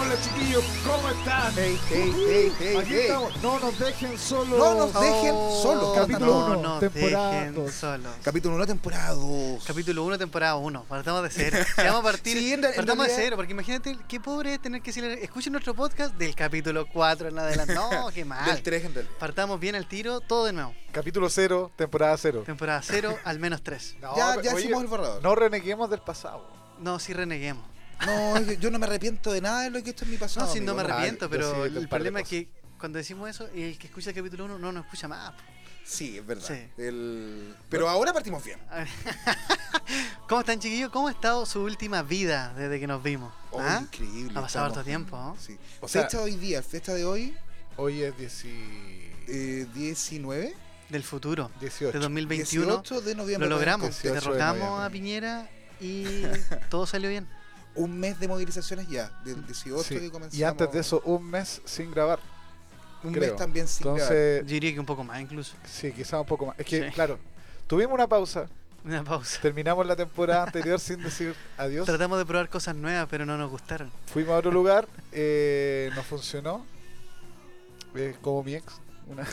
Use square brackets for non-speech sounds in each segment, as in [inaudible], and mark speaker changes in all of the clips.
Speaker 1: Hola chiquillos, ¿cómo están?
Speaker 2: Hey, hey, hey, hey,
Speaker 1: Aquí
Speaker 2: hey.
Speaker 1: estamos. No nos dejen solos.
Speaker 2: No nos dejen
Speaker 3: Oh,
Speaker 2: solos.
Speaker 1: Capítulo
Speaker 3: No
Speaker 1: uno,
Speaker 3: nos
Speaker 1: temporada
Speaker 3: dejen
Speaker 1: dos.
Speaker 3: solos.
Speaker 2: Capítulo 1, temporada 2.
Speaker 3: Capítulo 1, temporada 1. Partamos
Speaker 2: [laughs]
Speaker 3: de cero. Ya Vamos a partir.
Speaker 2: Sí, en re- en
Speaker 3: partamos de
Speaker 2: realidad-
Speaker 3: cero. Porque imagínate qué pobre es tener que decirle. Escuchen nuestro podcast del capítulo 4 en
Speaker 2: [laughs]
Speaker 3: adelante. No, qué mal.
Speaker 2: Del 3 en realidad.
Speaker 3: Partamos bien al tiro, todo de nuevo.
Speaker 4: Capítulo 0, temporada 0.
Speaker 3: Temporada 0 al menos 3.
Speaker 4: No,
Speaker 2: Ya,
Speaker 4: pero,
Speaker 2: ya
Speaker 4: oye,
Speaker 2: hicimos el borrador. No,
Speaker 4: No reneguemos del pasado.
Speaker 3: No, si reneguemos.
Speaker 2: yo, yo no me arrepiento de nada de lo que esto es mi
Speaker 3: No,
Speaker 2: pasado.
Speaker 3: si no me
Speaker 2: amigo, Ah,
Speaker 3: arrepiento,
Speaker 4: yo sí,
Speaker 3: pero
Speaker 4: de un
Speaker 3: el
Speaker 4: par de
Speaker 3: problema es que cuando decimos eso, el que escucha el capítulo 1 no nos escucha más. po.
Speaker 2: Sí, es verdad.
Speaker 3: Sí.
Speaker 2: El- Pero ahora partimos bien.
Speaker 3: [laughs] ¿Cómo están, chiquillos? ¿Cómo ha estado su última vida desde que nos vimos?
Speaker 2: Oh,
Speaker 3: ¿Ah?
Speaker 2: Increíble.
Speaker 3: Ha pasado
Speaker 2: estamos-
Speaker 3: harto tiempo, ¿no?
Speaker 2: Sí.
Speaker 4: O sea-
Speaker 2: fecha de hoy día, fecha de hoy,
Speaker 4: Hoy es 18.
Speaker 2: eh, 19,
Speaker 3: Del futuro, de 2021.
Speaker 2: 18 de noviembre.
Speaker 3: Lo logramos,
Speaker 4: 18 de
Speaker 3: derrotamos
Speaker 4: noviembre.
Speaker 3: a Piñera
Speaker 2: [laughs]
Speaker 3: y todo salió bien.
Speaker 2: Un mes de movilizaciones ya, del 18
Speaker 4: Sí,
Speaker 2: que comenzamos.
Speaker 4: Y antes de eso, un mes sin grabar.
Speaker 2: un
Speaker 4: creo.
Speaker 2: mes también sin grabar.
Speaker 3: Yo
Speaker 4: Entonces,
Speaker 3: diría que un poco más incluso.
Speaker 4: sí, quizás un poco más. Es que,
Speaker 3: Sí.
Speaker 4: claro, tuvimos una pausa,
Speaker 3: Una pausa.
Speaker 4: terminamos la temporada anterior sin decir adiós,
Speaker 3: Tratamos de probar cosas nuevas, pero no nos gustaron.
Speaker 4: fuimos a otro lugar, eh, no funcionó. Eh, como mi ex, [laughs] una-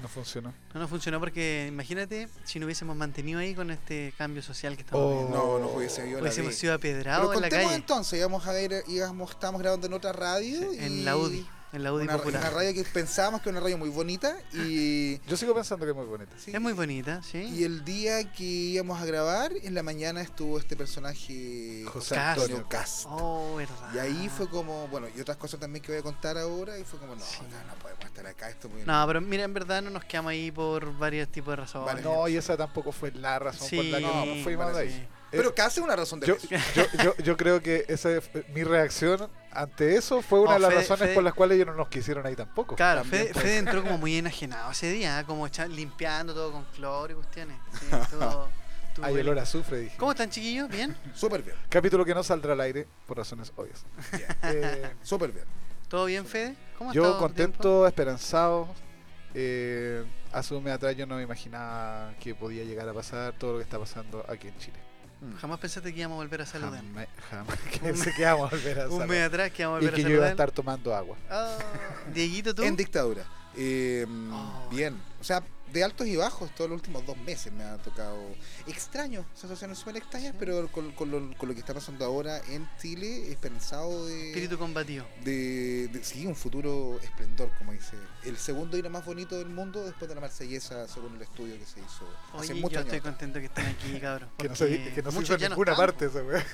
Speaker 4: no funcionó.
Speaker 3: No nos funcionó porque, imagínate, si no hubiésemos mantenido ahí con este cambio social que estamos
Speaker 4: Oh,
Speaker 3: viviendo.
Speaker 2: No, no hubiese habido la
Speaker 3: Hubiésemos
Speaker 2: vida.
Speaker 3: sido
Speaker 2: Pero
Speaker 3: apedrados en la
Speaker 2: contemos
Speaker 3: calle.
Speaker 2: entonces, íbamos a ir, íbamos, estábamos grabando en otra radio.
Speaker 3: Sí,
Speaker 2: y-
Speaker 3: En la UDI, en la UDI
Speaker 2: una,
Speaker 3: popular.
Speaker 2: una radio que pensábamos que era una radio muy bonita y,
Speaker 4: Yo sigo pensando que es muy bonita.
Speaker 2: sí,
Speaker 3: Es muy bonita, ¿sí?
Speaker 2: y el día que íbamos a grabar en la mañana estuvo este personaje
Speaker 4: José
Speaker 3: Cast.
Speaker 2: Antonio Cast
Speaker 3: Oh, verdad.
Speaker 2: y ahí fue como bueno y otras cosas también que voy a contar ahora y fue como no no, no podemos estar acá esto es muy
Speaker 3: No, pero mira, en verdad no nos quedamos ahí por varios tipos de razones.
Speaker 2: Vale.
Speaker 4: No, y esa tampoco fue la razón por la que
Speaker 3: Sí,
Speaker 4: no fuimos de
Speaker 3: sí.
Speaker 4: ahí.
Speaker 2: pero Cast es una razón de
Speaker 4: Yo,
Speaker 2: peso.
Speaker 4: yo, yo, yo creo que esa fue- mi reacción ante eso fue una
Speaker 3: No,
Speaker 4: de las
Speaker 3: Fede-
Speaker 4: razones
Speaker 3: Fede-
Speaker 4: por las cuales ellos no nos quisieron ahí tampoco.
Speaker 3: Claro,
Speaker 2: También
Speaker 3: Fede,
Speaker 2: puede
Speaker 3: Fede entró como muy enajenado ese día, ¿eh? como echa- limpiando todo con cloro y cuestiones.
Speaker 4: [laughs]
Speaker 3: Sí, estuvo- estuvo
Speaker 4: Hay
Speaker 3: bueno.
Speaker 4: olor a azufre, dije.
Speaker 3: ¿Cómo están, chiquillos? ¿Bien?
Speaker 2: súper bien
Speaker 4: Capítulo que no saldrá al aire por razones
Speaker 3: [laughs]
Speaker 4: obvias.
Speaker 2: Bien.
Speaker 4: Eh,
Speaker 2: súper bien
Speaker 3: ¿Todo bien, Fede? ¿Cómo ha
Speaker 4: yo
Speaker 3: estado tu
Speaker 4: contento,
Speaker 3: tiempo?
Speaker 4: esperanzado. Eh, hace un mes atrás yo no me imaginaba que podía llegar a pasar todo lo que está pasando aquí en Chile.
Speaker 3: Jamás pensaste que íbamos a volver a saludar.
Speaker 4: Jamás,
Speaker 3: [laughs]
Speaker 4: jamás pensé que íbamos a volver a
Speaker 3: Un mes
Speaker 4: saludar.
Speaker 3: atrás que íbamos a
Speaker 4: Y
Speaker 3: volver
Speaker 4: que
Speaker 3: a
Speaker 4: yo iba a
Speaker 3: saludar.
Speaker 4: estar tomando agua. [laughs]
Speaker 3: Ah, Dieguito, ¿tú?
Speaker 2: en dictadura Eh,
Speaker 3: Oh.
Speaker 2: bien o sea de altos y bajos todos los últimos dos meses me ha tocado extraño sensaciones súper extrañas
Speaker 3: Sí.
Speaker 2: pero con, con lo, con lo que está pasando ahora en Chile esperanzado de
Speaker 3: Espíritu combativo.
Speaker 2: de, de- sí, un futuro esplendor, como dice. El segundo y lo más bonito del mundo después de la marsellesa, según el estudio que se hizo hace
Speaker 3: Oye,
Speaker 2: muchos
Speaker 3: yo
Speaker 2: años.
Speaker 3: estoy contento que
Speaker 4: [laughs]
Speaker 3: estén aquí, cabrón.
Speaker 4: Que no se,
Speaker 3: porque
Speaker 4: que no se
Speaker 3: muchos
Speaker 4: hizo en
Speaker 3: ya no
Speaker 4: ninguna
Speaker 3: están,
Speaker 4: parte
Speaker 3: po.
Speaker 4: esa
Speaker 3: [laughs]
Speaker 4: weá.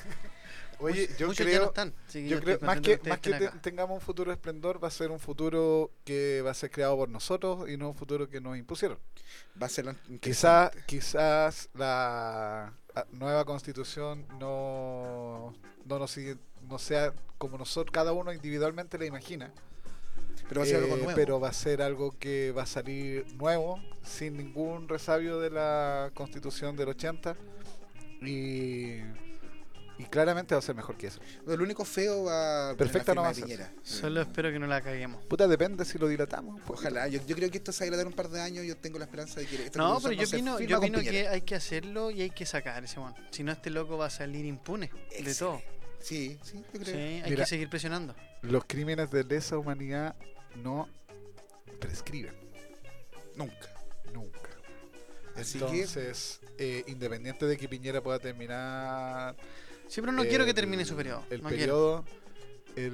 Speaker 4: Oye,
Speaker 3: Muchos-
Speaker 4: yo
Speaker 3: muchos ya no
Speaker 4: creo,
Speaker 3: están. así que
Speaker 4: yo
Speaker 3: estoy
Speaker 4: creo más
Speaker 3: contento
Speaker 4: que,
Speaker 3: ustedes
Speaker 4: más que
Speaker 3: estén
Speaker 4: te-
Speaker 3: acá.
Speaker 4: tengamos un futuro esplendor, va a ser un futuro que va a ser creado por nosotros y no un futuro que nos impusieron.
Speaker 2: Va a ser la-
Speaker 4: Quizá,
Speaker 2: interesante.
Speaker 4: quizás la ah, nueva constitución no, no, nos, sigue- no sea como nosotros, cada uno individualmente la imagina,
Speaker 2: Pero va a ser algo
Speaker 4: eh,
Speaker 2: nuevo.
Speaker 4: pero va a ser algo que va a salir nuevo, sin ningún resabio de la constitución del 80 y, y claramente va a ser mejor que eso.
Speaker 2: Lo único feo va
Speaker 4: Perfecta
Speaker 2: no
Speaker 4: no va
Speaker 2: va
Speaker 4: a ser.
Speaker 2: Eh,
Speaker 3: Solo espero que no la caguemos.
Speaker 4: Puta, depende si lo dilatamos. pues, un poquito.
Speaker 2: Pues Ojalá, yo, yo creo que esto se va a dilatar un par de años. Yo tengo la esperanza de que esta
Speaker 3: No,
Speaker 2: constitución
Speaker 3: pero yo
Speaker 2: se
Speaker 3: opino,
Speaker 2: firma
Speaker 3: yo
Speaker 2: con
Speaker 3: opino que
Speaker 2: Piñera.
Speaker 3: hay que hacerlo y hay que sacar ese one. Si no, este loco va a salir impune de todo.
Speaker 2: Sí, sí, yo
Speaker 3: Sí,
Speaker 2: creo.
Speaker 3: hay que
Speaker 4: Mira.
Speaker 3: seguir presionando.
Speaker 4: Los crímenes de lesa humanidad no prescriben
Speaker 2: Nunca.
Speaker 4: nunca.
Speaker 2: Así
Speaker 4: Entonces, eh, independiente de que Piñera pueda terminar.
Speaker 3: Sí, pero no
Speaker 4: el-
Speaker 3: quiero que termine su periodo.
Speaker 4: El
Speaker 3: no quiero.
Speaker 4: periodo,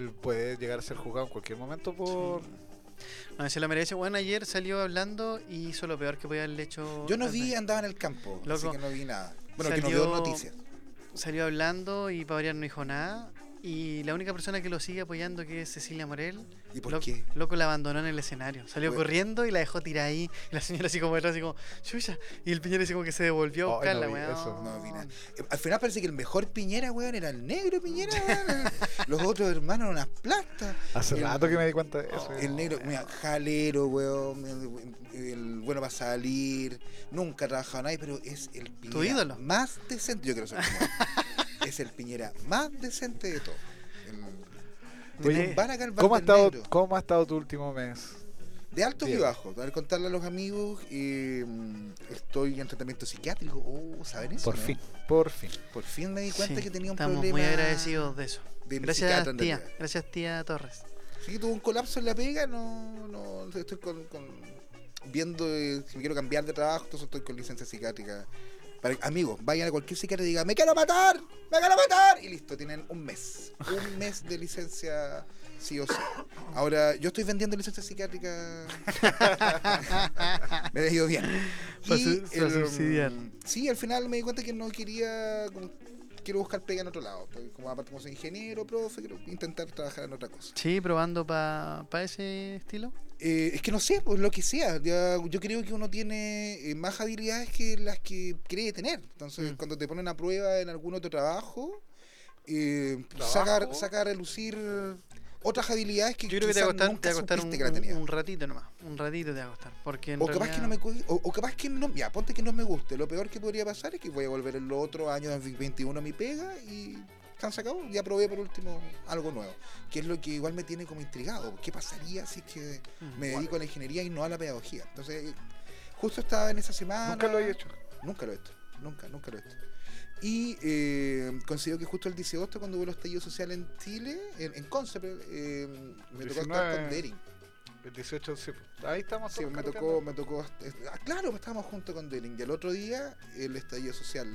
Speaker 4: él puede llegar a ser juzgado en cualquier momento por.
Speaker 3: No, se lo merece. Bueno, ayer salió hablando y hizo lo peor que podía haberle hecho.
Speaker 2: que- Yo no
Speaker 3: al
Speaker 2: vi,
Speaker 3: país.
Speaker 2: andaba en el campo, así
Speaker 3: Loco,
Speaker 2: que no vi nada. Bueno, que no
Speaker 3: salió-
Speaker 2: veo noticias.
Speaker 3: Salió hablando y para variar no dijo nada. Y la única persona que lo sigue apoyando, que es Cecilia Morel,
Speaker 2: ¿Y por
Speaker 3: lo-
Speaker 2: qué?
Speaker 3: loco la abandonó en el escenario. Salió
Speaker 2: Bueno.
Speaker 3: corriendo y la dejó tirar ahí. Y la señora así como detrás, así como, chucha. Y el piñero así como que se devolvió a
Speaker 4: Ay, no
Speaker 3: buscarla,
Speaker 4: vi
Speaker 3: weón.
Speaker 4: eso,
Speaker 2: No, vi nada. Eh, Al final parece que el mejor Piñera, weón, era el negro Piñera,
Speaker 3: [laughs]
Speaker 2: weón. Los otros hermanos, unas plastas.
Speaker 4: Hace
Speaker 2: El-
Speaker 4: rato que me di cuenta de eso.
Speaker 2: Oh, El negro, mira, jalero, weón. El, el bueno va a salir. Nunca ha trabajado nadie, pero es el Piñera
Speaker 3: ídolo.
Speaker 2: más decente. Yo quiero ser como él. Es el Piñera más decente de todo.
Speaker 3: Oye,
Speaker 2: Van acá el bar
Speaker 4: ¿Cómo ha,
Speaker 2: del
Speaker 4: estado,
Speaker 2: negro.
Speaker 4: ¿Cómo ha estado tu último mes?
Speaker 2: De altos y
Speaker 4: Bien.
Speaker 2: bajos. Al contarle a los amigos, eh, estoy en tratamiento psiquiátrico. Oh, ¿saben eso?
Speaker 4: Por
Speaker 2: no?
Speaker 4: fin, por fin.
Speaker 2: Por fin me di cuenta
Speaker 3: Sí,
Speaker 2: que tenía un
Speaker 3: estamos
Speaker 2: problema.
Speaker 3: muy agradecidos de eso.
Speaker 2: de mi psiquiatra
Speaker 3: Gracias,
Speaker 2: en
Speaker 3: tía.
Speaker 2: realidad.
Speaker 3: Gracias, tía Torres.
Speaker 2: Sí, tuve un colapso en la pega, no, no estoy con, con- viendo eh, si me quiero cambiar de trabajo, entonces estoy con licencia psiquiátrica. Para, amigos, vayan a cualquier psiquiatra y digan, me quiero matar, me quiero matar. Y listo, tienen un mes. Un mes de licencia sí o sí. Ahora, yo estoy vendiendo licencia psiquiátrica. [laughs] me he ido bien. mm,
Speaker 3: Para su- para subsidiar.
Speaker 2: Sí, al final me di cuenta que no quería, como, quiero buscar pega en otro lado. porque Como aparte como soy ingeniero, profe, quiero intentar trabajar en otra cosa.
Speaker 3: Sí, probando para ese estilo.
Speaker 2: Eh, es que no sé, pues lo que sea. Ya, yo creo que uno tiene eh, más habilidades que las que cree tener. Entonces,
Speaker 3: Mm.
Speaker 2: cuando te ponen a prueba en algún otro trabajo, eh,
Speaker 4: ¿Trabajo?
Speaker 2: sacar, sacar a lucir otras habilidades que
Speaker 3: Yo creo que te va
Speaker 2: quizás
Speaker 3: a costar, te
Speaker 2: nunca
Speaker 3: va a costar un,
Speaker 2: supiste que la tenías.
Speaker 3: un- un ratito nomás. Un ratito te va a costar. Porque en
Speaker 2: o capaz que no me
Speaker 3: realidad-
Speaker 2: cu- o, o capaz que no ya ponte que no me guste lo peor que podría pasar es que voy a volver en los otros años en 2021 a mi pega y se acabó ya probé por último algo nuevo que es lo que igual me tiene como intrigado qué pasaría si es que
Speaker 3: Mm.
Speaker 2: me dedico a la ingeniería y no a la pedagogía entonces justo estaba en esa semana
Speaker 4: Nunca lo he hecho.
Speaker 2: Nunca lo he hecho. Nunca, nunca lo he hecho. Y eh, considero que justo el 18 de agosto, cuando hubo el estallido social en Chile, en, en Conce, pero, eh, me tocó estar
Speaker 4: 19.
Speaker 2: con Dering.
Speaker 4: El 18 sí. pues. Ahí estamos.
Speaker 2: Sí,
Speaker 4: todos
Speaker 2: me tocó,
Speaker 4: carreteando.
Speaker 2: me tocó. ah, claro, pues estábamos juntos con Dering. Y el otro día, el estallido social.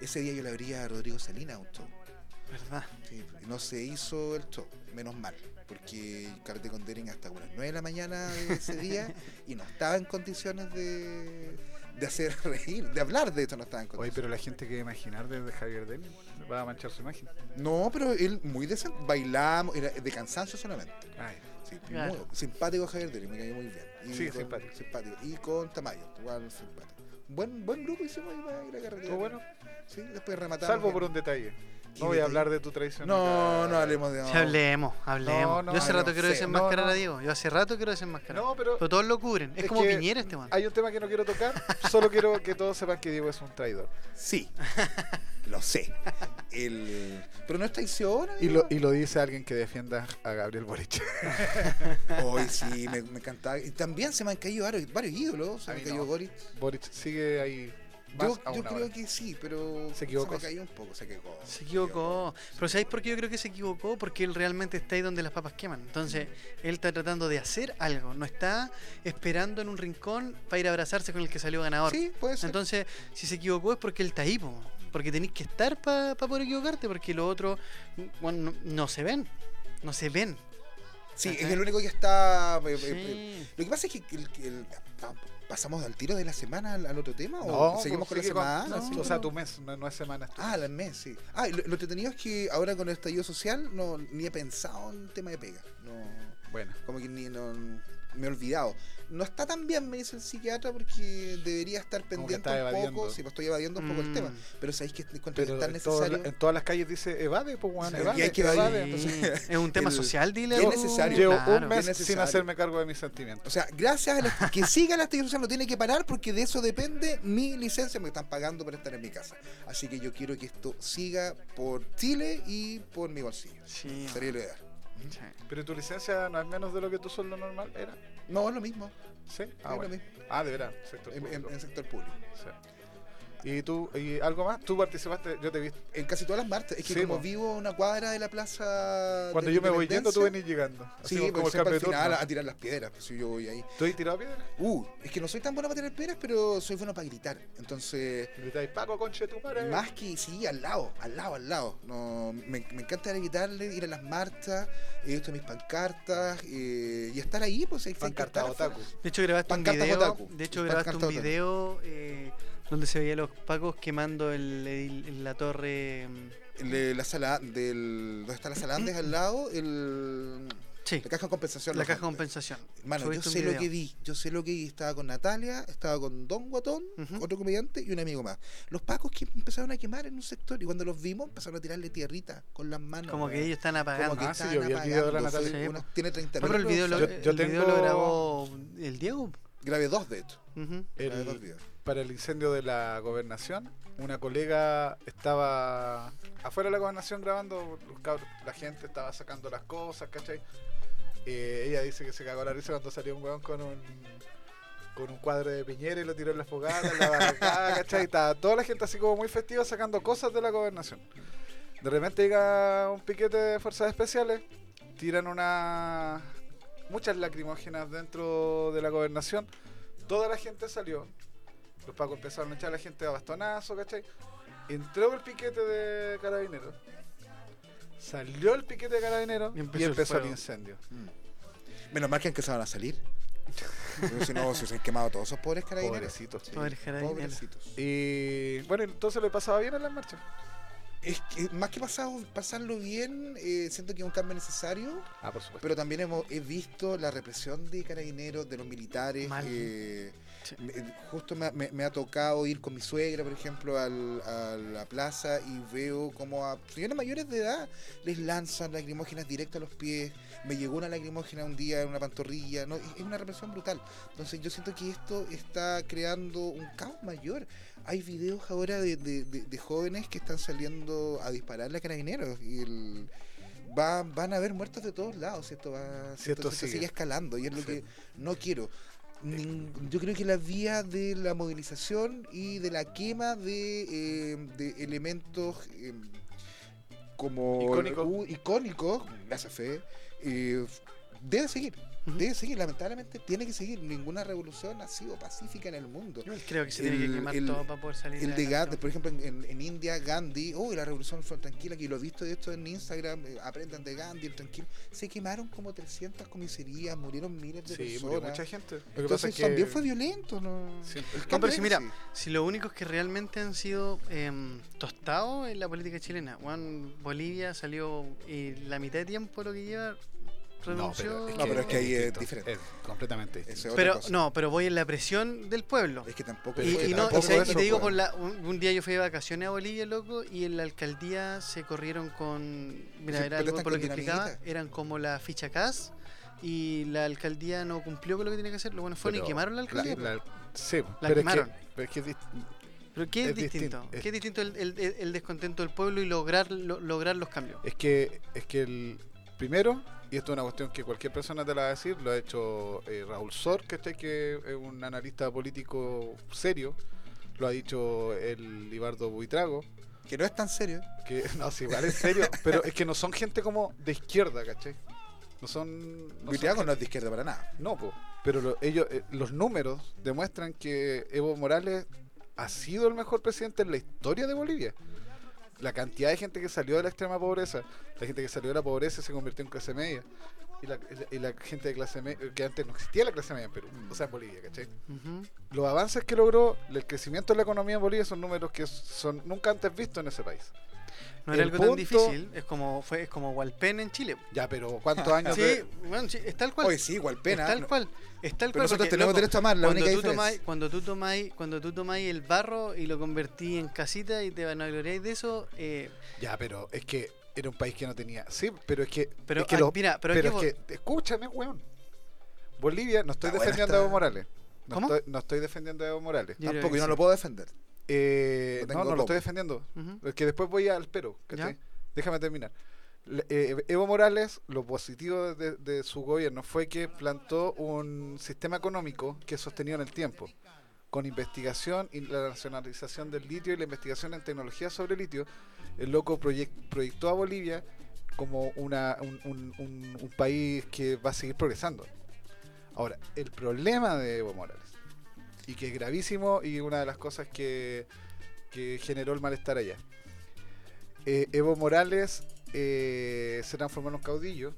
Speaker 2: Ese día yo le abría a Rodrigo Salinas un show.
Speaker 3: mm, ¿Verdad?
Speaker 2: Sí, y no se hizo el show, menos mal. Porque carté con Dering hasta como las 9 de la mañana de ese
Speaker 4: [laughs]
Speaker 2: día y no estaba en condiciones de, de hacer [laughs] reír, de hablar de esto, no estaba en
Speaker 4: Oye,
Speaker 2: condiciones.
Speaker 4: pero la gente que imaginar desde Javier Demi va a manchar su imagen.
Speaker 2: No, pero él muy decente. Bailamos, era de cansancio solamente.
Speaker 4: Ay,
Speaker 2: Sí,
Speaker 3: Claro.
Speaker 2: muy simpático Javier Deli, me cayó muy bien.
Speaker 4: Sí,
Speaker 2: con-
Speaker 4: simpático.
Speaker 2: simpático. Y con Tamayo, igual simpático. Buen, buen grupo hicimos ahí para ir a carretera.
Speaker 4: estuvo bueno.
Speaker 2: Sí, después rematamos.
Speaker 4: Salvo
Speaker 2: bien.
Speaker 4: por un detalle.
Speaker 2: ¿Qué
Speaker 4: No voy a
Speaker 2: detalle?
Speaker 4: hablar de tu traición.
Speaker 2: No,
Speaker 4: acá.
Speaker 2: no hablemos de.
Speaker 3: Sí, hablemos, hablemos.
Speaker 4: No, no,
Speaker 3: yo hace
Speaker 2: hablemos
Speaker 3: rato quiero
Speaker 2: feo.
Speaker 3: desenmascarar
Speaker 4: No, no.
Speaker 3: a Diego. Yo hace rato quiero desenmascarar.
Speaker 4: No, pero
Speaker 3: Pero todos lo cubren. Es,
Speaker 4: Es
Speaker 3: como
Speaker 4: que-
Speaker 3: Piñera este man.
Speaker 4: hay un tema que no quiero tocar. Solo quiero que todos sepan que Diego es un traidor. [laughs]
Speaker 2: Sí, lo sé. El... Pero no está traición.
Speaker 4: Y lo, y lo dice alguien que defienda a Gabriel Boric.
Speaker 2: Hoy sí, me, me encantaba. Y también se me han caído varios, varios ídolos. Se
Speaker 4: A
Speaker 2: me
Speaker 4: mí
Speaker 2: cayó
Speaker 4: no.
Speaker 2: Boris.
Speaker 4: [laughs] Boric sigue ahí. Más
Speaker 2: Yo,
Speaker 4: a
Speaker 2: yo
Speaker 4: una
Speaker 2: creo
Speaker 4: hora.
Speaker 2: que sí, pero.
Speaker 4: Se equivocó.
Speaker 2: me cayó un poco, se equivocó.
Speaker 3: Se equivocó. Pero ¿sabéis por qué yo creo que se equivocó? Porque él realmente está ahí donde las papas queman. Entonces, él está tratando de hacer algo. No está esperando en un rincón para ir a abrazarse con el que salió ganador.
Speaker 2: Sí, puede ser.
Speaker 3: Entonces, si se equivocó es porque él está ahí, po. porque tenéis que estar para poder equivocarte, porque lo otro, bueno, no, no se ven. No se ven.
Speaker 2: Sí, es
Speaker 4: eh,
Speaker 3: Ajá.
Speaker 2: el único que está. eh, eh, eh,
Speaker 3: Sí.
Speaker 2: Lo que pasa es que el- que el- pa- pasamos al tiro de la semana al, al otro tema o
Speaker 4: No,
Speaker 2: seguimos con
Speaker 4: pues
Speaker 2: la
Speaker 4: sigue
Speaker 2: semana.
Speaker 4: no,
Speaker 2: Sí,
Speaker 4: o sea,
Speaker 2: no.
Speaker 4: tu mes, no, no es semana.
Speaker 2: Ah, las mes, sí. Ah, y lo, lo entretenido es que ahora con el estallido social no ni he pensado en tema de pega. No,
Speaker 4: Bueno.
Speaker 2: como que ni no, me he olvidado. No está tan bien, me dice el psiquiatra, porque debería estar
Speaker 4: Como que
Speaker 2: pendiente
Speaker 4: está
Speaker 2: un poco.
Speaker 4: evadiendo.
Speaker 2: Sí, pues estoy evadiendo un poco el tema.
Speaker 3: Mm.
Speaker 2: Pero sabéis que encuentro que
Speaker 4: Pero
Speaker 2: es tan
Speaker 4: en, todas
Speaker 2: necesario.
Speaker 4: la- en todas las calles dice evade, pues weón,
Speaker 2: Sí,
Speaker 4: evade.
Speaker 2: y hay que
Speaker 4: evade.
Speaker 2: evadir.
Speaker 3: Sí.
Speaker 2: [laughs]
Speaker 3: Es un tema
Speaker 2: el-
Speaker 3: social, dile.
Speaker 2: es
Speaker 3: tú.
Speaker 2: necesario.
Speaker 4: Llevo
Speaker 3: Claro.
Speaker 4: un mes
Speaker 2: Es
Speaker 4: sin
Speaker 2: necesario.
Speaker 4: hacerme cargo de mis sentimientos.
Speaker 2: O sea, gracias a la, que siga el estallido social no tiene que parar porque de eso depende mi licencia, me están pagando para estar en mi casa. Así que yo quiero que esto siga por Chile y por mi bolsillo.
Speaker 3: Sí,
Speaker 2: Sería lo ideal.
Speaker 3: sí.
Speaker 4: Pero tu licencia no es menos de lo que tu sueldo normal era.
Speaker 2: No, es lo mismo.
Speaker 4: Sí,
Speaker 2: es
Speaker 4: ah,
Speaker 2: lo
Speaker 4: bueno.
Speaker 2: mismo.
Speaker 4: ah de verdad, sector
Speaker 2: En, en-
Speaker 4: público.
Speaker 2: en sector público.
Speaker 4: Sí. ¿Y tú, y algo más? ¿Tú participaste? Yo te vi.
Speaker 2: En casi todas las martes. Es que
Speaker 4: Sí,
Speaker 2: como
Speaker 4: po.
Speaker 2: vivo a una cuadra de la plaza.
Speaker 4: Cuando
Speaker 2: de
Speaker 4: yo me voy yendo, tú
Speaker 2: Independencia,
Speaker 4: venís llegando. Así
Speaker 2: Sí,
Speaker 4: como
Speaker 2: como
Speaker 4: el cambio de
Speaker 2: al final
Speaker 4: turno.
Speaker 2: a, a tirar las piedras. pues, si yo voy ahí.
Speaker 4: ¿Tú has tirado piedra?
Speaker 2: Uh, es que no soy tan bueno para tirar piedras, pero soy bueno para gritar. Entonces,
Speaker 4: Gritáis, Paco, conche tu madre.
Speaker 2: Más que, sí, al lado, al lado, al lado. No, me, me encanta gritarle, ir a las marchas, he visto mis pancartas eh, y estar ahí, pues hay hay que
Speaker 4: Pancarta
Speaker 2: estar
Speaker 4: otaku.
Speaker 3: De hecho grabaste un
Speaker 2: Pancarta
Speaker 3: video,
Speaker 2: Kotaku.
Speaker 3: de hecho
Speaker 2: Pancarta
Speaker 3: grabaste un
Speaker 2: Kotaku.
Speaker 3: video eh, donde se veía a los pacos quemando el, el- la torre mm,
Speaker 2: afuera. Le- la sala del. ¿Dónde está la sala Andes al lado? El,
Speaker 3: Sí,
Speaker 2: la caja de compensación.
Speaker 3: la
Speaker 2: los
Speaker 3: caja de
Speaker 2: Andes.
Speaker 3: compensación.
Speaker 2: Mano, yo
Speaker 3: Subiste un
Speaker 2: sé lo
Speaker 3: video.
Speaker 2: que vi, yo sé lo que vi. Estaba con Natalia, estaba con Don Guatón,
Speaker 3: Ujú.
Speaker 2: ¿Mm? otro comediante y un amigo más. Los pacos que empezaron a quemar en un sector y cuando los vimos empezaron a tirarle tierrita con las manos.
Speaker 3: Como que
Speaker 2: weón.
Speaker 3: ellos están apagando.
Speaker 2: Como que
Speaker 4: Ah, sí,
Speaker 2: estaban
Speaker 4: yo vi el video de la
Speaker 2: apagando, fue
Speaker 3: Natalia.
Speaker 2: una- Tiene 30
Speaker 3: No, pero el video lo,
Speaker 4: Yo- yo
Speaker 3: el video lo
Speaker 4: tengo-
Speaker 3: grabó el Diego.
Speaker 2: Grabé dos de estos.
Speaker 3: Ujú.
Speaker 4: El-
Speaker 2: grabé dos videos.
Speaker 4: para el incendio de la gobernación, una colega estaba afuera de la gobernación grabando, los cabros- la gente estaba sacando las cosas, ¿cachai? Eh, ella dice que se cagó la risa cuando salió un weón con un con un cuadro de Piñera y lo tiró en la fogata, en la barricada, ¿cachai? Estaba toda la gente así como muy festiva sacando cosas de la gobernación. De repente llega un piquete de fuerzas especiales, tiran una muchas lacrimógenas dentro de la gobernación, toda la gente salió, los pacos empezaron a echar a la gente a bastonazo, ¿cachai? Entró el piquete de carabineros, salió el piquete de carabineros
Speaker 3: Y
Speaker 4: y
Speaker 3: empezó
Speaker 4: empezó,
Speaker 3: el
Speaker 4: el,
Speaker 3: fuego.
Speaker 4: incendio.
Speaker 2: Menos mal que empezaron a salir. Porque si no, se hubiesen quemado todos esos pobres carabineros.
Speaker 4: Pobrecitos. sí.
Speaker 3: Pobres carabineros.
Speaker 2: Pobrecitos.
Speaker 4: Y bueno, entonces le pasaba bien en las marchas.
Speaker 2: Es que más que pasado, pasarlo bien, eh, siento que es un cambio necesario.
Speaker 4: Ah, por supuesto.
Speaker 2: Pero también hemos, he visto la represión de carabineros, de los militares.
Speaker 3: Mal.
Speaker 2: eh,
Speaker 3: Sí.
Speaker 2: me- justo me, me- me ha tocado ir con mi suegra, por ejemplo, al- a la plaza y veo como a señores mayores de edad les lanzan lacrimógenas directo a los pies. Me llegó una lacrimógena un día en una pantorrilla. ¿no? Es es una represión brutal. Entonces yo siento que esto está creando un caos mayor. Hay videos ahora de, de- de- de jóvenes que están saliendo a dispararle a carabineros y el- va- van a haber muertos de todos lados. Esto, va,
Speaker 4: Si esto sigue.
Speaker 2: escalando y es lo
Speaker 4: Sí.
Speaker 2: que no quiero. Nin- yo creo que la vía de la movilización y de la quema de, eh, de elementos eh, como
Speaker 4: Icónicos.
Speaker 2: u- icónicos, gracias fe, eh, debe seguir.
Speaker 3: Ujú.
Speaker 2: Debe seguir, lamentablemente tiene que seguir. Ninguna revolución ha sido pacífica en el mundo.
Speaker 3: Yo creo que se
Speaker 2: El-
Speaker 3: tiene que quemar
Speaker 2: el-
Speaker 3: todo para poder salir.
Speaker 2: El de Gandhi,
Speaker 3: adelante.
Speaker 2: por ejemplo, en, en- en India, Gandhi, oh, la revolución fue tranquila, que lo he visto de esto en Instagram, eh, aprendan de Gandhi, el tranquilo. Se quemaron como 300 comisarías, murieron miles de
Speaker 4: Sí, murió
Speaker 2: personas.
Speaker 4: mucha gente. Lo que pasa
Speaker 2: Entonces
Speaker 4: es que
Speaker 2: también fue violento, ¿no?
Speaker 4: siempre-
Speaker 2: El
Speaker 3: No, pero si
Speaker 2: cambio
Speaker 3: mira,
Speaker 2: era así.
Speaker 3: Si lo único es que realmente han sido em, tostados en la política chilena. Juan Bolivia salió y la mitad de tiempo lo que lleva renunció.
Speaker 2: No, pero es que ahí es diferente.
Speaker 4: Es completamente distinto.
Speaker 2: Eso es otra
Speaker 3: Pero,
Speaker 2: cosa.
Speaker 3: no, pero voy en la presión del pueblo.
Speaker 2: Es que tampoco.
Speaker 3: Y,
Speaker 2: fue
Speaker 3: y no, y
Speaker 2: tampoco
Speaker 3: sabes- y
Speaker 2: eso,
Speaker 3: te digo,
Speaker 2: pues.
Speaker 3: por la, un, un día yo fui de vacaciones a Bolivia, loco, y en la alcaldía se corrieron con. Mira,
Speaker 2: Sí, protestan
Speaker 3: era algo por lo
Speaker 2: con
Speaker 3: que explicaba,
Speaker 2: dinamita.
Speaker 3: eran como la ficha CAS, y la alcaldía no cumplió con lo que tenía que hacer. Lo bueno, fueron y
Speaker 4: Pero
Speaker 3: quemaron la alcaldía. po.
Speaker 4: la- sí,
Speaker 3: La
Speaker 4: pero
Speaker 3: quemaron.
Speaker 4: Es que, pero es que es dist-
Speaker 3: pero ¿qué es,
Speaker 4: es
Speaker 3: distinto?
Speaker 4: distinto, es-
Speaker 3: ¿Qué es distinto el, el- el- el descontento del pueblo y lograr, lo- lograr los cambios?
Speaker 4: es que, es que el primero, y esto es una cuestión que cualquier persona te la va a decir, lo ha hecho eh, Raúl Sor, que este que es un analista político serio, lo ha dicho el Libardo Buitrago,
Speaker 2: Que no es tan serio.
Speaker 4: que [laughs] no, sí, igual en serio, pero es que no son gente como de izquierda, ¿cachai? No son... no son
Speaker 2: Buitrago no es de izquierda para nada.
Speaker 4: No, po. pero lo- ellos, eh, los números demuestran que Evo Morales ha sido el mejor presidente en la historia de Bolivia. La cantidad de gente que salió de la extrema pobreza, la gente que salió de la pobreza se convirtió en clase media. Y la, y la gente de clase media, que antes no existía la clase media en Perú, o sea, en Bolivia, ¿cachai?
Speaker 3: Ujú.
Speaker 4: Los avances que logró, el crecimiento de la economía en Bolivia son números que son nunca antes vistos en ese país.
Speaker 3: No era
Speaker 4: El
Speaker 3: algo tan
Speaker 4: punto-
Speaker 3: difícil, es como fue es como Walpen en Chile.
Speaker 4: Ya, pero ¿cuántos años
Speaker 3: Sí,
Speaker 4: de-
Speaker 3: bueno, sí, es tal cual.
Speaker 2: Ah, Oye, sí, igual pena.
Speaker 3: es tal
Speaker 2: no-
Speaker 3: cual. Es
Speaker 2: Pero
Speaker 3: tal cual.
Speaker 2: nosotros
Speaker 3: porque,
Speaker 2: tenemos
Speaker 3: loco,
Speaker 2: derecho a amar, la
Speaker 3: cuando
Speaker 2: única
Speaker 3: tú, tomás,
Speaker 2: diferencia.
Speaker 3: cuando, tú tomás, cuando tú tomás el barro y lo convertís en casita y te vanagloriáis de eso, eh,
Speaker 4: Ya, pero es que era un país que no tenía. Sí, pero es que.
Speaker 3: Pero,
Speaker 4: es que
Speaker 3: ah,
Speaker 4: lo-
Speaker 3: mira, pero aquí
Speaker 4: es que. Escúchame, weón. Bolivia, no estoy
Speaker 2: Está buena
Speaker 4: defendiendo
Speaker 2: esta-
Speaker 4: a Evo Morales. No,
Speaker 3: ¿Cómo?
Speaker 4: Estoy, no estoy defendiendo a Evo Morales.
Speaker 3: Yo creo
Speaker 2: Tampoco,
Speaker 3: que
Speaker 2: yo no
Speaker 3: sí.
Speaker 2: lo puedo defender.
Speaker 4: Eh,
Speaker 2: No
Speaker 4: no,
Speaker 2: tengo
Speaker 4: no, lo
Speaker 2: cómo.
Speaker 4: estoy defendiendo.
Speaker 3: ujú,
Speaker 4: Es que después voy al pero. ¿cachai? Déjame terminar. Le- eh, Evo Morales, lo positivo de, de su gobierno fue que plantó un sistema económico que sostenió en el tiempo, con investigación y la nacionalización del litio y la investigación en tecnología sobre litio. El loco proyec- proyectó a Bolivia como una, un, un- un- un país que va a seguir progresando. Ahora, el problema de Evo Morales, y que es gravísimo y una de las cosas que, que generó el malestar allá. Eh, Evo Morales eh, se transformó en un caudillo,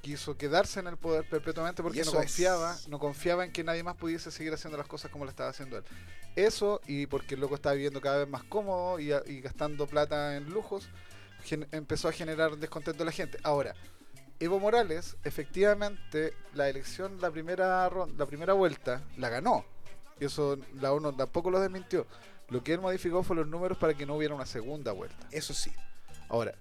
Speaker 4: quiso quedarse en el poder perpetuamente
Speaker 2: Y
Speaker 4: porque no
Speaker 2: eso es.
Speaker 4: confiaba, no confiaba en que nadie más pudiese seguir haciendo las cosas como lo estaba haciendo él. Eso y porque el loco estaba viviendo cada vez más cómodo y, a- y gastando plata en lujos, gen- empezó a generar descontento a la gente. Ahora, Evo Morales, efectivamente, la elección, la primera, ron- la primera vuelta, la ganó. Y eso la ONU tampoco lo desmintió. Lo que él modificó fue los números para que no hubiera una segunda vuelta.
Speaker 2: Eso sí.
Speaker 4: Ahora,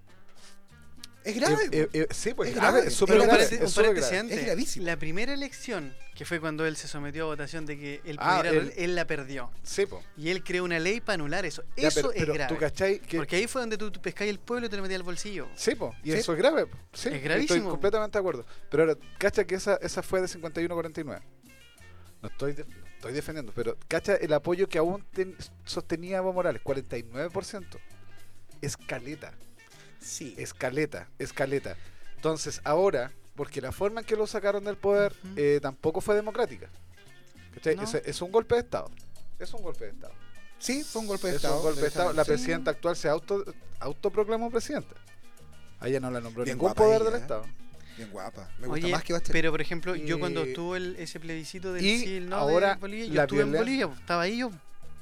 Speaker 2: Es grave.
Speaker 4: eh, eh, eh, sí, pues
Speaker 2: Es
Speaker 4: grave,
Speaker 2: grave.
Speaker 4: es
Speaker 2: Pero
Speaker 4: súper
Speaker 3: un
Speaker 4: grave,
Speaker 3: paréntesis-
Speaker 4: es
Speaker 3: un
Speaker 4: súper
Speaker 3: paréntesis
Speaker 4: grave.
Speaker 3: antes,
Speaker 2: Es gravísimo.
Speaker 3: La primera elección, que fue cuando él se sometió a votación de que él
Speaker 4: Ah,
Speaker 3: pudiera,
Speaker 4: él-
Speaker 3: él, la perdió.
Speaker 4: Sí, pues.
Speaker 3: Y él creó una ley para anular eso.
Speaker 4: Ya,
Speaker 3: eso
Speaker 4: pero,
Speaker 3: es
Speaker 4: pero
Speaker 3: grave.
Speaker 4: ¿Tú cachai? Que,
Speaker 3: Porque ahí fue donde tú, tú pescáis el pueblo y te lo metías al bolsillo.
Speaker 4: Sí, po, y
Speaker 2: Sí.
Speaker 4: eso es grave. po. Sí,
Speaker 3: Es
Speaker 4: Estoy
Speaker 3: gravísimo.
Speaker 4: completamente de acuerdo. Pero ahora, cacha que esa, esa fue de 51-49. No estoy, de- no estoy defendiendo, pero cacha el apoyo que aún ten- sostenía Evo Morales, 49%. Es caleta.
Speaker 2: Sí.
Speaker 4: Escaleta, escaleta. Entonces, ahora, porque la forma en que lo sacaron del poder
Speaker 3: Ujú.
Speaker 4: eh, tampoco fue democrática. ¿Cachai?
Speaker 3: No.
Speaker 4: Es, es un golpe de Estado. Es un golpe de Estado.
Speaker 2: Sí, fue un golpe de
Speaker 4: es
Speaker 2: Estado.
Speaker 4: un golpe de Estado. La
Speaker 2: derechamente.
Speaker 4: presidenta actual se auto, autoproclamó presidenta. A ella no la nombró
Speaker 2: Bien
Speaker 4: ningún
Speaker 2: guapa
Speaker 4: poder
Speaker 2: ella,
Speaker 4: del
Speaker 2: ¿eh?
Speaker 4: Estado.
Speaker 2: Bien guapa. Me gusta
Speaker 3: Oye,
Speaker 2: más que va a estar.
Speaker 3: pero por ejemplo, yo cuando
Speaker 4: Y-
Speaker 3: tuvo el, ese plebiscito del
Speaker 4: Eh, y
Speaker 3: sí y el no
Speaker 4: ahora
Speaker 3: de Bolivia, yo
Speaker 4: la
Speaker 3: estuve en
Speaker 4: violen-
Speaker 3: Bolivia, po, estaba ahí yo.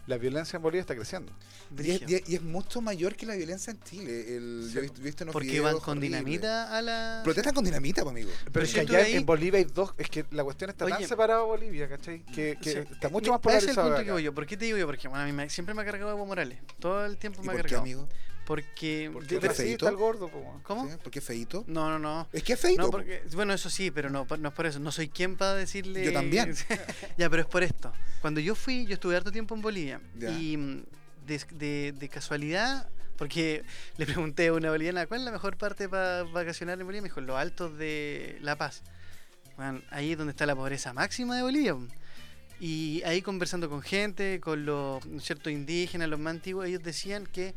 Speaker 4: La violencia en Bolivia está creciendo.
Speaker 2: Y es,
Speaker 3: brígido.
Speaker 2: y es- y es mucho mayor que la violencia en Chile. El,
Speaker 4: Sí,
Speaker 2: yo he visto, he visto unos
Speaker 3: Porque
Speaker 2: videos
Speaker 3: van con
Speaker 2: horribles.
Speaker 3: dinamita a la.
Speaker 2: Protestan con dinamita, pues, amigo.
Speaker 4: Pero es
Speaker 3: yo
Speaker 4: que
Speaker 3: estuve
Speaker 4: allá
Speaker 3: ahí-
Speaker 4: en Bolivia hay dos. Es que la cuestión está tan
Speaker 3: Oye. Mm,
Speaker 4: separada de Bolivia, ¿cachai? Que, que
Speaker 3: Sí.
Speaker 4: está mucho
Speaker 3: Mi-
Speaker 4: más
Speaker 3: ese es el
Speaker 4: polarizado.
Speaker 3: punto
Speaker 4: que
Speaker 3: que
Speaker 4: acá.
Speaker 3: voy yo. ¿Por qué te digo yo? Porque bueno, a mí me- siempre me ha cargado Evo Morales. Todo el tiempo
Speaker 2: ¿Y
Speaker 3: me ha
Speaker 2: por qué,
Speaker 3: cargado.
Speaker 2: amigo?
Speaker 3: Porque.
Speaker 4: Porque
Speaker 3: yo-
Speaker 2: qué
Speaker 4: el
Speaker 3: pero-
Speaker 2: feíto?
Speaker 4: racista, el gordo, po, weón.
Speaker 3: ¿Cómo?
Speaker 2: ¿Sí? ¿Por qué es feíto?
Speaker 3: No, no, no.
Speaker 2: Es que es feíto.
Speaker 3: No,
Speaker 2: po.
Speaker 3: porque, bueno, eso sí, pero no, pa- no es por eso. No soy quien para decirle.
Speaker 2: Yo también.
Speaker 3: [laughs] ya, pero es por esto. Cuando yo fui, yo estuve harto tiempo en Bolivia.
Speaker 2: Ya.
Speaker 3: Y mm, de, de- de casualidad, porque [laughs] le pregunté a una boliviana, ¿cuál es la mejor parte para vacacionar en Bolivia? Me dijo, los altos de La Paz. Bueno, ahí es donde está la pobreza máxima de Bolivia. Y ahí conversando con gente, con los ¿no es cierto, indígenas, los más antiguos, ellos decían que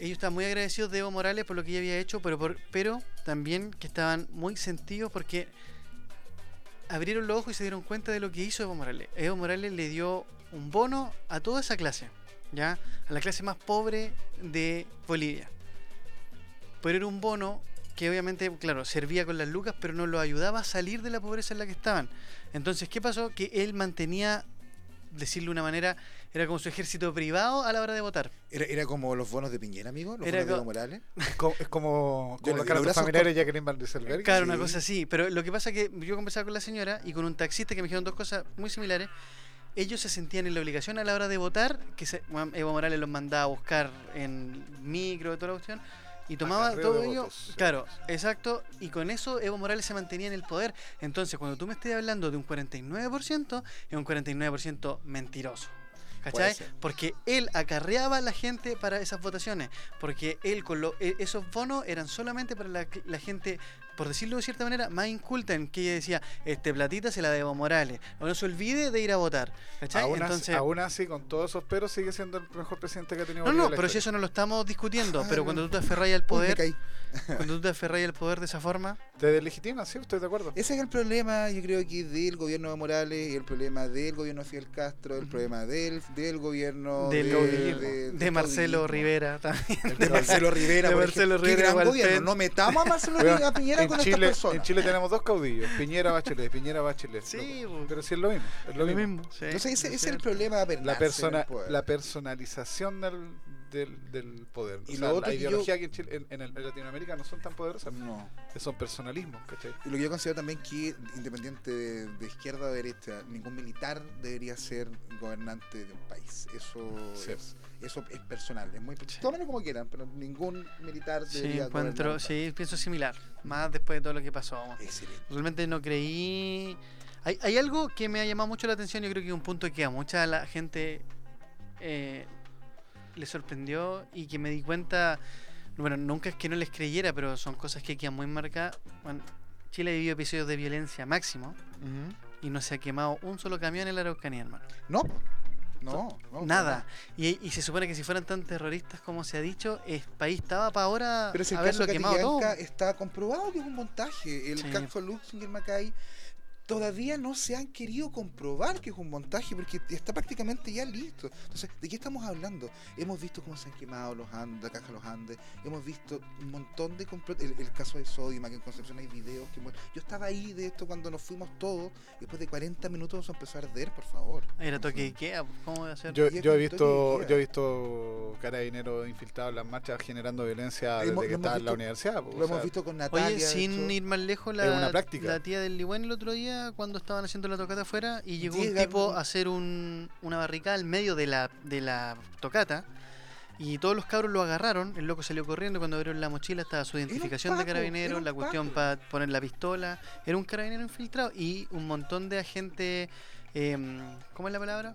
Speaker 3: ellos estaban muy agradecidos de Evo Morales por lo que ella había hecho, pero, por, pero también que estaban muy sentidos porque abrieron los ojos y se dieron cuenta de lo que hizo Evo Morales. Evo Morales le dio un bono a toda esa clase, ¿ya? A la clase más pobre de Bolivia. Pero era un bono que obviamente, claro, servía con las lucas, pero no lo ayudaba a salir de la pobreza en la que estaban. Entonces, ¿qué pasó? Que él mantenía, decirlo de una manera, era como su ejército privado a la hora de votar.
Speaker 2: Era, era como los bonos de Piñera, amigo. Los bonos
Speaker 3: Era
Speaker 2: de
Speaker 3: co-
Speaker 2: Evo Morales.
Speaker 4: Es co- Es como
Speaker 2: Yo le
Speaker 4: colocar a
Speaker 2: digo,
Speaker 4: tus
Speaker 2: brazos
Speaker 4: familiares ya que Van Rieselberg.
Speaker 3: Claro, una
Speaker 2: Sí.
Speaker 3: cosa así. Pero lo que pasa es que yo conversaba con la señora y con un taxista que me dijeron dos cosas muy similares. Ellos se sentían en la obligación a la hora de votar, que se- bueno, Evo Morales los mandaba a buscar en micro, toda la cuestión, y tomaba
Speaker 4: Acarreo
Speaker 3: todo
Speaker 4: de
Speaker 3: ello.
Speaker 4: votos, sí.
Speaker 3: Claro, exacto. Y con eso Evo Morales se mantenía en el poder. Entonces, cuando tú me estés hablando de un 49%, es un 49% mentiroso.
Speaker 2: Puede
Speaker 3: ¿Cachai?
Speaker 2: ser.
Speaker 3: Porque él acarreaba a la gente para esas votaciones. Porque él con lo- e- esos bonos eran solamente para la, la gente, por decirlo de cierta manera, más inculta en que ella decía, este platita se la debo Morales. O no se olvide de ir a votar. ¿Cachai?
Speaker 4: Aún, así,
Speaker 3: Entonces.
Speaker 4: aún así, con todos esos peros, sigue siendo el mejor presidente que ha tenido
Speaker 3: No,
Speaker 4: Bolivia
Speaker 3: no,
Speaker 4: en la
Speaker 3: pero si
Speaker 4: historia.
Speaker 3: eso no lo estamos discutiendo.
Speaker 2: Ah,
Speaker 3: pero
Speaker 2: no.
Speaker 3: cuando tú te aferráis al
Speaker 2: Uy, me
Speaker 3: poder,
Speaker 2: caí.
Speaker 3: cuando tú te aferráis al poder de esa forma,
Speaker 4: Te deslegitima, sí, estoy de acuerdo.
Speaker 2: Ese es el problema, yo creo que del gobierno de Morales, y el problema del gobierno de Fidel Castro, el
Speaker 3: Ujú.
Speaker 2: problema del, del gobierno
Speaker 3: del-
Speaker 2: de,
Speaker 4: caudillismo.
Speaker 2: de- del
Speaker 3: de Marcelo
Speaker 2: caudillismo. [laughs]
Speaker 3: Rivera también.
Speaker 2: De
Speaker 4: [laughs]
Speaker 2: Marcelo Rivera,
Speaker 3: De
Speaker 2: por
Speaker 3: Marcelo
Speaker 2: ejemplo. Qué
Speaker 3: Rivera,
Speaker 2: gran
Speaker 3: Walter.
Speaker 2: gobierno. No metamos a Marcelo Rivera a Piñera
Speaker 4: en,
Speaker 2: con
Speaker 4: Chile,
Speaker 2: estas
Speaker 4: en
Speaker 2: personas.
Speaker 4: Chile tenemos dos caudillos, Piñera Bachelet, Piñera Bachelet.
Speaker 3: Sí,
Speaker 4: loco.
Speaker 3: bo.
Speaker 4: pero sí es lo mismo. Es lo mismo.
Speaker 3: sí,
Speaker 2: Entonces ese,
Speaker 3: es
Speaker 2: ese es el
Speaker 3: cierto.
Speaker 2: problema de
Speaker 4: eh,
Speaker 2: pues.
Speaker 4: La,
Speaker 2: apernarse en
Speaker 4: persona,
Speaker 2: el poder.
Speaker 4: la personalización del, del, del poder. O
Speaker 2: Y lo
Speaker 4: sea,
Speaker 2: otro
Speaker 4: la
Speaker 2: que yo-
Speaker 4: ideología que en, Chile- en- en el- en Latinoamérica no son tan poderosas,
Speaker 2: No.
Speaker 4: son personalismos, ¿cachai?
Speaker 2: Y lo que yo considero también que, independiente de, de izquierda o derecha, ningún militar debería ser gobernante de un país. Eso,
Speaker 4: Sí.
Speaker 2: es, eso es personal. Es muy,
Speaker 3: Sí.
Speaker 2: tómenlo como quieran, pero ningún militar
Speaker 3: Sí,
Speaker 2: debería gobernar
Speaker 3: encuentro,
Speaker 2: un país.
Speaker 3: sí, pienso similar. Más después de todo lo que pasó.
Speaker 2: Excelente.
Speaker 3: Realmente no creí. Hay, hay algo que me ha llamado mucho la atención. Yo creo que es un punto que a mucha la gente eh, le sorprendió y que me di cuenta. Bueno, nunca es que no les creyera, pero son cosas que quedan muy marcadas. Bueno, Chile ha vivido episodios de violencia máximo y no se ha quemado un solo camión en la Araucanía, hermano.
Speaker 2: No, po. no, no,
Speaker 3: Nada. Y, y se supone que si fueran tan terroristas como se ha dicho, el país estaba para ahora
Speaker 2: Pero si el
Speaker 3: haberlo
Speaker 2: caso
Speaker 3: quemado todo.
Speaker 2: Catillanca está comprobado que es un montaje. El
Speaker 3: Sí.
Speaker 2: caso Luxinger Macay todavía no se han querido comprobar que es un montaje porque está prácticamente ya listo. Entonces, ¿de qué estamos hablando? Hemos visto cómo se han quemado los Andes, la caja de los Andes. Hemos visto un montón de complot. El, el caso de Sodima, que en Concepción hay videos que muestran- Yo estaba ahí de esto cuando nos fuimos todos. Después de 40 minutos nos empezó a arder, por favor.
Speaker 3: Era toque de Ikea, ¿cómo voy a hacer?
Speaker 4: Yo,
Speaker 2: Y es
Speaker 4: yo he
Speaker 2: con
Speaker 4: visto,
Speaker 2: toque de queda.
Speaker 4: yo he visto carabineros infiltrados en las marchas generando violencia
Speaker 2: Hemos-
Speaker 4: desde
Speaker 2: lo
Speaker 4: que
Speaker 2: hemos
Speaker 4: estaba en la
Speaker 2: visto-
Speaker 4: universidad. po, o
Speaker 2: Lo hemos
Speaker 4: sea,
Speaker 2: visto con Natalia.
Speaker 3: Oye,
Speaker 2: de
Speaker 3: sin
Speaker 2: hecho.
Speaker 3: ir más lejos, la,
Speaker 4: es una práctica.
Speaker 3: la tía del Ligüen el otro día, cuando estaban haciendo la tocata afuera, y llegó un
Speaker 2: Llega
Speaker 3: tipo
Speaker 2: un-
Speaker 3: a hacer un- una barricada al medio de la, de la tocata, y todos los cabros lo agarraron, el loco salió corriendo, cuando abrieron la mochila estaba su identificación de
Speaker 2: paco, era
Speaker 3: carabinero,
Speaker 2: un
Speaker 3: la cuestión para poner la pistola, era un carabinero infiltrado, y un montón de agente... em, ¿Cómo es la palabra?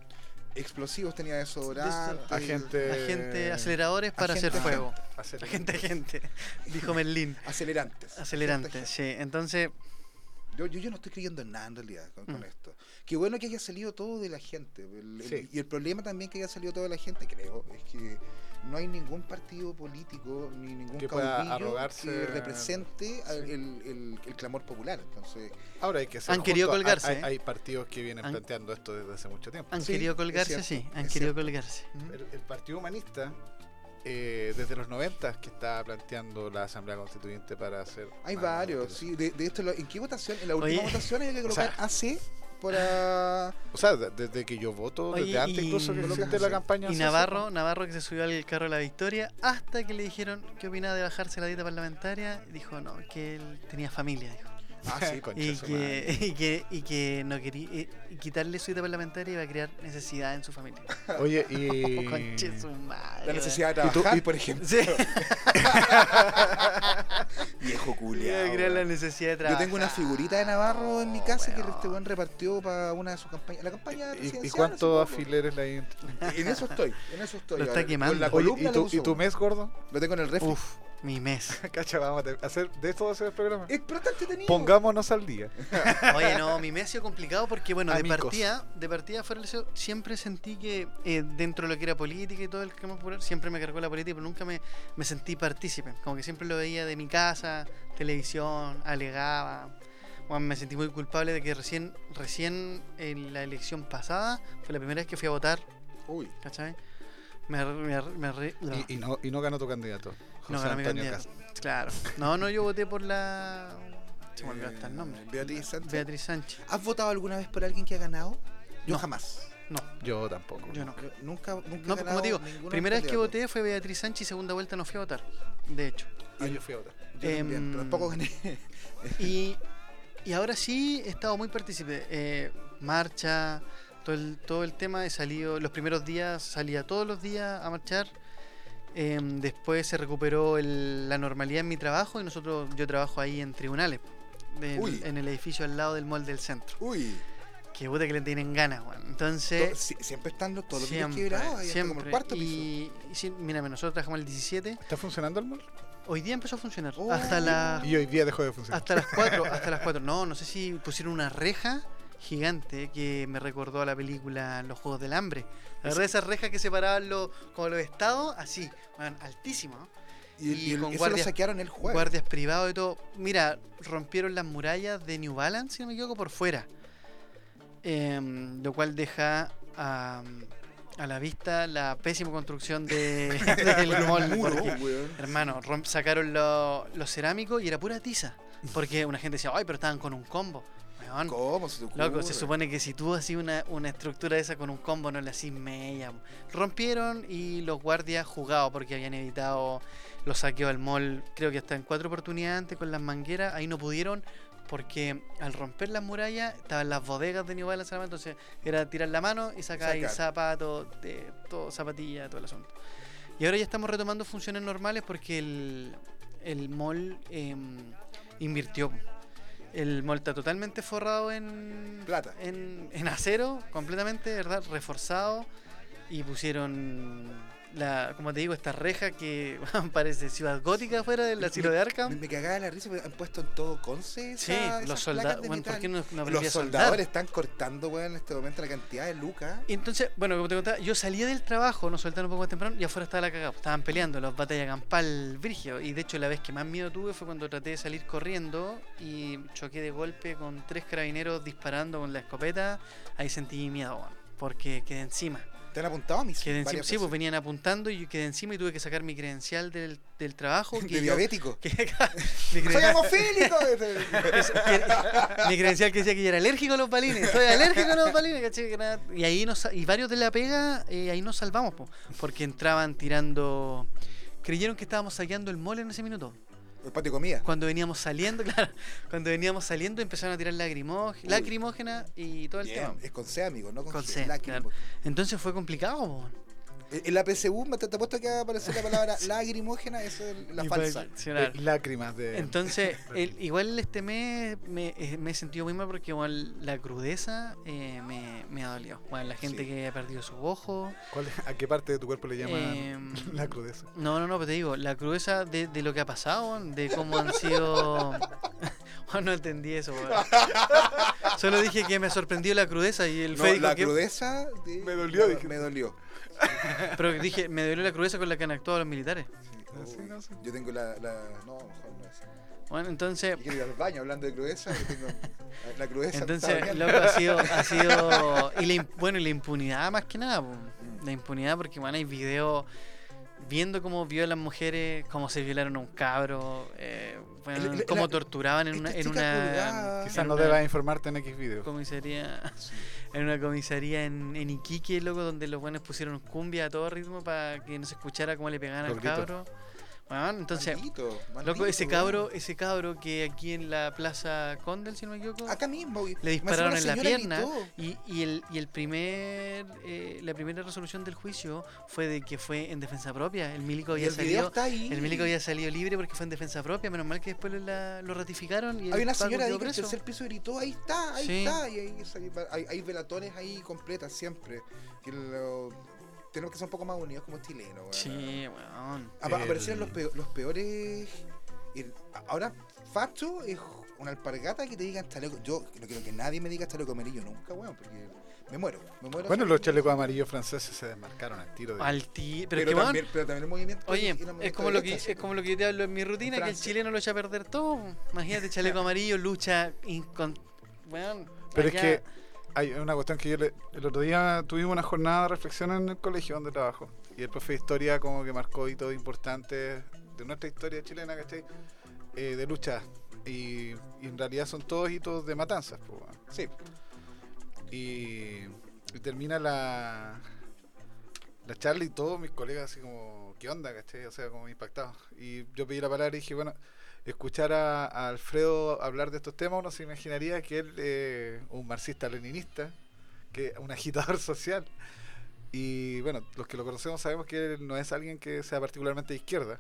Speaker 2: Explosivos tenía desodorante.
Speaker 4: agente,
Speaker 3: Agente aceleradores para
Speaker 2: Eh, agente,
Speaker 3: hacer fuego.
Speaker 4: aceler-
Speaker 3: Agente, agente, dijo Merlín.
Speaker 2: Acelerantes.
Speaker 3: Acelerante,
Speaker 2: Agente-
Speaker 3: sí. Entonces,
Speaker 2: Yo, yo, yo no estoy creyendo en nada en realidad con, con
Speaker 3: Mm.
Speaker 2: esto. Qué bueno que haya salido todo de la gente. El- el-
Speaker 4: Sí.
Speaker 2: Y el problema también que haya salido todo de la gente, creo, es que no hay ningún partido político ni ningún
Speaker 4: Que pueda
Speaker 2: caudillo
Speaker 4: arrogarse-
Speaker 2: que represente al-
Speaker 4: sí.
Speaker 2: el, el- el clamor popular. Entonces,
Speaker 4: Ahora hay que ser
Speaker 3: Han querido
Speaker 4: justo, hay-
Speaker 3: colgarse,
Speaker 4: Hay,
Speaker 3: ¿eh?
Speaker 4: hay partidos que vienen
Speaker 3: Han-
Speaker 4: planteando esto desde hace mucho tiempo.
Speaker 3: Han
Speaker 2: Sí,
Speaker 3: querido
Speaker 2: es
Speaker 3: colgarse,
Speaker 2: cierto,
Speaker 3: sí, han
Speaker 2: es
Speaker 3: querido colgarse.
Speaker 4: El, el Partido Humanista, eh, desde los 90 que está planteando la Asamblea Constituyente para hacer...
Speaker 2: hay
Speaker 4: una
Speaker 2: varios.
Speaker 4: constitución.
Speaker 2: Sí, de, de esto, lo- ¿En qué votación? En la
Speaker 3: Oye.
Speaker 2: última votación hay que
Speaker 4: O sea-
Speaker 2: colocar AC
Speaker 4: [laughs]
Speaker 2: para...
Speaker 4: O sea, de- desde que yo voto,
Speaker 3: Oye,
Speaker 4: desde antes
Speaker 3: y-
Speaker 4: incluso que
Speaker 2: Lo que
Speaker 4: existe la
Speaker 2: hace.
Speaker 4: campaña...
Speaker 3: Y
Speaker 4: se
Speaker 3: Navarro, Navarro que se subió al carro de la victoria, hasta que le dijeron qué opinaba de bajarse la dieta parlamentaria, y dijo no, que él tenía familia, dijo.
Speaker 2: Ah, sí.
Speaker 4: Concha
Speaker 3: Y
Speaker 4: su madre.
Speaker 3: que, [laughs] y, que, y que no quería y quitarle su dieta parlamentaria iba a crear necesidad en su familia. [laughs]
Speaker 4: Oye, y...
Speaker 3: Conche su madre,
Speaker 2: La
Speaker 3: weón.
Speaker 2: necesidad de
Speaker 4: Y tú-
Speaker 2: trabajar,
Speaker 4: y-
Speaker 2: por ejemplo.
Speaker 4: [laughs]
Speaker 3: Sí, [laughs]
Speaker 2: Viejo [laughs]
Speaker 3: iba a crear
Speaker 2: culiao.
Speaker 3: la necesidad de
Speaker 2: Yo
Speaker 3: trabajar.
Speaker 2: tengo una figurita de Navarro en mi casa que
Speaker 3: weón.
Speaker 2: este weón repartió para una de sus campañas. La campaña
Speaker 4: Oh, ¿Y-
Speaker 2: presidencial.
Speaker 4: ¿Y, cuántos
Speaker 2: supongo.
Speaker 4: afileres le
Speaker 3: [laughs]
Speaker 4: hay?
Speaker 2: En eso estoy, en eso estoy.
Speaker 3: Lo está
Speaker 2: ahora.
Speaker 3: quemando.
Speaker 2: Con la
Speaker 4: Oye,
Speaker 2: columna
Speaker 4: ¿y,
Speaker 2: le
Speaker 4: tu,
Speaker 2: puse
Speaker 4: ¿Y tu
Speaker 2: uno.
Speaker 4: mes, gordo? [laughs]
Speaker 2: Lo tengo en el refri.
Speaker 3: Uf, mi mes.
Speaker 4: Cacha, vamos a te- hacer de esto va a ser el programa.
Speaker 2: Es, pero está entretenido.
Speaker 4: Pongámonos al día.
Speaker 3: Oye, no, mi mes ha sido complicado porque, bueno, de
Speaker 4: Amigos.
Speaker 3: partida, de partida fuera del liceo, siempre sentí que eh, dentro de lo que era política y todo el tema popular, siempre me cargó la política, pero nunca me, me sentí partícipe. Como que siempre lo veía de mi casa, televisión, alegaba. Bueno, me sentí muy culpable de que recién, recién en la elección pasada fue la primera vez que fui a votar,
Speaker 2: Uy,
Speaker 3: ¿cachai? Me, re- me, re- me re- no,
Speaker 4: Y, y no, y no ganó tu candidato. José
Speaker 3: no ganó mi
Speaker 4: Antonio
Speaker 3: candidato. Claro. No, no, yo voté por la... Se me olvidó hasta el
Speaker 2: Eh,
Speaker 3: nombre.
Speaker 2: Beatriz Sánchez.
Speaker 3: Beatriz Sánchez.
Speaker 2: ¿has votado alguna vez por alguien que ha ganado? Yo
Speaker 3: No.
Speaker 2: jamás.
Speaker 3: No,
Speaker 4: Cast. Yo tampoco.
Speaker 3: yo no.
Speaker 2: Yo nunca, nunca he
Speaker 3: No, pues,
Speaker 2: ganado
Speaker 3: como digo,
Speaker 2: ninguno
Speaker 3: Primera vez que
Speaker 2: candidato.
Speaker 3: voté fue Beatriz Sánchez y segunda vuelta no fui a votar,
Speaker 2: [laughs]
Speaker 3: de hecho.
Speaker 4: Ah, yo fui a votar.
Speaker 2: Yo también,
Speaker 3: em,
Speaker 2: pero tampoco gané. [laughs]
Speaker 3: Y, y ahora sí he estado muy partícipe. eh, marcha, todo el, todo el tema, he salido, los primeros días salía todos los días a marchar. Em, después se recuperó el- la normalidad en mi trabajo y nosotros, yo trabajo ahí en tribunales, en,
Speaker 2: Uy.
Speaker 3: en el edificio al lado del mall del centro.
Speaker 2: Uy,
Speaker 3: Que puta que le tienen ganas, weón.
Speaker 2: to-
Speaker 3: Entonces...
Speaker 2: si- siempre están los- todos los días
Speaker 3: Siempre,
Speaker 2: quebrados. ahí hasta como el
Speaker 3: siempre.
Speaker 2: cuarto piso.
Speaker 3: Y, y sí, mírame, nosotros trabajamos el 17
Speaker 4: ¿Está funcionando el mall?
Speaker 3: Hoy día empezó a funcionar.
Speaker 2: Oh.
Speaker 3: hasta, la-
Speaker 4: Y hoy día dejó de funcionar.
Speaker 3: Ah. hasta las 4. Hasta las 4. No, no sé si pusieron una reja gigante que me recordó a la película Los Juegos del Hambre. La verdad, esas rejas que separaban los, como los estados, así, bueno, altísimo. ¿no?
Speaker 2: Y,
Speaker 3: y
Speaker 2: y el-
Speaker 3: con
Speaker 2: eso
Speaker 3: guardias-
Speaker 2: lo saquearon el jueves.
Speaker 3: Guardias privados y todo. Mira, rompieron las murallas de New Balance, si no me equivoco, por fuera. Em, lo cual deja a, a la vista la pésima construcción de, [laughs] del
Speaker 2: [laughs]
Speaker 3: mall.
Speaker 2: Muro,
Speaker 3: porque-
Speaker 2: weón.
Speaker 3: Hermano, romp- sacaron lo- los cerámicos y era pura tiza. Porque una gente decía, ay, pero estaban con un combo. Weón,
Speaker 2: ¿Cómo se te ocurre?
Speaker 3: Mm. loco, se supone que si tú hacías una, una estructura esa con un combo, no le hacís media. Rompieron y los guardias jugados porque habían evitado los saqueos al mall, creo que hasta en cuatro oportunidades antes con las mangueras. Ahí no pudieron porque al romper las murallas estaban las bodegas de New Balance, además, entonces era tirar la mano y sacar ahí
Speaker 2: Sacar.
Speaker 3: zapatos, de, todo, zapatilla, todo el asunto. Y ahora ya estamos retomando funciones normales porque el, el mall em, invirtió. El mall está totalmente forrado en
Speaker 2: Plata.
Speaker 3: en, en acero, completamente, ¿verdad? Reforzado. Y pusieron, la, como te digo, esta reja que [laughs] parece ciudad gótica afuera del asilo de
Speaker 2: Me,
Speaker 3: Arkham.
Speaker 2: me cagaba la risa, pero han puesto en todo Conce.
Speaker 3: Sí,
Speaker 2: esas-
Speaker 3: los
Speaker 2: esas placas
Speaker 3: soldados.
Speaker 2: de
Speaker 3: Bueno, ¿por
Speaker 2: metal.
Speaker 3: qué no, no aprendí
Speaker 2: Los
Speaker 3: a soldar?
Speaker 2: soldadores están cortando, weón, en este momento la cantidad de lucas.
Speaker 3: Y Entonces, bueno, como te contaba, yo salía del trabajo, nos soltaron un poco más temprano y afuera estaba la cagada. pues, Estaban peleando, los batalla campal brigio. Y de hecho, la vez que más miedo tuve fue cuando traté de salir corriendo y choqué de golpe con tres carabineros disparando con la escopeta. Ahí sentí miedo, weón, porque quedé encima.
Speaker 2: Te han apuntado a mis
Speaker 3: Quedé encima,
Speaker 2: varias
Speaker 3: sí, pues
Speaker 2: veces.
Speaker 3: venían apuntando y yo quedé encima y tuve que sacar mi credencial del, del
Speaker 2: [laughs]
Speaker 3: trabajo.
Speaker 2: De
Speaker 3: Que yo-
Speaker 2: diabético.
Speaker 3: [laughs]
Speaker 2: [laughs]
Speaker 3: que- mi,
Speaker 2: ¡Soy Este,
Speaker 3: creden-
Speaker 2: hemofílico!
Speaker 3: [laughs] que- mi credencial que decía que yo era alérgico a los balines. Soy alérgico a los balines, ¿cachai? Que nada- Y, ahí nos, sa- y varios de la pega, eh, ahí nos salvamos, po, porque entraban tirando... Creyeron que estábamos saqueando el mole en ese minuto.
Speaker 2: El patio comía.
Speaker 3: Cuando veníamos saliendo, [laughs] claro, cuando veníamos saliendo empezaron a tirar lagrimó-
Speaker 2: Uy.
Speaker 3: lacrimógena y todo el tema.
Speaker 2: Bien, es con C, amigo, no con,
Speaker 3: Con
Speaker 2: G,
Speaker 3: C,
Speaker 2: lágrima. Eh,
Speaker 3: claro. Entonces fue complicado, po.
Speaker 2: En en la PSU me te, te apuesto que va a aparecer la
Speaker 3: [laughs]
Speaker 2: palabra lagrimógena, eso es la
Speaker 3: Y fue
Speaker 2: falsa.
Speaker 3: excepcional.
Speaker 4: Eh, lágrimas de...
Speaker 2: [laughs]
Speaker 3: Entonces, el- igual este mes me, eh, me he sentido muy mal porque igual la crudeza eh, me, me ha dolido. Bueno, la gente
Speaker 2: Sí.
Speaker 3: que ha perdido sus ojos.
Speaker 4: ¿Cuál- ¿A qué parte de tu cuerpo le llaman
Speaker 3: Em,
Speaker 4: [laughs] la crudeza?
Speaker 3: No, no, no, pero te digo, la crudeza de, de lo que ha [laughs] pasado, de cómo han sido... Bueno, no entendí eso, weón. Solo dije que me sorprendió la crudeza y el
Speaker 2: No,
Speaker 3: Federico
Speaker 2: la
Speaker 3: que-
Speaker 2: crudeza de-
Speaker 4: Me dolió,
Speaker 2: me,
Speaker 4: dije.
Speaker 2: me dolió.
Speaker 3: Pero dije, me dolió la crudeza con la que han actuado los militares.
Speaker 4: Sí,
Speaker 2: Uy,
Speaker 4: no sé.
Speaker 2: Oh, Yo tengo la, la- No, mejor no es.
Speaker 3: Bueno, entonces,
Speaker 2: [laughs] Yo quiero ir al baño hablando de crudeza. yo tengo- la- La crudeza. me está
Speaker 3: entonces
Speaker 2: doliendo.
Speaker 3: loco, ha sido, ha sido y la, im- bueno, y la impunidad más que nada, po. la impunidad porque bueno, hay videos viendo cómo violan mujeres, cómo se violaron a un cabro, eh, bueno,
Speaker 2: El- el-
Speaker 3: cómo
Speaker 2: la-
Speaker 3: torturaban en
Speaker 2: esta
Speaker 3: una, en
Speaker 2: chica
Speaker 3: una
Speaker 2: colgada.
Speaker 4: Quizás
Speaker 3: Ah, en
Speaker 4: no
Speaker 3: una
Speaker 4: debas informarte en X video.
Speaker 3: comisaría,
Speaker 2: Sí.
Speaker 3: en una comisaría en, en Iquique, loco, donde los buenos pusieron cumbia a todo ritmo para que no se escuchara cómo le pegaban al
Speaker 4: Los gritos.
Speaker 3: cabro. Bueno, entonces,
Speaker 2: Maldito, maldito,
Speaker 3: Loco, ese
Speaker 2: weón.
Speaker 3: cabro, eh, ese cabro que aquí en la Plaza Condel, si no me equivoco,
Speaker 2: Acá mismo. y-
Speaker 3: le
Speaker 2: más encima
Speaker 3: dispararon en la
Speaker 2: señora
Speaker 3: pierna.
Speaker 2: gritó.
Speaker 3: Y, y el, y el primer, eh, la primera resolución del juicio fue de que fue en defensa propia. El milico
Speaker 2: Y
Speaker 3: había
Speaker 2: el video
Speaker 3: salido,
Speaker 2: está ahí.
Speaker 3: el milico había salido libre porque fue en defensa propia. Menos mal que después lo, la- lo ratificaron. Y
Speaker 2: Había
Speaker 3: el
Speaker 2: una
Speaker 3: Paco
Speaker 2: señora ahí
Speaker 3: quedó
Speaker 2: que en el
Speaker 3: preso.
Speaker 2: tercer piso gritó, ahí está, ahí
Speaker 3: Sí.
Speaker 2: está. Y ahí salió- hay, hay velatones ahí completas siempre. Que lo- tenemos que ser un poco más unidos como chilenos. weón.
Speaker 3: Sí, weón.
Speaker 2: Apa-
Speaker 4: El-
Speaker 2: Aparecieron los, peo- los peores. el- a- ahora, Facho es una alpargata que te digan chaleco. Yo no quiero que nadie me diga chaleco amarillo nunca, weón, porque me muero. Me muero
Speaker 4: Bueno,
Speaker 2: así.
Speaker 4: los chalecos amarillos franceses se desmarcaron al tiro. De...
Speaker 3: Al ti- Pero,
Speaker 2: pero,
Speaker 3: es que, weón,
Speaker 2: también, pero también el movimiento.
Speaker 3: Oye,
Speaker 2: era un
Speaker 3: es como, lo que,
Speaker 2: movimiento de
Speaker 3: es como lo que yo te hablo en mi rutina, que el
Speaker 2: Francia.
Speaker 3: chileno lo echa a perder todo. Imagínate, [laughs] chaleco amarillo, lucha. in- con- weón,
Speaker 4: Pero es
Speaker 3: allá-
Speaker 4: que hay una cuestión que yo le- el otro día tuvimos una jornada de reflexión en el colegio donde trabajo y el profe de historia como que marcó hitos importantes de nuestra historia chilena, ¿cachai? Eh, de lucha y, y en realidad son todos hitos de matanzas, po, weón.
Speaker 2: Sí,
Speaker 4: y, y termina la la charla y todos mis colegas así como, ¿qué onda? ¿cachai? O sea, como impactados. Y yo pedí la palabra y dije, bueno, escuchar a, a Alfredo hablar de estos temas, uno se imaginaría que él, eh, un marxista-leninista, que un agitador [laughs] social. Y bueno, los que lo conocemos sabemos que él no es alguien que sea particularmente de izquierda.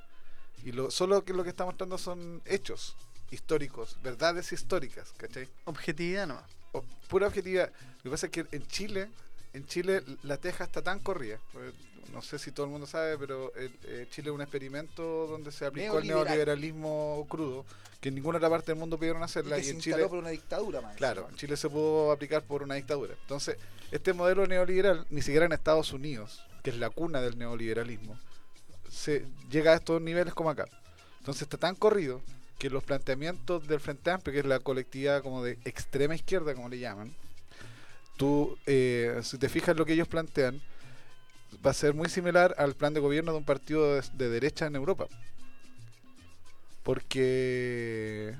Speaker 4: Y lo, solo que lo que está mostrando son hechos históricos, verdades históricas, ¿cachai?
Speaker 3: Objetividad nomás.
Speaker 4: o- pura objetividad. Lo que pasa es que en Chile, en Chile la teja está tan corrida. eh, No sé si todo el mundo sabe, pero el- eh, Chile es un experimento donde se aplicó
Speaker 2: Neoliberal.
Speaker 4: el neoliberalismo crudo, que en ninguna otra parte del mundo pudieron
Speaker 2: y
Speaker 4: hacerla.
Speaker 2: que
Speaker 4: Y,
Speaker 2: se
Speaker 4: en
Speaker 2: instaló
Speaker 4: Chile,
Speaker 2: por una dictadura, man.
Speaker 4: claro, en Chile se pudo aplicar por una dictadura. Entonces, este modelo neoliberal, ni siquiera en Estados Unidos, que es la cuna del neoliberalismo, se llega a estos niveles como acá. Entonces está tan corrido que los planteamientos del Frente Amplio, que es la colectividad como de extrema izquierda, como le llaman, tú, eh, si te fijas lo que ellos plantean, va a ser muy similar al plan de gobierno de un partido de, de derecha en Europa. Porque,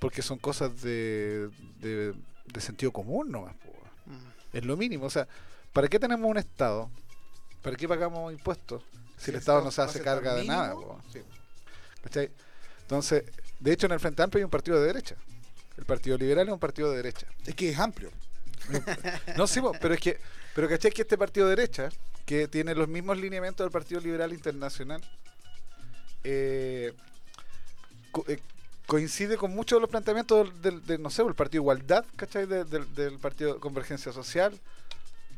Speaker 4: porque son cosas de, de, de sentido común nomás. po.
Speaker 3: Mm.
Speaker 4: Es lo mínimo. O sea, ¿para qué tenemos un Estado? ¿Para qué pagamos impuestos? Si
Speaker 2: Sí,
Speaker 4: el Estado no
Speaker 2: esto
Speaker 4: se hace
Speaker 2: hace
Speaker 4: carga
Speaker 2: tan
Speaker 4: de nada.
Speaker 2: mínimo.
Speaker 4: po.
Speaker 2: Sí.
Speaker 4: ¿Cachai? Entonces, de hecho en el Frente Amplio hay un partido de derecha. El Partido Liberal es un partido de derecha.
Speaker 2: Es que es amplio.
Speaker 4: No, sí, po, pero es que, pero ¿cachai que este partido de derecha, que tiene los mismos lineamientos del Partido Liberal Internacional, eh, co- eh, coincide con muchos de los planteamientos del, del- no sé, el Partido Igualdad, ¿cachai? De- del, del Partido Convergencia Social,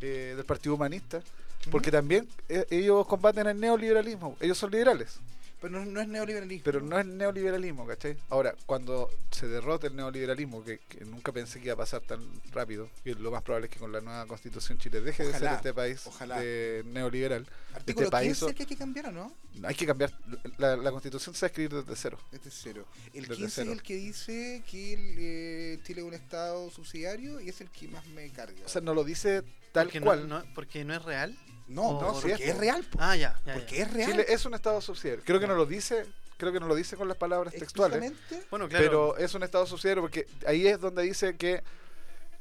Speaker 4: eh, del Partido Humanista, porque también eh, ellos combaten el neoliberalismo, ellos son liberales.
Speaker 2: Pero no, no es neoliberalismo.
Speaker 4: Pero no es neoliberalismo, ¿cachai? Ahora, cuando se derrote el neoliberalismo, que, que nunca pensé que iba a pasar tan rápido, y lo más probable es que con la nueva constitución Chile deje de ser
Speaker 2: Ojalá,
Speaker 4: este país
Speaker 2: ojalá.
Speaker 4: de neoliberal,
Speaker 2: Artículo
Speaker 4: este país
Speaker 2: 15
Speaker 4: o-
Speaker 2: que hay que cambiar, ¿o no?
Speaker 4: hay que cambiar. La, la constitución se va a escribir desde cero.
Speaker 2: Este es cero. El
Speaker 4: Desde
Speaker 2: 15
Speaker 4: cero.
Speaker 2: es el que dice que el, eh, Chile es un estado subsidiario y es el que más me carga.
Speaker 4: O sea, no lo dice tal
Speaker 3: Porque no-
Speaker 4: cual.
Speaker 3: No, porque no es real.
Speaker 2: no,
Speaker 3: no,
Speaker 2: no,
Speaker 3: sí
Speaker 2: porque
Speaker 4: es-
Speaker 2: es real. po.
Speaker 3: Ah, ya. ya, ya.
Speaker 2: Porque es real.
Speaker 4: Chile es un estado subsidiario. Creo que no lo dice, creo que no lo dice con las palabras textuales.
Speaker 2: Explícitamente,
Speaker 3: Bueno, claro.
Speaker 4: Pero es un estado subsidiario porque ahí es donde dice que,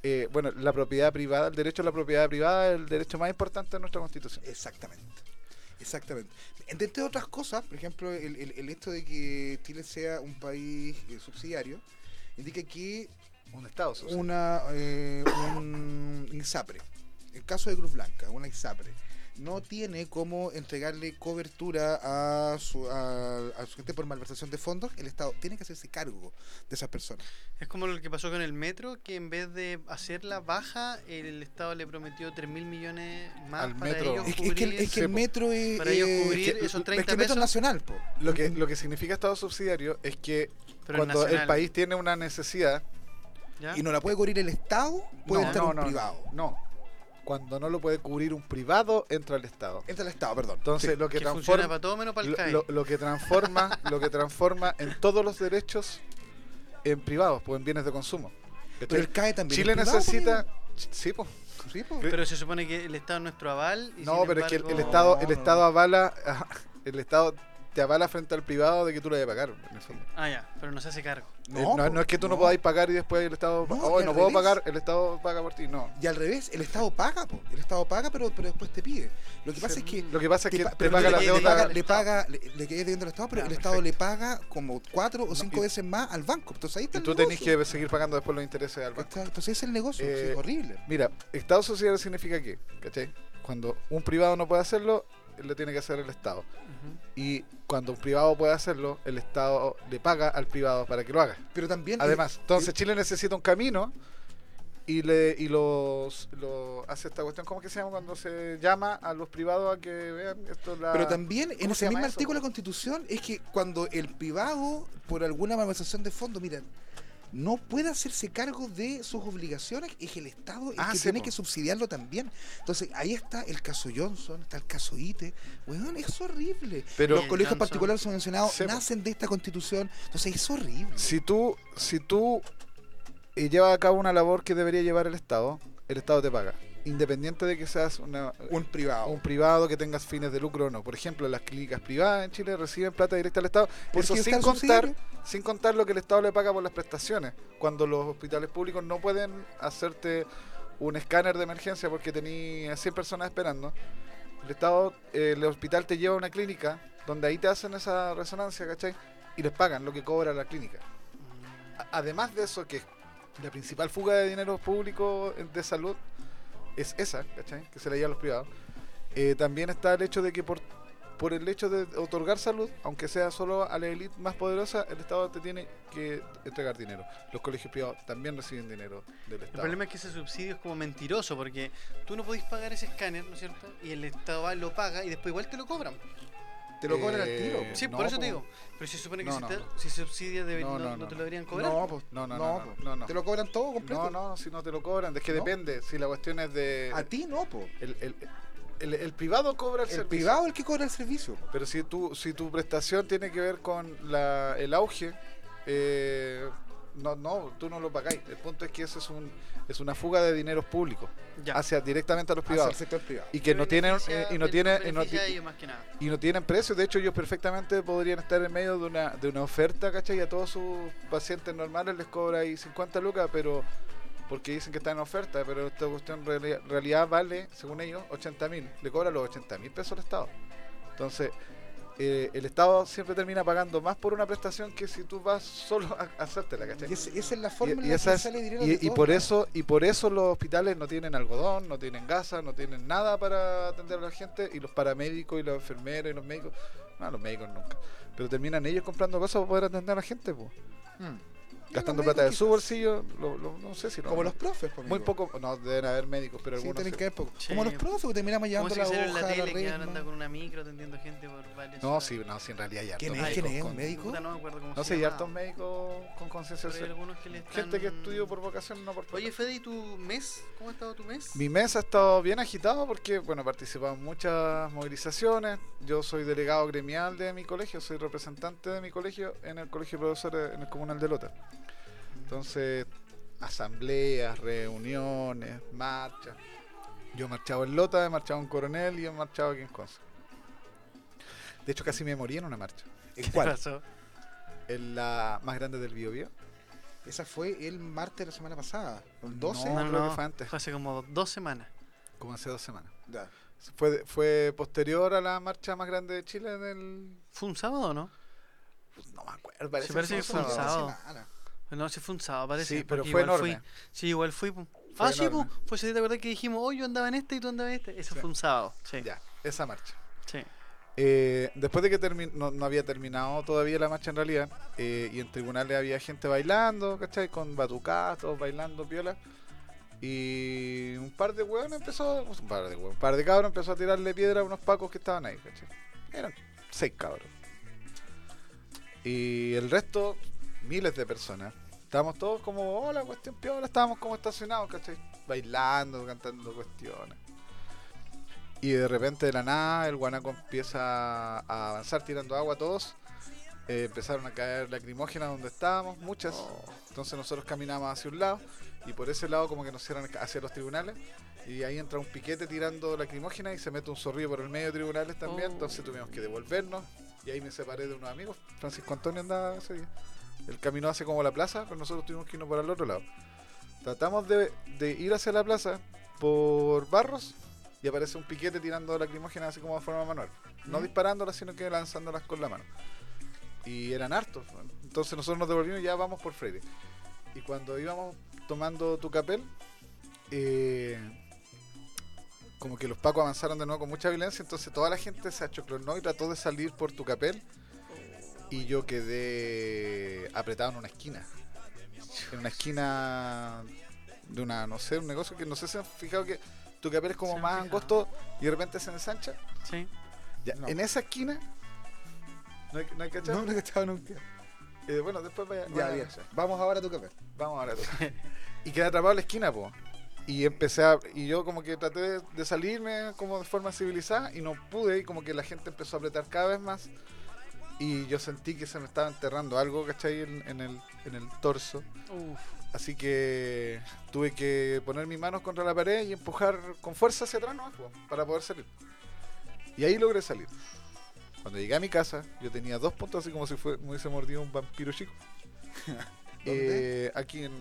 Speaker 4: eh, bueno, la propiedad privada, el derecho a la propiedad privada es el derecho más importante de nuestra constitución.
Speaker 2: Exactamente. Exactamente. Entre otras cosas, por ejemplo, el, el- el hecho de que Chile sea un país eh, subsidiario indica que
Speaker 4: Un estado subsidiario.
Speaker 2: una eh, un ISAPRE, el caso de Cruz Blanca, una ISAPRE, no tiene cómo entregarle cobertura a su, a, a su gente por malversación de fondos, el Estado tiene que hacerse cargo de esas personas.
Speaker 3: Es como lo que pasó con el metro, que en vez de hacerla baja, el Estado le prometió 3 mil millones más
Speaker 4: Al
Speaker 3: para
Speaker 4: metro.
Speaker 3: ellos
Speaker 2: Es, que- es
Speaker 3: cubrir.
Speaker 2: que, el- es que el
Speaker 4: Sí, po.
Speaker 2: metro es...
Speaker 3: Para ellos
Speaker 2: eh,
Speaker 3: cubrir
Speaker 2: es que-
Speaker 3: esos
Speaker 2: es que
Speaker 3: 30
Speaker 2: el metro
Speaker 3: pesos.
Speaker 2: es nacional, po.
Speaker 4: Lo que, lo que significa Estado subsidiario es que
Speaker 3: Pero
Speaker 4: cuando el
Speaker 3: nacional.
Speaker 4: país tiene una necesidad,
Speaker 3: ¿Ya?
Speaker 2: y no la puede cubrir el Estado, puede
Speaker 4: no,
Speaker 2: entrar
Speaker 4: no,
Speaker 2: un
Speaker 4: no,
Speaker 2: privado.
Speaker 4: No. Cuando no lo puede cubrir un privado, entra el Estado.
Speaker 2: Entra el Estado, perdón.
Speaker 4: Entonces,
Speaker 2: Sí.
Speaker 4: lo que,
Speaker 3: que
Speaker 4: transforma
Speaker 3: funciona para todo menos para el
Speaker 4: lo,
Speaker 3: CAE.
Speaker 4: lo- lo que transforma
Speaker 3: [laughs]
Speaker 4: lo que transforma en todos los derechos en privados, pues en bienes de consumo.
Speaker 2: pero el CAE también.
Speaker 4: Chile
Speaker 2: es privado,
Speaker 4: necesita.
Speaker 2: pues,
Speaker 4: Ch- Sí, pues.
Speaker 2: amigo. Sí, pues.
Speaker 3: Pero se supone que el Estado es nuestro aval. y
Speaker 4: No,
Speaker 3: sin
Speaker 4: pero es que el, el
Speaker 3: embargo-
Speaker 4: Estado, el
Speaker 2: no.
Speaker 4: Estado avala, [laughs] el Estado te avala frente al privado de que tú lo debes pagar. en el fondo.
Speaker 3: Ah, ya, pero no se hace cargo.
Speaker 4: Eh, No, no,
Speaker 2: pues,
Speaker 4: es que tú no, podáis pagar y después el Estado.
Speaker 2: No,
Speaker 4: "Oh,
Speaker 2: y
Speaker 4: no
Speaker 2: al
Speaker 4: puedo
Speaker 2: revés.
Speaker 4: pagar, el Estado paga por ti. No.
Speaker 2: Y al revés, el Estado paga, po. el Estado paga, pero, pero después te pide. Lo que pasa es que
Speaker 4: Lo que pasa es
Speaker 2: te
Speaker 4: que
Speaker 2: pa-
Speaker 4: te,
Speaker 2: pero
Speaker 4: paga
Speaker 2: le-
Speaker 4: la
Speaker 2: le
Speaker 4: deuda.
Speaker 2: paga- le paga, le, le quedas debiendo al Estado, pero
Speaker 3: Ah,
Speaker 2: el Estado le paga como cuatro o cinco veces más al banco. Entonces ahí está
Speaker 4: y
Speaker 2: el
Speaker 4: tú tenés
Speaker 2: negocio,
Speaker 4: que seguir pagando después los intereses al banco.
Speaker 2: ¿cachai? Entonces ese es el negocio, sí,
Speaker 4: Eh,
Speaker 2: horrible.
Speaker 4: Mira, Estado social significa que, ¿cachai? Cuando un privado no puede hacerlo, lo tiene que hacer el Estado.
Speaker 3: Ujú.
Speaker 4: Y cuando un privado puede hacerlo, el Estado le paga al privado para que lo haga.
Speaker 2: Pero también. eh,
Speaker 4: Además, entonces Chile necesita un camino y le y los, lo- hace esta cuestión, ¿cómo que se llama cuando se llama a los privados a que vean esto es la
Speaker 2: Pero también en
Speaker 4: ¿Cómo se
Speaker 2: ese
Speaker 4: llama
Speaker 2: mismo
Speaker 4: eso?
Speaker 2: artículo de la Constitución es que cuando el privado, por alguna malversación de fondo, miren, no puede hacerse cargo de sus obligaciones, es el Estado el
Speaker 4: Ah,
Speaker 2: que
Speaker 4: sí,
Speaker 2: tiene
Speaker 4: po.
Speaker 2: que subsidiarlo también. Entonces ahí está el caso Johnson, está el caso ITE. Weón, es horrible.
Speaker 4: Pero-
Speaker 2: Los
Speaker 3: Y el
Speaker 2: colegios
Speaker 3: Johnson.
Speaker 2: particulares subvencionados
Speaker 4: Sí, po.
Speaker 2: nacen de esta Constitución. Entonces es horrible.
Speaker 4: si tú si tú eh, llevas a cabo una labor que debería llevar el Estado, el Estado te paga, independiente de que seas una
Speaker 2: Un
Speaker 4: a
Speaker 2: privado.
Speaker 4: un privado que tengas fines de lucro o no. Por ejemplo, las clínicas privadas en Chile reciben plata directa al Estado.
Speaker 2: Porque
Speaker 4: Eso
Speaker 2: está
Speaker 4: sin
Speaker 2: el
Speaker 4: contar,
Speaker 2: subsidio.
Speaker 4: sin contar lo que el Estado le paga por las prestaciones. Cuando los hospitales públicos no pueden hacerte un escáner de emergencia porque tenías 100 personas esperando, el Estado, eh, el hospital te lleva a una clínica donde ahí te hacen esa resonancia, ¿cachai? Y les pagan lo que cobra la clínica. A- Además de eso, que es la principal fuga de dinero público en- de salud es esa, ¿cachai? Que se la lleva a los privados. Eh, también está el hecho de que por, por el hecho de otorgar salud, aunque sea solo a la élite más poderosa, el Estado te tiene que entregar dinero. Los colegios privados también reciben dinero del
Speaker 3: El
Speaker 4: Estado.
Speaker 3: problema es que ese subsidio es como mentiroso porque tú no podés pagar ese escáner, ¿no es cierto? Y el Estado va, lo paga y después igual te lo cobran.
Speaker 2: Te lo cobran
Speaker 4: Eh,
Speaker 2: al tiro. po.
Speaker 3: Sí,
Speaker 4: no,
Speaker 3: por eso te
Speaker 4: po.
Speaker 3: digo. Pero si se supone que
Speaker 4: No,
Speaker 3: si,
Speaker 4: no,
Speaker 3: te-
Speaker 4: no.
Speaker 3: si subsidia debe-
Speaker 4: No,
Speaker 3: no,
Speaker 4: no,
Speaker 3: no
Speaker 4: no, no.
Speaker 3: te lo deberían cobrar.
Speaker 2: No, po.
Speaker 4: No, no,
Speaker 2: No,
Speaker 4: no, no,
Speaker 2: po.
Speaker 4: no, no.
Speaker 2: Te lo cobran todo completo.
Speaker 4: No, no, si no te lo cobran, es que
Speaker 2: ¿No?
Speaker 4: depende. Si la cuestión es de.
Speaker 2: A ti no, po.
Speaker 4: El, el- el- el privado cobra el,
Speaker 2: El
Speaker 4: servicio.
Speaker 2: privado es el que cobra el servicio. po.
Speaker 4: Pero si tu, si tu prestación tiene que ver con la, el auge, eh, no, no, tú no lo pagáis. El punto es que eso es, un, es una fuga de dineros públicos
Speaker 3: Ya.
Speaker 4: hacia directamente a los
Speaker 2: Hacia el
Speaker 4: privados
Speaker 2: sector privado.
Speaker 4: y que no tienen eh, y no tienen y no, ti-
Speaker 3: beneficia a ellos más que nada.
Speaker 4: y no tienen precio. De hecho, ellos perfectamente podrían estar en medio de una, de una oferta, ¿cachai? Y a todos sus pacientes normales les cobra ahí 50 lucas, pero porque dicen que está en oferta, pero esta cuestión en reali- realidad vale, según ellos, 80 mil. Le cobra los 80 mil pesos al Estado. Entonces, eh, el Estado siempre termina pagando más por una prestación que si tú vas solo a, a hacértela, ¿cachai?
Speaker 2: Y ese- esa es la
Speaker 4: Este, Y-
Speaker 2: forma en
Speaker 4: y
Speaker 2: la
Speaker 4: esa
Speaker 2: que
Speaker 4: es-
Speaker 2: sale dinero
Speaker 4: y-
Speaker 2: de
Speaker 4: y
Speaker 2: todos
Speaker 4: por
Speaker 2: lados.
Speaker 4: eso y por eso los hospitales no tienen algodón no tienen gasa no tienen nada para atender a la gente y los paramédicos y los enfermeros y los médicos no los médicos nunca pero terminan ellos comprando cosas para poder atender a la gente po. gastando plata de su bolsillo lo- lo- no sé si lo-
Speaker 2: Como los profes, po,
Speaker 4: muy
Speaker 2: amigo.
Speaker 4: poco no deben haber médicos pero
Speaker 2: Sí,
Speaker 4: algunos
Speaker 2: tienen
Speaker 4: sí.
Speaker 2: que ver poco.
Speaker 3: Sí.
Speaker 2: Como los profes que terminamos
Speaker 3: Como
Speaker 2: llevando
Speaker 3: si
Speaker 2: la hoja,
Speaker 3: hicieron en la
Speaker 2: la
Speaker 3: tele que
Speaker 2: red,
Speaker 3: ahora anda
Speaker 2: ¿no?
Speaker 3: con una micro atendiendo gente por varias
Speaker 4: no
Speaker 3: horas.
Speaker 4: sí no sí en realidad hay
Speaker 2: ¿Quién
Speaker 4: hartos
Speaker 2: es? ¿Quién
Speaker 4: médicos
Speaker 2: es?
Speaker 4: con-
Speaker 2: ¿Un médico?
Speaker 3: Puta, no me acuerdo cómo
Speaker 4: no
Speaker 3: se
Speaker 4: sé hay
Speaker 3: llamaba.
Speaker 4: hartos médicos con conciencia
Speaker 3: Pero hay
Speaker 4: social.
Speaker 3: algunos que le están...
Speaker 4: gente que estudió por vocación no por plata.
Speaker 3: Oye, Fede, ¿y tu mes? ¿Cómo ha estado tu mes?
Speaker 4: Mi mes ha estado bien agitado porque, bueno, he participado en muchas movilizaciones. Yo soy delegado gremial de mi colegio, soy representante de mi colegio en el colegio de profesores en el comunal de Lota. Entonces, asambleas, reuniones, marchas. Yo he marchado en Lota, he marchado en Coronel y he marchado aquí en Conce. De hecho, casi me morí en una marcha.
Speaker 2: ¿En
Speaker 3: ¿Qué
Speaker 2: cuál?
Speaker 3: pasó?
Speaker 4: En la más grande del Biobío.
Speaker 2: Esa fue el martes de la semana pasada. ¿El 12?
Speaker 4: No,
Speaker 3: No,
Speaker 4: creo que
Speaker 3: no,
Speaker 4: fue antes.
Speaker 3: fue hace como dos semanas.
Speaker 4: como hace dos semanas.
Speaker 2: Ya.
Speaker 4: Fue, fue posterior a la marcha más grande de Chile del
Speaker 3: ¿Fue un sábado o no?
Speaker 4: No me acuerdo. Parece,
Speaker 3: Sí, parece que fue un
Speaker 2: Toda la
Speaker 3: sábado.
Speaker 2: semana.
Speaker 3: Pues No, sí fue un sábado, parece.
Speaker 4: Sí, pero
Speaker 3: porque
Speaker 4: fue
Speaker 3: igual
Speaker 4: enorme.
Speaker 3: fui- sí, igual fui. po.
Speaker 4: Fue
Speaker 3: ah, sí, po.
Speaker 4: enorme.
Speaker 3: Pues sí, te acordás que dijimos, oh, yo andaba en este y tú andabas en este. Eso
Speaker 4: Sí.
Speaker 3: fue un sábado. Sí.
Speaker 4: Ya, esa marcha.
Speaker 3: sí.
Speaker 4: Eh, después de que termi- no, no había terminado todavía la marcha en realidad, eh, y en tribunales había gente bailando, ¿cachai? Con batucatos, bailando piola. Y un par de hueones empezó, un par de hueones, un par de cabros empezó a tirarle piedra a unos pacos que estaban ahí, ¿cachai? Eran seis cabros. Y el resto, miles de personas, Estábamos todos como, hola, cuestión piola, estábamos como estacionados, ¿cachai? Bailando, cantando cuestiones. Y de repente de la nada el guanaco empieza a avanzar tirando agua a todos. Eh, empezaron a caer lacrimógenas donde estábamos, muchas. Entonces nosotros caminábamos hacia un lado y por ese lado como que nos cierran hacia los tribunales. Y ahí entra un piquete tirando lacrimógenas y se mete un zorrillo por el medio de tribunales también.
Speaker 3: Oh.
Speaker 4: Entonces tuvimos que devolvernos. Y ahí me separé de unos amigos. Francisco Antonio andaba ese día. Él caminó hacia como la plaza, pero nosotros tuvimos que irnos para el otro lado. Tratamos de, de ir hacia la plaza por barros y aparece un piquete tirando lacrimógenas así como de forma manual. No
Speaker 3: Mm.
Speaker 4: disparándolas, sino que lanzándolas con la mano. Y eran hartos. weón. Entonces nosotros nos devolvimos y ya vamos por Freire. Y cuando íbamos tomando tu capel, eh, como que los pacos avanzaron de nuevo con mucha violencia, entonces toda la gente se achoclonó y trató de salir por tu capel. Y yo quedé apretado en una esquina. En una esquina de una, no sé, un negocio que no sé si han fijado que tu capel es como
Speaker 3: Se han
Speaker 4: más
Speaker 3: fijado.
Speaker 4: angosto y de repente se ensancha.
Speaker 3: Sí.
Speaker 4: Ya,
Speaker 2: No.
Speaker 4: En esa esquina. ¿No hay, no hay cachado?
Speaker 2: No, no he cachado nunca.
Speaker 4: Eh, bueno, después vaya.
Speaker 2: Ya,
Speaker 4: vaya a
Speaker 2: bien.
Speaker 4: cachar.
Speaker 2: Vamos ahora a tu café.
Speaker 4: Vamos ahora. tú.
Speaker 2: [laughs]
Speaker 4: y quedé atrapado en la esquina, po. Y empecé a. Y yo como que traté de, de salirme como de forma civilizada y no pude. Y como que la gente empezó a apretar cada vez más. Y yo sentí que se me estaba enterrando algo, ¿cachai? En, en el, en el torso.
Speaker 3: Uf.
Speaker 4: Así que tuve que poner mis manos contra la pared y empujar con fuerza hacia atrás nomás, po, para poder salir. Y ahí logré salir. Cuando llegué a mi casa, yo tenía dos puntos así como si fue- me hubiese mordido un vampiro
Speaker 2: [laughs]
Speaker 4: chico.
Speaker 2: ¿Dónde?
Speaker 4: Eh, aquí en,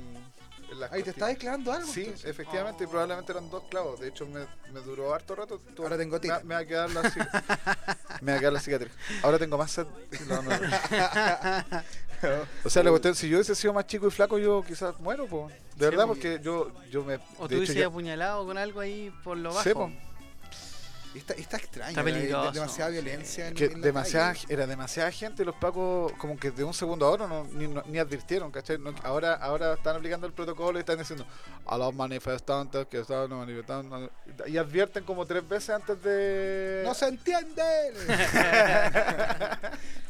Speaker 4: en las
Speaker 2: Ahí te
Speaker 4: costillas.
Speaker 2: estabas clavando algo.
Speaker 4: Sí,
Speaker 2: entonces. Oh.
Speaker 4: efectivamente, y probablemente eran dos clavos. De hecho, me, me duró harto rato. Tú-
Speaker 2: Ahora tengo tira.
Speaker 4: Me, me va a quedar la cicatriz.
Speaker 2: [laughs]
Speaker 4: me va a quedar la cicatriz. Ahora tengo más sed. No, no.
Speaker 3: eh.
Speaker 4: O sea, la cuestión, si yo hubiese sido más chico y flaco, yo quizás muero, po. De verdad,
Speaker 2: porque-
Speaker 4: porque yo, yo me.
Speaker 3: O
Speaker 4: de
Speaker 3: tú
Speaker 4: hecho,
Speaker 3: hubieses
Speaker 4: ya-
Speaker 3: apuñalado con algo ahí por lo bajo.
Speaker 4: Sí, pues, po.
Speaker 2: Está, está extraño.
Speaker 3: Está
Speaker 2: ¿no? Hay de-
Speaker 3: peligroso,
Speaker 2: demasiada
Speaker 3: sí.
Speaker 2: violencia. en-
Speaker 4: que
Speaker 2: en la
Speaker 4: demasiada,
Speaker 2: calle.
Speaker 4: era demasiada gente y los pacos, como que de un segundo a otro, no, ni, no- ni advirtieron, ¿cachai? No- ahora, ahora están aplicando el protocolo y están diciendo a los manifestantes que estaban manifestando. Y advierten como tres veces antes de.
Speaker 2: ¡No se entiende!
Speaker 3: [laughs]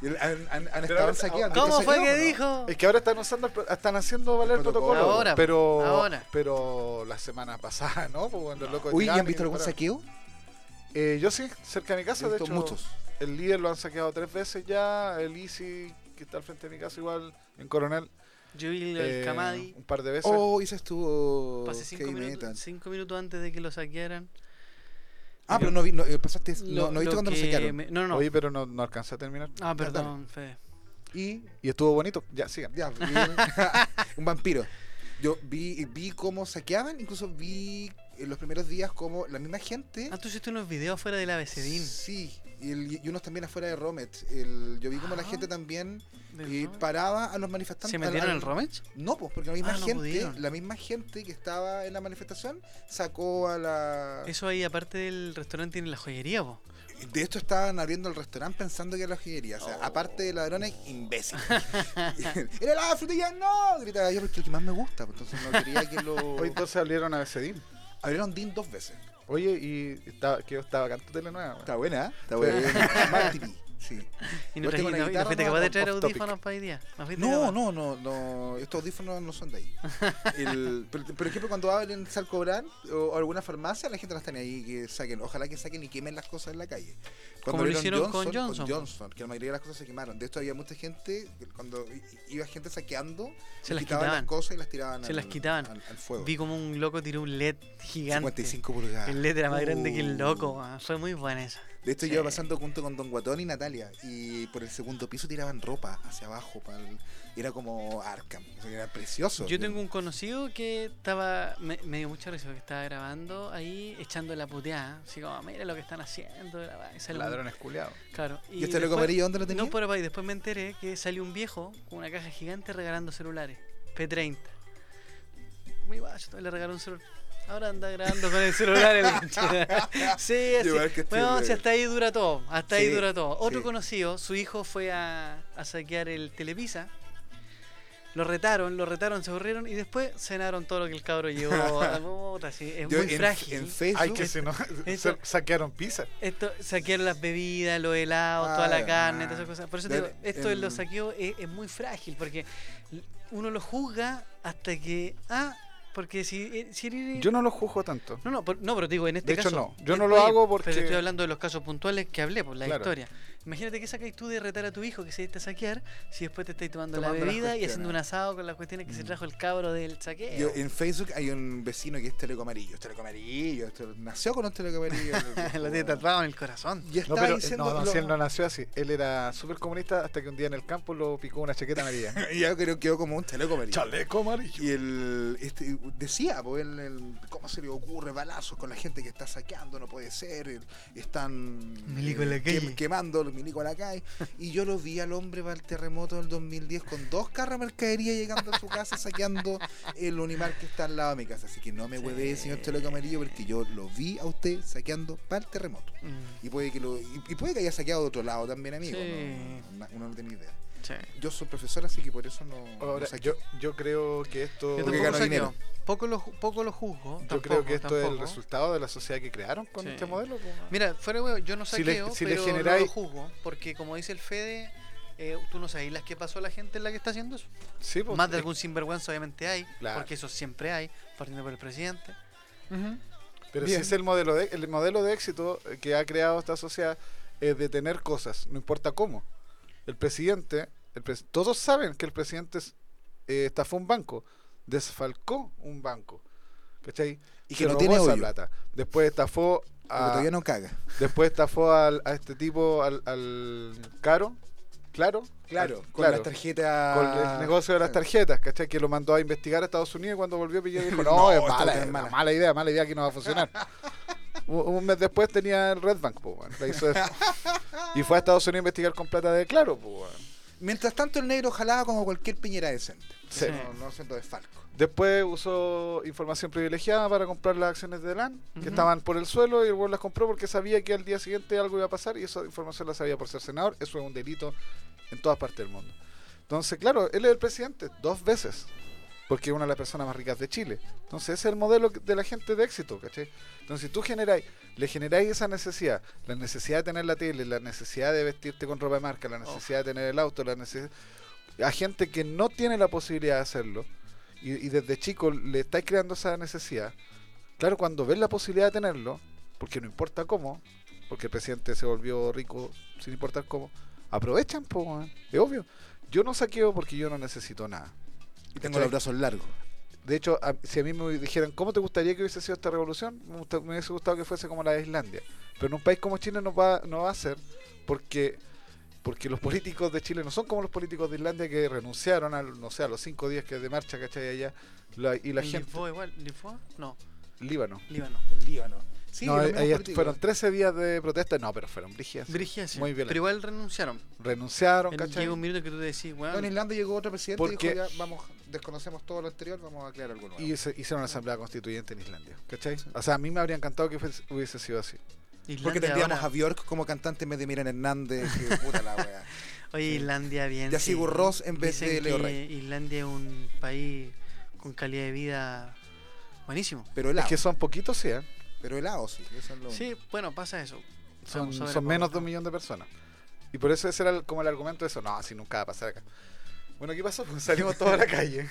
Speaker 2: Y el- han, han- han estado
Speaker 4: ahora-
Speaker 2: saqueando.
Speaker 3: ¿Cómo
Speaker 2: ¿Qué
Speaker 3: fue
Speaker 2: saqueamos,
Speaker 3: que
Speaker 2: no?
Speaker 3: dijo?
Speaker 4: Es que ahora están usando el pro- están haciendo valer el protocolo.
Speaker 2: protocolo.
Speaker 3: Ahora,
Speaker 4: pero
Speaker 3: ahora.
Speaker 4: pero la semana pasada, ¿no? Pues cuando los locos
Speaker 2: Uy, ¿y
Speaker 4: llegaron
Speaker 2: han visto algún
Speaker 4: dispararon.
Speaker 2: saqueo?
Speaker 4: Eh, yo sí, cerca de mi
Speaker 2: He
Speaker 4: casa, de
Speaker 2: visto
Speaker 4: hecho.
Speaker 2: muchos.
Speaker 4: El líder lo han saqueado tres veces ya. El Easy, que está al frente de mi casa, igual en Coronel.
Speaker 3: Yo vi el
Speaker 4: eh,
Speaker 3: Camadi.
Speaker 4: un par de veces.
Speaker 2: Oh, ese estuvo.
Speaker 3: Pasé
Speaker 2: heavy
Speaker 3: cinco
Speaker 2: metal.
Speaker 3: minutos, cinco minutos antes de que lo saquearan.
Speaker 2: Ah, pero no vi, no, eh, pasaste, no,
Speaker 3: Lo-
Speaker 2: no viste
Speaker 3: lo
Speaker 2: cuando lo
Speaker 3: que
Speaker 2: saquearon.
Speaker 3: me- no, no, no.
Speaker 4: Oye, pero no, no alcancé a terminar.
Speaker 3: ah, perdón, Fede.
Speaker 2: Y
Speaker 4: Y estuvo bonito. Ya, sigan.
Speaker 2: ya, vi un [laughs] vampiro. Yo vi, vi cómo saqueaban, incluso vi en los primeros días cómo la misma gente.
Speaker 3: Ah, tú hiciste unos videos fuera del ABCDIN.
Speaker 2: Sí, y, el- y unos también afuera de Romet. El- yo vi como la
Speaker 3: Ah.
Speaker 2: gente también
Speaker 3: del
Speaker 2: eh,
Speaker 3: Romet.
Speaker 2: paraba a los manifestantes.
Speaker 3: ¿Se
Speaker 2: al-
Speaker 3: metieron
Speaker 2: al-
Speaker 3: en Romech?
Speaker 2: No, pues, porque la misma
Speaker 3: Ah, no
Speaker 2: gente,
Speaker 3: pudieron.
Speaker 2: la misma gente que estaba en la manifestación sacó a la.
Speaker 3: Eso ahí, aparte del restaurante, tiene la joyería, po.
Speaker 2: De esto estaban abriendo el restaurante pensando que era la joyería. O sea,
Speaker 3: Oh.
Speaker 2: aparte de ladrones, imbéciles. [laughs] ¡Era la frutilla! ¡No! Gritaba yo porque es el que más me gusta. pues, Entonces no quería que
Speaker 3: [laughs]
Speaker 2: lo.
Speaker 4: Hoy entonces abrieron a Becedín.
Speaker 2: Abrieron DIN dos veces.
Speaker 4: Oye, y estaba, que yo estaba cantando tele nueva. weón.
Speaker 2: buena, ¿eh? Está
Speaker 4: buena.
Speaker 2: [laughs] Smart TV, Sí.
Speaker 3: Y no,
Speaker 2: Igual tengo
Speaker 3: trajiste-
Speaker 2: una
Speaker 3: no- no
Speaker 2: guitarra,
Speaker 3: fuiste
Speaker 2: no,
Speaker 3: capaz de
Speaker 2: off
Speaker 3: traer
Speaker 4: topic.
Speaker 3: audífonos para hoy día. No, fuiste
Speaker 2: No,
Speaker 3: capaz.
Speaker 2: no, no, no. Estos audífonos no son de ahí. El- pero, por ejemplo, cuando abren Salcobran o, o alguna farmacia, la gente las tiene ahí que saquen. Ojalá que saquen y quemen las cosas en la calle.
Speaker 3: Como lo
Speaker 2: abrieron
Speaker 3: hicieron con Johnson. pues.
Speaker 2: Johnson, que la mayoría de las cosas se quemaron. De esto había mucha gente, cuando i- iba gente saqueando,
Speaker 3: Se las
Speaker 2: quitaban las
Speaker 3: quitaban.
Speaker 2: cosas y las tiraban,
Speaker 3: Se
Speaker 2: al,
Speaker 3: las quitaban.
Speaker 2: al, al fuego.
Speaker 3: Vi como un loco tiró un LED gigante.
Speaker 2: 55 pulgadas.
Speaker 3: El LED era más grande que el loco,
Speaker 2: Uh.
Speaker 3: man. fue muy buena esa.
Speaker 2: De hecho,
Speaker 3: Sí.
Speaker 2: yo iba pasando junto con Don Guatón y Natalia. Y por el segundo piso tiraban ropa hacia abajo. pa'l- Era como Arkham. o sea, Era precioso.
Speaker 3: Yo tengo un conocido que estaba, me, me dio mucha risa que estaba grabando ahí echando la puteada, así como, mira lo que están haciendo, la va", y sale un-
Speaker 4: Ladrones culiados.
Speaker 3: Claro.
Speaker 2: ¿Y este loco
Speaker 3: después-
Speaker 2: amarillo dónde lo tenía?
Speaker 3: No, pero pa- y después me enteré que salió un viejo con una caja gigante regalando celulares, P30. Muy bajo, le regaló un celular. Ahora anda grabando con el celular el
Speaker 2: [laughs]
Speaker 3: concha. Sí, así.
Speaker 2: Igual que este
Speaker 3: Bueno,
Speaker 2: de-
Speaker 3: si hasta ahí dura todo. Hasta ahí
Speaker 2: Sí,
Speaker 3: dura todo. Otro
Speaker 2: sí.
Speaker 3: conocido, su hijo fue a, a saquear el Televisa. Lo retaron, lo retaron, se aburrieron y después cenaron todo lo que el cabro llevó a
Speaker 2: [laughs]
Speaker 3: la bota, sí, Es
Speaker 2: Yo
Speaker 3: muy
Speaker 2: en-
Speaker 3: frágil.
Speaker 2: En Facebook.
Speaker 4: Ay, que si no, [laughs]
Speaker 3: eso-
Speaker 4: sa- saquearon pizza.
Speaker 3: Esto, saquearon las bebidas, los helados,
Speaker 2: Ah,
Speaker 3: toda la
Speaker 2: ya.
Speaker 3: carne, todas esas cosas. Por eso te
Speaker 2: Del-
Speaker 3: digo, esto de
Speaker 2: el-
Speaker 3: los saqueos es, es muy frágil, porque l- uno lo juzga hasta que. Ah, porque si, eh, si eres-
Speaker 4: Yo no lo juzgo tanto.
Speaker 3: No, no, por- no, pero digo, en este
Speaker 4: De hecho,
Speaker 3: caso.
Speaker 4: no. Yo no
Speaker 3: eh,
Speaker 4: lo hago porque-
Speaker 3: Pero estoy hablando de los casos puntuales que hablé, por la
Speaker 4: Claro.
Speaker 3: historia. Imagínate que sacáis tú de retar a tu hijo que se diste a saquear, si después te estáis tomando,
Speaker 2: Tomando
Speaker 3: la
Speaker 2: las
Speaker 3: bebida y
Speaker 2: cuestiones.
Speaker 3: haciendo un asado con las cuestiones
Speaker 4: Mm.
Speaker 3: que se trajo el cabro del saqueo.
Speaker 2: Yo,
Speaker 4: eh,
Speaker 2: en Facebook hay un vecino que es teleco amarillo. Es teleco amarillo. es tele- Nació con un teleco
Speaker 3: [laughs]
Speaker 2: amarillo.
Speaker 3: lo tiene tatuado en el corazón.
Speaker 2: Y
Speaker 4: No,
Speaker 2: estaba
Speaker 4: pero, eh,
Speaker 2: diciendo.
Speaker 4: no, no,
Speaker 2: lo-
Speaker 4: si él
Speaker 2: [laughs]
Speaker 4: no nació así. Él era súper comunista hasta que un día en el campo lo picó una chaqueta amarilla.
Speaker 2: ya creo que quedó como un teleco amarillo.
Speaker 4: Chaleco amarillo.
Speaker 2: Y el este, decía, pues, el- el- ¿cómo se le ocurre balazos con la gente que está saqueando? No puede ser. el- están eh,
Speaker 3: Milico en la
Speaker 2: quem-
Speaker 3: calle.
Speaker 2: quemando el milico en la calle. Y yo lo vi al hombre para el terremoto del 2010 con dos carros de mercadería llegando a su casa saqueando el Unimar que está al lado de mi casa. Así que no me
Speaker 3: Sí.
Speaker 2: hueve, señor Teleco Amarillo, porque yo lo vi a usted saqueando para el terremoto.
Speaker 3: Mm,
Speaker 2: Y puede que lo y, y puede que haya saqueado de otro lado también, amigo.
Speaker 3: Sí.
Speaker 2: no- no- uno no tiene idea.
Speaker 3: sí.
Speaker 2: Yo soy profesor, así que por eso no, no
Speaker 4: Ahora,
Speaker 2: saqueo.
Speaker 4: yo, yo creo que esto.
Speaker 3: Yo
Speaker 2: Porque
Speaker 3: tampoco
Speaker 2: ganó
Speaker 3: saqueo.
Speaker 2: dinero.
Speaker 3: Poco lo, ju- poco lo juzgo.
Speaker 4: Yo
Speaker 3: tampoco,
Speaker 4: creo que esto es el
Speaker 3: tampoco.
Speaker 4: resultado de la sociedad que crearon con
Speaker 3: Sí.
Speaker 4: este modelo. po.
Speaker 3: Mira, fuera de huevo, yo no
Speaker 4: Si le-
Speaker 3: saqueo,
Speaker 4: si le
Speaker 3: pero no
Speaker 4: generáis-
Speaker 3: lo juzgo. Porque como dice el Fede, eh, tú no sabes las que pasó a la gente en la que está haciendo eso.
Speaker 4: Sí, po.
Speaker 3: Más de algún sinvergüenza obviamente hay,
Speaker 4: Claro.
Speaker 3: porque eso siempre hay, partiendo por el presidente.
Speaker 4: Pero
Speaker 2: Bien.
Speaker 4: si es el modelo de, el modelo de éxito que ha creado esta sociedad es de tener cosas, no importa cómo. El presidente, el pres- todos saben que el presidente es- eh, estafó un banco, desfalcó un banco, ¿cachai?
Speaker 2: Y
Speaker 4: Se
Speaker 2: que no
Speaker 4: robó
Speaker 2: tiene
Speaker 4: esa
Speaker 2: hoyo.
Speaker 4: plata. Después estafó
Speaker 2: Porque
Speaker 4: a,
Speaker 2: todavía no caga.
Speaker 4: después estafó al- a este tipo, al, al caro, claro,
Speaker 2: Claro,
Speaker 4: Al-
Speaker 2: con las tarjetas.
Speaker 4: con el negocio de las tarjetas, ¿cachai? Que lo mandó a investigar a Estados Unidos y cuando volvió Piñera dijo, [laughs] no,
Speaker 2: No,
Speaker 4: es
Speaker 2: esto
Speaker 4: mala,
Speaker 2: es
Speaker 4: es
Speaker 2: mala.
Speaker 4: mala. mala idea, mala idea que no va a [laughs] funcionar. un, un mes después tenía el Red Bank, po, weón, la hizo [laughs] eso. Y fue a Estados Unidos a investigar con plata de Claro, po, weón.
Speaker 2: Mientras tanto, el negro jalaba como cualquier piñera decente.
Speaker 4: Sí.
Speaker 2: No, no siendo desfalco.
Speaker 4: Después usó información privilegiada para comprar las acciones de LAN, que
Speaker 3: Ujú.
Speaker 4: estaban por el suelo, y el weón las compró porque sabía que al día siguiente algo iba a pasar, y esa información la sabía por ser senador. Eso es un delito en todas partes del mundo. Entonces, claro, él es el presidente dos veces, porque es una de las personas más ricas de Chile. Entonces, ese es el modelo de la gente de éxito, ¿cachai? Entonces, si tú generáis, le generáis esa necesidad, la necesidad de tener la tele, la necesidad de vestirte con ropa de marca, la necesidad de tener el auto, la necesidad. a gente que no tiene la posibilidad de hacerlo, y, y desde chico le estáis creando esa necesidad, claro, cuando ves la posibilidad de tenerlo, porque no importa cómo, porque el presidente se volvió rico sin importar cómo, aprovechan, po, weón. es obvio. Yo no saqueo porque yo no necesito nada.
Speaker 2: Y tengo los brazos largos.
Speaker 4: De hecho, a- si a mí me dijeran, ¿cómo te gustaría que hubiese sido esta revolución? Me, gusta- me hubiese gustado que fuese como la de Islandia. Pero en un país como Chile no va, no va a ser porque, porque los políticos de Chile no son como los políticos de Islandia que renunciaron a, no sé, a los cinco días que de marcha, ¿cachai? Allá. La- y la
Speaker 3: ¿En
Speaker 4: gente...
Speaker 3: Lisboa igual? ¿Lisboa? No,
Speaker 4: Líbano.
Speaker 3: Líbano.
Speaker 2: El Líbano. Sí,
Speaker 4: no,
Speaker 2: los
Speaker 4: ahí-
Speaker 2: mismos
Speaker 4: ahí
Speaker 2: políticos.
Speaker 4: fueron 13 días de protesta. No, pero fueron brigias.
Speaker 3: Dirigía sí,
Speaker 4: Muy violento.
Speaker 3: Pero igual renunciaron.
Speaker 4: Renunciaron,
Speaker 3: En-
Speaker 4: ¿cachai?
Speaker 3: Llega un minuto que tú decís,
Speaker 2: No, en
Speaker 3: weón,
Speaker 2: Irlanda llegó otro presidente y
Speaker 4: Porque-
Speaker 2: dijo: ya, vamos, desconocemos todo lo anterior, vamos a aclarar algo nuevo.
Speaker 4: Y se- hicieron una asamblea constituyente en Islandia, ¿cachai? O sea, a mí me habría encantado que fuese- hubiese sido así.
Speaker 2: Porque
Speaker 3: Islandia
Speaker 2: tendríamos
Speaker 3: ahora-
Speaker 2: a Bjork como cantante en vez de Miran Hernández.
Speaker 4: [laughs]
Speaker 2: Que puta la wea.
Speaker 3: Oye, Islandia bien.
Speaker 2: Ya
Speaker 3: sí.
Speaker 2: Sigur Rós en vez de Leo
Speaker 3: que
Speaker 2: Rey.
Speaker 3: Islandia es un país con calidad de vida buenísimo.
Speaker 2: Pero helado.
Speaker 4: Es que son poquitos, sí, ¿eh?
Speaker 2: Pero helado, sí. Eso es lo
Speaker 3: Sí, bueno, pasa eso.
Speaker 4: Son,
Speaker 3: Estamos sobre
Speaker 4: son
Speaker 3: el
Speaker 4: menos
Speaker 3: pobre,
Speaker 4: de un
Speaker 3: ¿no?
Speaker 4: millón de personas. Y por eso ese era el- como el argumento de eso. No, así nunca va a pasar acá. Bueno, ¿qué pasó? [laughs] Pues salimos todos a la
Speaker 3: [laughs]
Speaker 4: calle.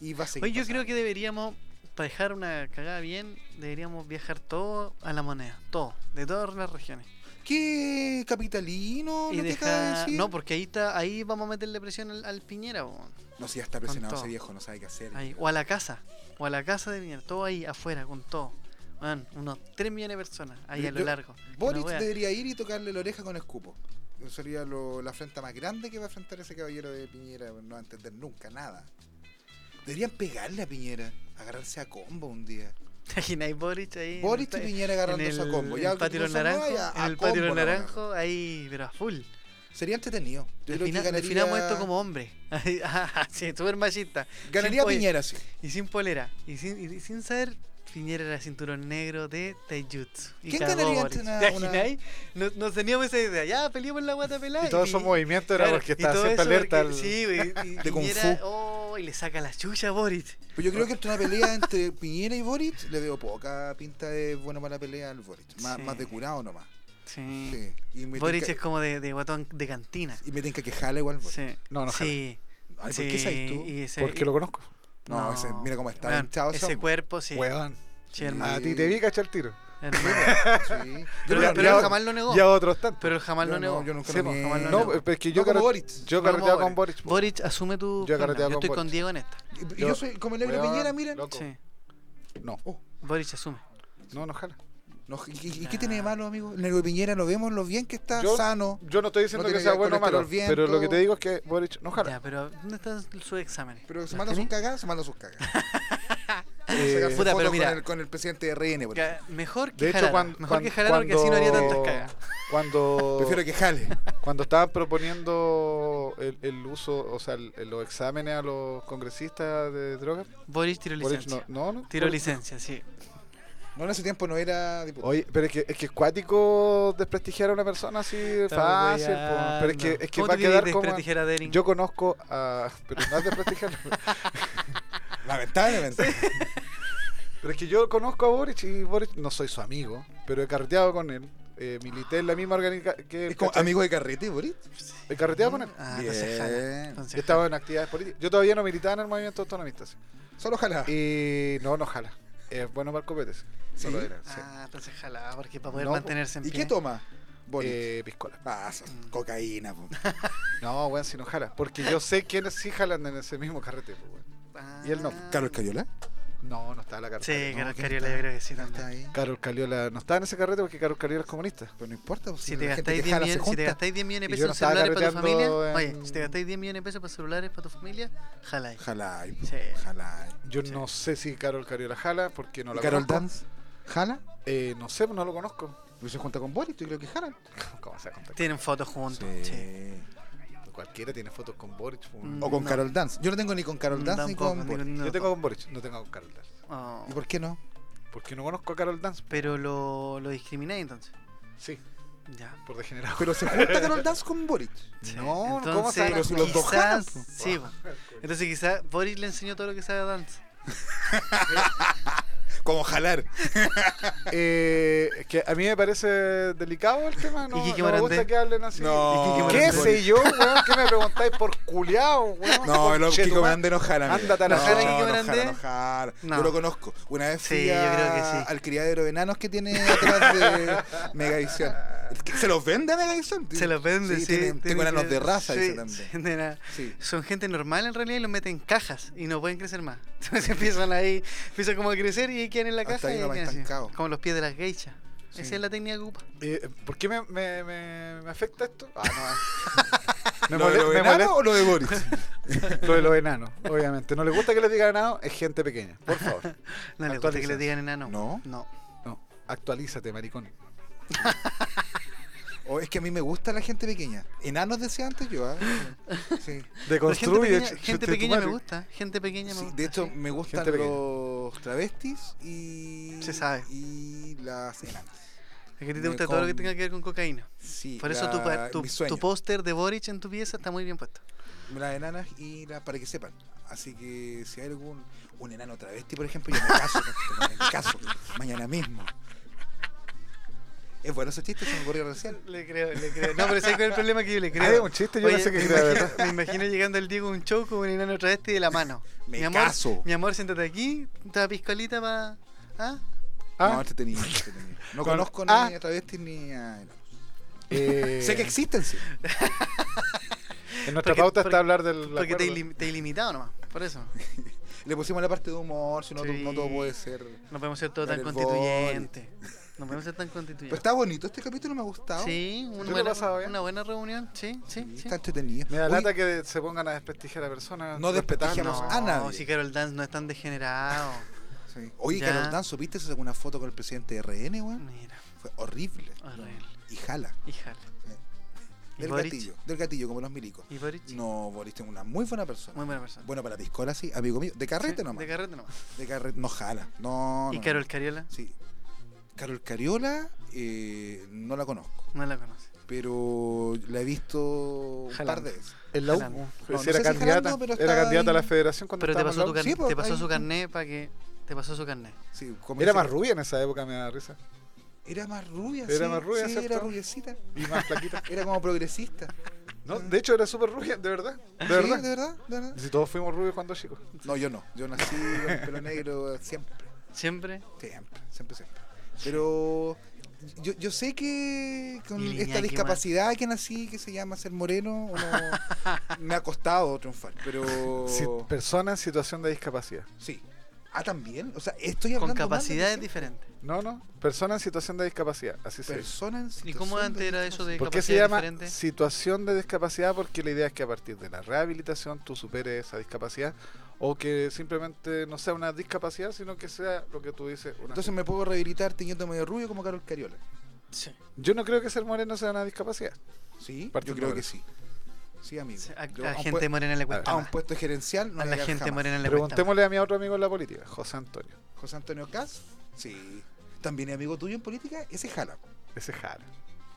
Speaker 2: Y va a seguir
Speaker 3: Oye, yo
Speaker 2: pasando.
Speaker 3: creo que deberíamos, para dejar una cagada bien, deberíamos viajar todo a la moneda. Todo, de todas las regiones.
Speaker 2: ¿Qué capitalino?
Speaker 3: y
Speaker 2: ¿No te acaba de
Speaker 3: dejar.
Speaker 2: decir?
Speaker 3: No, porque ahí está, ahí vamos a meterle presión al, al Piñera, po.
Speaker 2: No, si ya está
Speaker 3: Con
Speaker 2: presionado
Speaker 3: todo.
Speaker 2: ese viejo, no sabe qué hacer.
Speaker 3: Ahí, O a la casa. O a la casa de Piñera. Todo ahí afuera, con todo. Bueno, unos 3 millones de personas ahí a lo
Speaker 2: Yo-
Speaker 3: largo.
Speaker 2: Boric
Speaker 3: Una wea.
Speaker 2: debería ir y tocarle la oreja con escupo. Eso Sería lo- la afrenta más grande que va a enfrentar ese caballero de Piñera. No va a entender nunca nada. Deberían pegarle a Piñera, agarrarse a combo un día.
Speaker 3: [laughs] ¿Te imaginas Boric ahí? en
Speaker 2: Boric
Speaker 3: el
Speaker 2: y
Speaker 3: pa-
Speaker 2: Piñera
Speaker 3: en
Speaker 2: agarrándose a
Speaker 3: el,
Speaker 2: combo. Ya
Speaker 3: el patio
Speaker 2: incluso no
Speaker 3: naranjo,
Speaker 2: haya-
Speaker 3: en
Speaker 2: a
Speaker 3: el patio
Speaker 2: combo la
Speaker 3: naranjo, ahí, pero a full.
Speaker 2: wea. Sería entretenido. Yo creo
Speaker 3: Defina-
Speaker 2: que ganaría,
Speaker 3: Definamos esto como hombre. [laughs] Así, súper machista.
Speaker 2: ganaría
Speaker 3: Oye,
Speaker 2: Piñera, sí.
Speaker 3: Y sin polera. Y sin, y sin saber Piñera era cinturón negro de Taijutsu. Y
Speaker 2: ¿Quién
Speaker 3: cagó
Speaker 2: ganaría
Speaker 3: Boric.
Speaker 2: entre una-
Speaker 3: ¿Te imagináis? Nos, nos teníamos esa idea, ya peleamos la guata pelada.
Speaker 4: Y todo esos movimientos era porque estaba siempre alerta. al-
Speaker 3: Sí, güey, y
Speaker 2: [laughs] De Kung
Speaker 3: Piñera,
Speaker 2: Fu.
Speaker 3: oh, y le saca la chucha a Boric.
Speaker 2: Pues yo creo que entre una
Speaker 3: [laughs]
Speaker 2: pelea entre Piñera y Boric le veo poca pinta de bueno para la pelea al Boric. Más,
Speaker 3: Sí.
Speaker 2: más de curado nomás.
Speaker 3: Sí.
Speaker 2: Sí. Y me
Speaker 3: Boric es
Speaker 2: tinca-
Speaker 3: como de, de guatón de cantina.
Speaker 2: y me tenga que jala igual Boric.
Speaker 3: Sí.
Speaker 4: No, no,
Speaker 3: sí.
Speaker 2: Ay, ¿por
Speaker 3: sí,
Speaker 2: qué sabes tú?
Speaker 3: y ese-
Speaker 4: Porque lo conozco.
Speaker 2: No, ese- mira cómo está
Speaker 3: Weón,
Speaker 2: hinchado ese
Speaker 3: Ese
Speaker 2: hombre.
Speaker 3: cuerpo, sí.
Speaker 4: Weón.
Speaker 3: sí,
Speaker 2: Ah,
Speaker 3: hermano.
Speaker 4: A ti te vi cachar el tiro.
Speaker 3: hermano.
Speaker 2: Sí.
Speaker 3: Pero,
Speaker 4: ya-
Speaker 3: pero
Speaker 4: ya-
Speaker 3: él jamás lo negó.
Speaker 4: Ya otros tanto.
Speaker 3: Pero él jamás
Speaker 2: Yo
Speaker 3: lo negó.
Speaker 2: no, yo nunca
Speaker 4: Sí,
Speaker 2: lo
Speaker 4: pues,
Speaker 2: niego.
Speaker 4: no, pero es que yo
Speaker 2: No como
Speaker 4: carre-
Speaker 2: Boric.
Speaker 4: Yo
Speaker 3: No,
Speaker 4: carreteaba
Speaker 3: como
Speaker 4: con Boric. po.
Speaker 3: Boric, asume tu.
Speaker 4: Yo he
Speaker 3: Yo,
Speaker 4: carreteado
Speaker 3: yo
Speaker 4: con
Speaker 3: estoy con
Speaker 4: Boric.
Speaker 3: Diego en esta.
Speaker 2: Y- y Yo,
Speaker 4: Yo-
Speaker 2: soy como el negro
Speaker 4: Weón,
Speaker 2: Piñera, mira.
Speaker 4: loco.
Speaker 3: Sí.
Speaker 4: No,
Speaker 2: Oh,
Speaker 3: Boric asume.
Speaker 4: no, no jala.
Speaker 2: no, ¿y- ¿y, y qué tiene de malo, amigo? El negro Piñera lo vemos lo bien que está,
Speaker 4: Yo-
Speaker 2: sano.
Speaker 4: Yo no estoy diciendo que
Speaker 2: tiene
Speaker 4: sea
Speaker 2: que-
Speaker 4: bueno o malo,
Speaker 2: colesterol bien,
Speaker 4: pero lo que
Speaker 2: todo.
Speaker 4: te digo es que Boric no jala.
Speaker 3: Ya, pero ¿dónde están sus exámenes?
Speaker 2: Pero se
Speaker 3: ¿Los
Speaker 2: manda sus
Speaker 3: tenéis?
Speaker 2: cagas, se manda sus cagas.
Speaker 4: [laughs] Eh,
Speaker 2: Sacar su
Speaker 3: puta,
Speaker 2: foto
Speaker 3: pero
Speaker 2: con
Speaker 3: mira.
Speaker 2: el, con el presidente de RN, por ejemplo.
Speaker 3: Ca- Mejor que
Speaker 4: de hecho,
Speaker 3: jalara,
Speaker 4: cuando.
Speaker 3: Mejor que jalara porque así no haría tantas cagas. [laughs]
Speaker 4: Cuando,
Speaker 2: Prefiero que jale.
Speaker 4: cuando estaban proponiendo el, el uso, o sea, el- el- los exámenes a los congresistas de drogas,
Speaker 3: Boric tiró
Speaker 4: Boric
Speaker 3: licencia.
Speaker 4: no. no, no,
Speaker 3: Tiró
Speaker 4: Boric-
Speaker 3: licencia, sí.
Speaker 2: No, en ese tiempo no era tipo.
Speaker 4: Oye, pero es que es que es cuático desprestigiar a una persona así fácil, po. pero es que, es que va a quedar como yo conozco a pero no es desprestigiar,
Speaker 3: [laughs]
Speaker 2: Lamentablemente.
Speaker 4: pero es que yo conozco a Boric y Boric no soy su amigo, pero he carreteado con él, eh, milité en la misma organización que él,
Speaker 2: Es como
Speaker 4: ¿cachai?
Speaker 2: amigo de carrete, Boris.
Speaker 4: he carreteado con él.
Speaker 3: Ah,
Speaker 2: Bien.
Speaker 3: entonces jala. Entonces
Speaker 4: Yo estaba en actividades políticas. Yo todavía no militaba en el movimiento autonomista. sí.
Speaker 2: Solo jala.
Speaker 4: Y no, no jala. Es bueno Marco Pérez.
Speaker 2: ¿Sí?
Speaker 4: Solo era.
Speaker 3: jala.
Speaker 4: sí.
Speaker 3: Ah, entonces jala, porque para poder
Speaker 4: No, po.
Speaker 3: mantenerse en
Speaker 2: ¿Y
Speaker 3: pie.
Speaker 2: qué toma, Boris?
Speaker 4: Eh, piscola.
Speaker 2: Ah, so-
Speaker 3: mm.
Speaker 2: cocaína. po.
Speaker 4: No, weón, si no jala. Porque yo sé quiénes sí jalan en ese mismo carrete, po, weón. y él no.
Speaker 3: Ah.
Speaker 2: Carlos Cariola.
Speaker 4: No, no está la carrete.
Speaker 3: Sí,
Speaker 2: No,
Speaker 3: Carlos
Speaker 2: ¿quién
Speaker 3: Cariola,
Speaker 2: está?
Speaker 3: yo creo que sí
Speaker 2: ¿Quién está
Speaker 3: también.
Speaker 2: ahí?
Speaker 4: Carol Caliola no estaba en ese carrete porque Carol Caliola es comunista.
Speaker 2: Pero no importa. pues,
Speaker 3: Si te,
Speaker 2: la gente
Speaker 3: gastáis
Speaker 2: que
Speaker 3: 10
Speaker 2: jala se
Speaker 3: millones, si te
Speaker 2: junta.
Speaker 3: gastáis 10 millones de
Speaker 4: Y yo
Speaker 3: pesos
Speaker 4: no
Speaker 3: en
Speaker 4: estaba
Speaker 3: celulares para tu familia,
Speaker 4: carreteando en-
Speaker 3: oye, si te gastáis 10 millones de pesos para celulares para tu familia, jaláis.
Speaker 2: Jala. po,
Speaker 3: Sí.
Speaker 2: Jala.
Speaker 4: Yo
Speaker 3: Sí.
Speaker 4: no sé si Carol Cariola jala porque no
Speaker 2: ¿Y
Speaker 4: la
Speaker 2: Carol
Speaker 4: conozco.
Speaker 2: Dance? ¿Jala?
Speaker 4: Eh, no sé, no lo conozco. [laughs]
Speaker 2: Pues se junta con Boris, yo creo que jala.
Speaker 4: ¿Cómo se va a contar?
Speaker 3: Tienen fotos juntos. sí.
Speaker 4: Cualquiera tiene fotos con Boric. po, weón.
Speaker 3: Mm.
Speaker 2: O con
Speaker 3: No.
Speaker 2: Carol Dance. Yo no tengo ni con Carol
Speaker 3: Mm,
Speaker 2: Dance
Speaker 3: tampoco,
Speaker 2: ni con
Speaker 3: ni
Speaker 2: Boris.
Speaker 3: con- no.
Speaker 4: Yo tengo con Boric, no tengo con Carol Dance.
Speaker 3: Oh,
Speaker 2: ¿Y por qué no?
Speaker 4: Porque no conozco a Carol Dance.
Speaker 3: Pero lo, lo discrimináis entonces.
Speaker 4: Sí,
Speaker 3: Ya.
Speaker 4: por degenerado.
Speaker 2: Pero se junta Carol Dance con Boris.
Speaker 3: Sí.
Speaker 4: No,
Speaker 3: entonces,
Speaker 4: ¿cómo saben?
Speaker 2: Pero si los dos jalan,
Speaker 3: quizás,
Speaker 2: po.
Speaker 3: sí, po. Entonces quizás Boris le enseñó todo lo que sabe a Dance. pues.
Speaker 2: Como jalar.
Speaker 4: [laughs] Eh, es que a mí me parece delicado el tema, no,
Speaker 3: ¿Y Kike
Speaker 4: no me
Speaker 3: Morandé?
Speaker 4: gusta que hablen así.
Speaker 2: No,
Speaker 4: ¿Qué
Speaker 2: no,
Speaker 4: sé yo, weón? ¿Qué me preguntáis por culiao, weón?
Speaker 2: No, el
Speaker 4: Conchetumare.
Speaker 2: Kiko Grande no jala. mira.
Speaker 4: Ándate a la
Speaker 2: no,
Speaker 3: jala, Kiko
Speaker 2: no
Speaker 3: Grande.
Speaker 2: jala, no jala.
Speaker 3: No.
Speaker 2: Yo lo conozco. Una vez fui
Speaker 3: Sí, yo
Speaker 2: a-
Speaker 3: creo que sí.
Speaker 2: al criadero de enanos que tiene atrás de [laughs] Megavisión. ¿Se los vende a Megavisión?
Speaker 3: Se los vende, sí.
Speaker 2: tiene- tengo
Speaker 3: tiene
Speaker 2: enanos
Speaker 3: que-
Speaker 2: de raza,
Speaker 3: sí,
Speaker 2: dice también.
Speaker 3: sí, nena.
Speaker 2: Sí.
Speaker 3: Son gente normal en realidad y los meten en cajas y no pueden crecer más. [laughs] Entonces empiezan ahí, empiezan como a crecer y ahí quedan en la
Speaker 2: Hasta
Speaker 3: caja.
Speaker 2: ahí
Speaker 3: y ahí
Speaker 2: nomás
Speaker 3: quedan así,
Speaker 2: estancados.
Speaker 3: como los pies de las geishas.
Speaker 2: Sí.
Speaker 3: Esa es la técnica que ocupa.
Speaker 4: Eh, ¿Por qué me, me, me, me afecta esto? Ah,
Speaker 2: [laughs]
Speaker 4: no. eh.
Speaker 2: ¿Lo de los
Speaker 4: mole-
Speaker 2: enanos
Speaker 4: molesta
Speaker 2: o lo de
Speaker 4: [laughs]
Speaker 2: Boris?
Speaker 4: lo de los enanos, obviamente. No le gusta que les digan enano, es gente pequeña. Por
Speaker 2: [laughs]
Speaker 4: favor,
Speaker 3: No les gusta que
Speaker 4: Actualiza.
Speaker 3: les digan enano.
Speaker 2: ¿No?
Speaker 3: No.
Speaker 4: no. Actualízate, maricón.
Speaker 2: O es que a mí me gusta la gente pequeña. Enanos decía antes yo. ¿ah? Sí.
Speaker 3: Pero Gente
Speaker 4: Deconstruye.
Speaker 3: pequeña,
Speaker 4: ch-
Speaker 3: gente
Speaker 4: chute tu
Speaker 3: pequeña me
Speaker 4: madre.
Speaker 3: gusta. Gente pequeña me
Speaker 2: Sí,
Speaker 3: gusta.
Speaker 2: de hecho,
Speaker 3: sí.
Speaker 2: me gustan
Speaker 4: Gente pequeña.
Speaker 2: los travestis y.
Speaker 3: Se sabe.
Speaker 2: Y las enanas.
Speaker 3: Es que a ti
Speaker 2: me
Speaker 3: te gusta todo lo que
Speaker 2: con-
Speaker 3: tenga que ver con cocaína.
Speaker 2: Sí,
Speaker 3: Por eso tu
Speaker 2: la-
Speaker 3: pa- tu,
Speaker 2: mi sueño.
Speaker 3: tu póster de Boric en tu pieza está muy bien puesto.
Speaker 2: Las enanas y las para que sepan. Así que si hay algún un enano travesti, por ejemplo, yo me caso, con esto, me caso mañana mismo. Es bueno ese chiste, se me ocurrió recién.
Speaker 3: Le creo, le creo. No, pero ¿sabes cuál es el problema? Que
Speaker 2: [laughs]
Speaker 3: yo le
Speaker 4: Ah, es
Speaker 3: creo.
Speaker 4: un chiste, yo
Speaker 3: Oye,
Speaker 4: pensé que
Speaker 3: me,
Speaker 4: era de
Speaker 3: imagino,
Speaker 4: verdad.
Speaker 3: me imagino llegando el Diego a un show con un enano travesti de la mano.
Speaker 2: Me
Speaker 3: mi amor,
Speaker 2: caso.
Speaker 3: Mi amor, siéntate aquí, una piscolita para... ¿Ah?
Speaker 2: No,
Speaker 4: Ah,
Speaker 2: entretenido, entretenido. No
Speaker 4: Con-
Speaker 2: conozco
Speaker 4: ah.
Speaker 2: ni a travestis ni a enanos.
Speaker 4: eh,
Speaker 2: Sé que existen, sí.
Speaker 4: En nuestra
Speaker 3: Porque-
Speaker 4: pauta
Speaker 3: porque-
Speaker 4: está hablar del.
Speaker 3: Porque
Speaker 4: acuerdo.
Speaker 3: te, ilim- te he limitado nomás, por eso.
Speaker 2: Le pusimos la parte de humor, si no, to-
Speaker 3: Sí.
Speaker 2: no todo puede ser.
Speaker 3: No podemos ser todo tan
Speaker 2: Dale el
Speaker 3: constituyente. No podemos ser tan
Speaker 2: Pero
Speaker 3: constituyentes.
Speaker 2: está bonito, este capítulo me ha gustado.
Speaker 3: Sí,
Speaker 4: ¿Tú
Speaker 3: una
Speaker 4: lo
Speaker 3: buena,
Speaker 4: has pasado bien?
Speaker 3: una buena reunión, sí, sí,
Speaker 2: Sí,
Speaker 3: sí.
Speaker 2: Está entretenido.
Speaker 4: Me da
Speaker 2: Oye,
Speaker 4: lata que se pongan a desprestigiar a personas.
Speaker 2: No desprestigiamos
Speaker 4: respetarnos.
Speaker 2: a nadie.
Speaker 3: si Carol Dance no es tan degenerado.
Speaker 2: sí. Oye,
Speaker 3: Ya. Mm.
Speaker 2: Carol Dan, ¿supiste que se sacó una foto con el presidente de RN, weón?
Speaker 3: Mira,
Speaker 2: Fue horrible.
Speaker 3: horrible.
Speaker 2: Y jala.
Speaker 3: Híjale. ¿Y
Speaker 2: Eh, Del
Speaker 3: Boric?
Speaker 2: gatillo, del gatillo, como los milicos.
Speaker 3: ¿Y Boric?
Speaker 2: No, Boris es una muy buena persona.
Speaker 3: Muy buena persona.
Speaker 2: Bueno, para piscola sí, amigo mío. De carrete
Speaker 3: Sí,
Speaker 2: nomás.
Speaker 3: De carrete nomás.
Speaker 2: De carrete, no jala. No,
Speaker 3: ¿Y
Speaker 2: no,
Speaker 3: Carol Cariola?
Speaker 2: no. Sí. Carol Cariola, eh, no la conozco,
Speaker 3: No la conoce.
Speaker 2: pero la he visto un par
Speaker 3: Jalando.
Speaker 2: de veces.
Speaker 4: En
Speaker 3: la
Speaker 4: la
Speaker 3: U.
Speaker 4: U. eh,
Speaker 3: Jalando.
Speaker 2: No, no
Speaker 4: era
Speaker 2: sé si
Speaker 4: candidata,
Speaker 2: jalando, pero
Speaker 4: era
Speaker 2: estaba
Speaker 4: candidata a
Speaker 2: ahí.
Speaker 4: la federación cuando
Speaker 3: Pero te
Speaker 4: estaba en
Speaker 3: pasó,
Speaker 4: la
Speaker 3: tu
Speaker 4: U.
Speaker 3: carnet,
Speaker 2: Sí, pues,
Speaker 3: te pasó
Speaker 2: ahí-
Speaker 3: su carnet para que. Te pasó su carnet.
Speaker 2: Sí, como
Speaker 4: Era
Speaker 2: dice-
Speaker 4: más rubia en esa época, me da risa.
Speaker 2: Era más rubia,
Speaker 4: Era
Speaker 2: sí,
Speaker 4: más rubia,
Speaker 2: sí, era
Speaker 4: ¿cierto?
Speaker 2: rubiecita.
Speaker 4: Y más flaquita.
Speaker 2: Era como [laughs] progresista.
Speaker 4: [laughs] No, de hecho era súper rubia, de verdad. De
Speaker 2: Sí,
Speaker 4: verdad.
Speaker 2: ¿De verdad? ¿De verdad?
Speaker 4: Si todos fuimos rubios cuando chicos.
Speaker 2: No, yo no. Yo nací con el pelo negro siempre.
Speaker 3: Siempre.
Speaker 2: Siempre, siempre, siempre. Pero yo, yo sé que con
Speaker 3: Y
Speaker 2: esta
Speaker 3: Iñaki,
Speaker 2: discapacidad que nací, que se llama ser moreno,
Speaker 3: [laughs]
Speaker 2: uno- me ha costado triunfar. Pero
Speaker 4: Si- Personas en situación de discapacidad.
Speaker 2: sí. Ah, también. O sea, estoy
Speaker 3: Con
Speaker 2: hablando.
Speaker 3: capacidades diferentes.
Speaker 4: No, no. Personas en situación de discapacidad. Así se dice.
Speaker 2: Personas.
Speaker 3: ¿Y cómo antes era eso de
Speaker 4: ¿Por qué se
Speaker 3: capacidades
Speaker 4: llama
Speaker 3: diferentes?
Speaker 4: situación de discapacidad? Porque la idea es que a partir de la rehabilitación tú superes esa discapacidad o que simplemente no sea una discapacidad, sino que sea lo que tú dices. una-
Speaker 2: Entonces me puedo rehabilitar teniendo medio rubio como Carol Cariola.
Speaker 3: Sí.
Speaker 4: Yo no creo que ser moreno sea una discapacidad.
Speaker 2: Sí, yo
Speaker 4: Partiendo
Speaker 2: creo
Speaker 4: por
Speaker 2: que
Speaker 4: eso.
Speaker 2: sí. Sí, amigo.
Speaker 3: Sí, A,
Speaker 2: Yo
Speaker 3: a
Speaker 2: un
Speaker 3: gente
Speaker 2: pue-
Speaker 3: morena le cuesta
Speaker 2: a un
Speaker 3: más.
Speaker 2: puesto gerencial no
Speaker 3: A
Speaker 2: le
Speaker 3: la
Speaker 2: voy
Speaker 3: gente
Speaker 2: jamás.
Speaker 3: morena le cuesta más.
Speaker 4: Preguntémosle a mi otro amigo en la política, José Antonio.
Speaker 2: José Antonio Cas, sí. También es amigo tuyo en política, ese jala.
Speaker 4: Ese jala.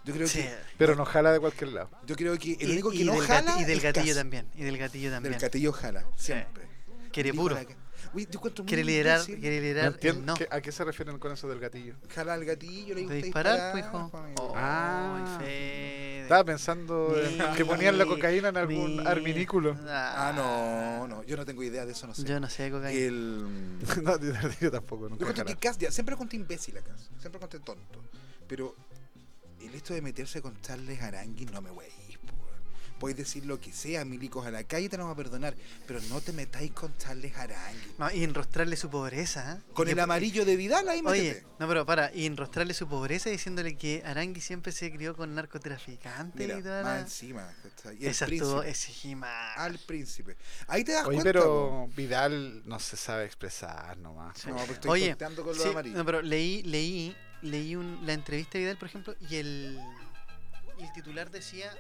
Speaker 2: Yo creo
Speaker 3: Sí. eh,
Speaker 2: que
Speaker 4: Pero no jala de cualquier lado.
Speaker 2: yo creo que el
Speaker 3: Y-
Speaker 2: único que
Speaker 3: y
Speaker 2: no
Speaker 3: del gati-
Speaker 2: jala
Speaker 3: y del
Speaker 2: es
Speaker 3: gatillo
Speaker 2: Kast.
Speaker 3: también. Y del gatillo también.
Speaker 2: Del gatillo jala, siempre.
Speaker 3: Quiere
Speaker 2: Dijo
Speaker 3: puro.
Speaker 2: la- Uy, yo encuentro muy
Speaker 3: Quiere liderar,
Speaker 2: difícil.
Speaker 3: quiere
Speaker 4: No
Speaker 3: liderar el
Speaker 4: entiendo
Speaker 3: no.
Speaker 4: qué- ¿A qué se refieren con eso del gatillo?
Speaker 2: Jala al gatillo, le
Speaker 3: De
Speaker 2: gusta
Speaker 3: disparar,
Speaker 2: disparar.
Speaker 3: pues, hijo.
Speaker 2: Juan,
Speaker 3: Oh,
Speaker 4: Ah.
Speaker 3: Fede.
Speaker 4: Estaba pensando en
Speaker 3: Mira,
Speaker 4: que ponían la cocaína en algún
Speaker 3: mira.
Speaker 4: arminículo.
Speaker 2: Ah, no, eh, no, yo no tengo idea de eso, no sé.
Speaker 3: Yo no sé de cocaína.
Speaker 2: El...
Speaker 4: [laughs] no, yo tampoco,
Speaker 2: Yo
Speaker 4: nunca. jala.
Speaker 2: encuentro que Cass, ya, siempre conté imbécil a Cass, siempre conté tonto. Pero el hecho de meterse con Charles Aranguis no me voy Podéis decir lo que sea, milicos a la calle te lo van a perdonar, pero no te metáis con Charles Aranguis.
Speaker 3: No, y enrostrarle su pobreza. ¿eh?
Speaker 2: Con
Speaker 3: Y
Speaker 2: el
Speaker 3: que-
Speaker 2: amarillo de Vidal ahí
Speaker 3: Oye,
Speaker 2: métete.
Speaker 3: no, pero para, y enrostrarle su pobreza diciéndole que Arangui siempre se crió con narcotraficantes
Speaker 2: Mira,
Speaker 3: y toda
Speaker 2: más
Speaker 3: la...
Speaker 2: encima. ¿cachai? Y el
Speaker 3: Esa estuvo
Speaker 2: príncipe,
Speaker 3: exigima.
Speaker 2: Al príncipe. Ahí te das
Speaker 4: Oye,
Speaker 2: cuenta.
Speaker 4: pero
Speaker 2: po.
Speaker 4: Vidal no se sabe expresar nomás.
Speaker 3: Sí.
Speaker 2: No, pero estoy
Speaker 3: Oye,
Speaker 2: conteando con lo
Speaker 3: Sí,
Speaker 2: amarillo.
Speaker 3: no, pero leí, leí, leí un- la entrevista de Vidal, por ejemplo, y el, y el titular decía,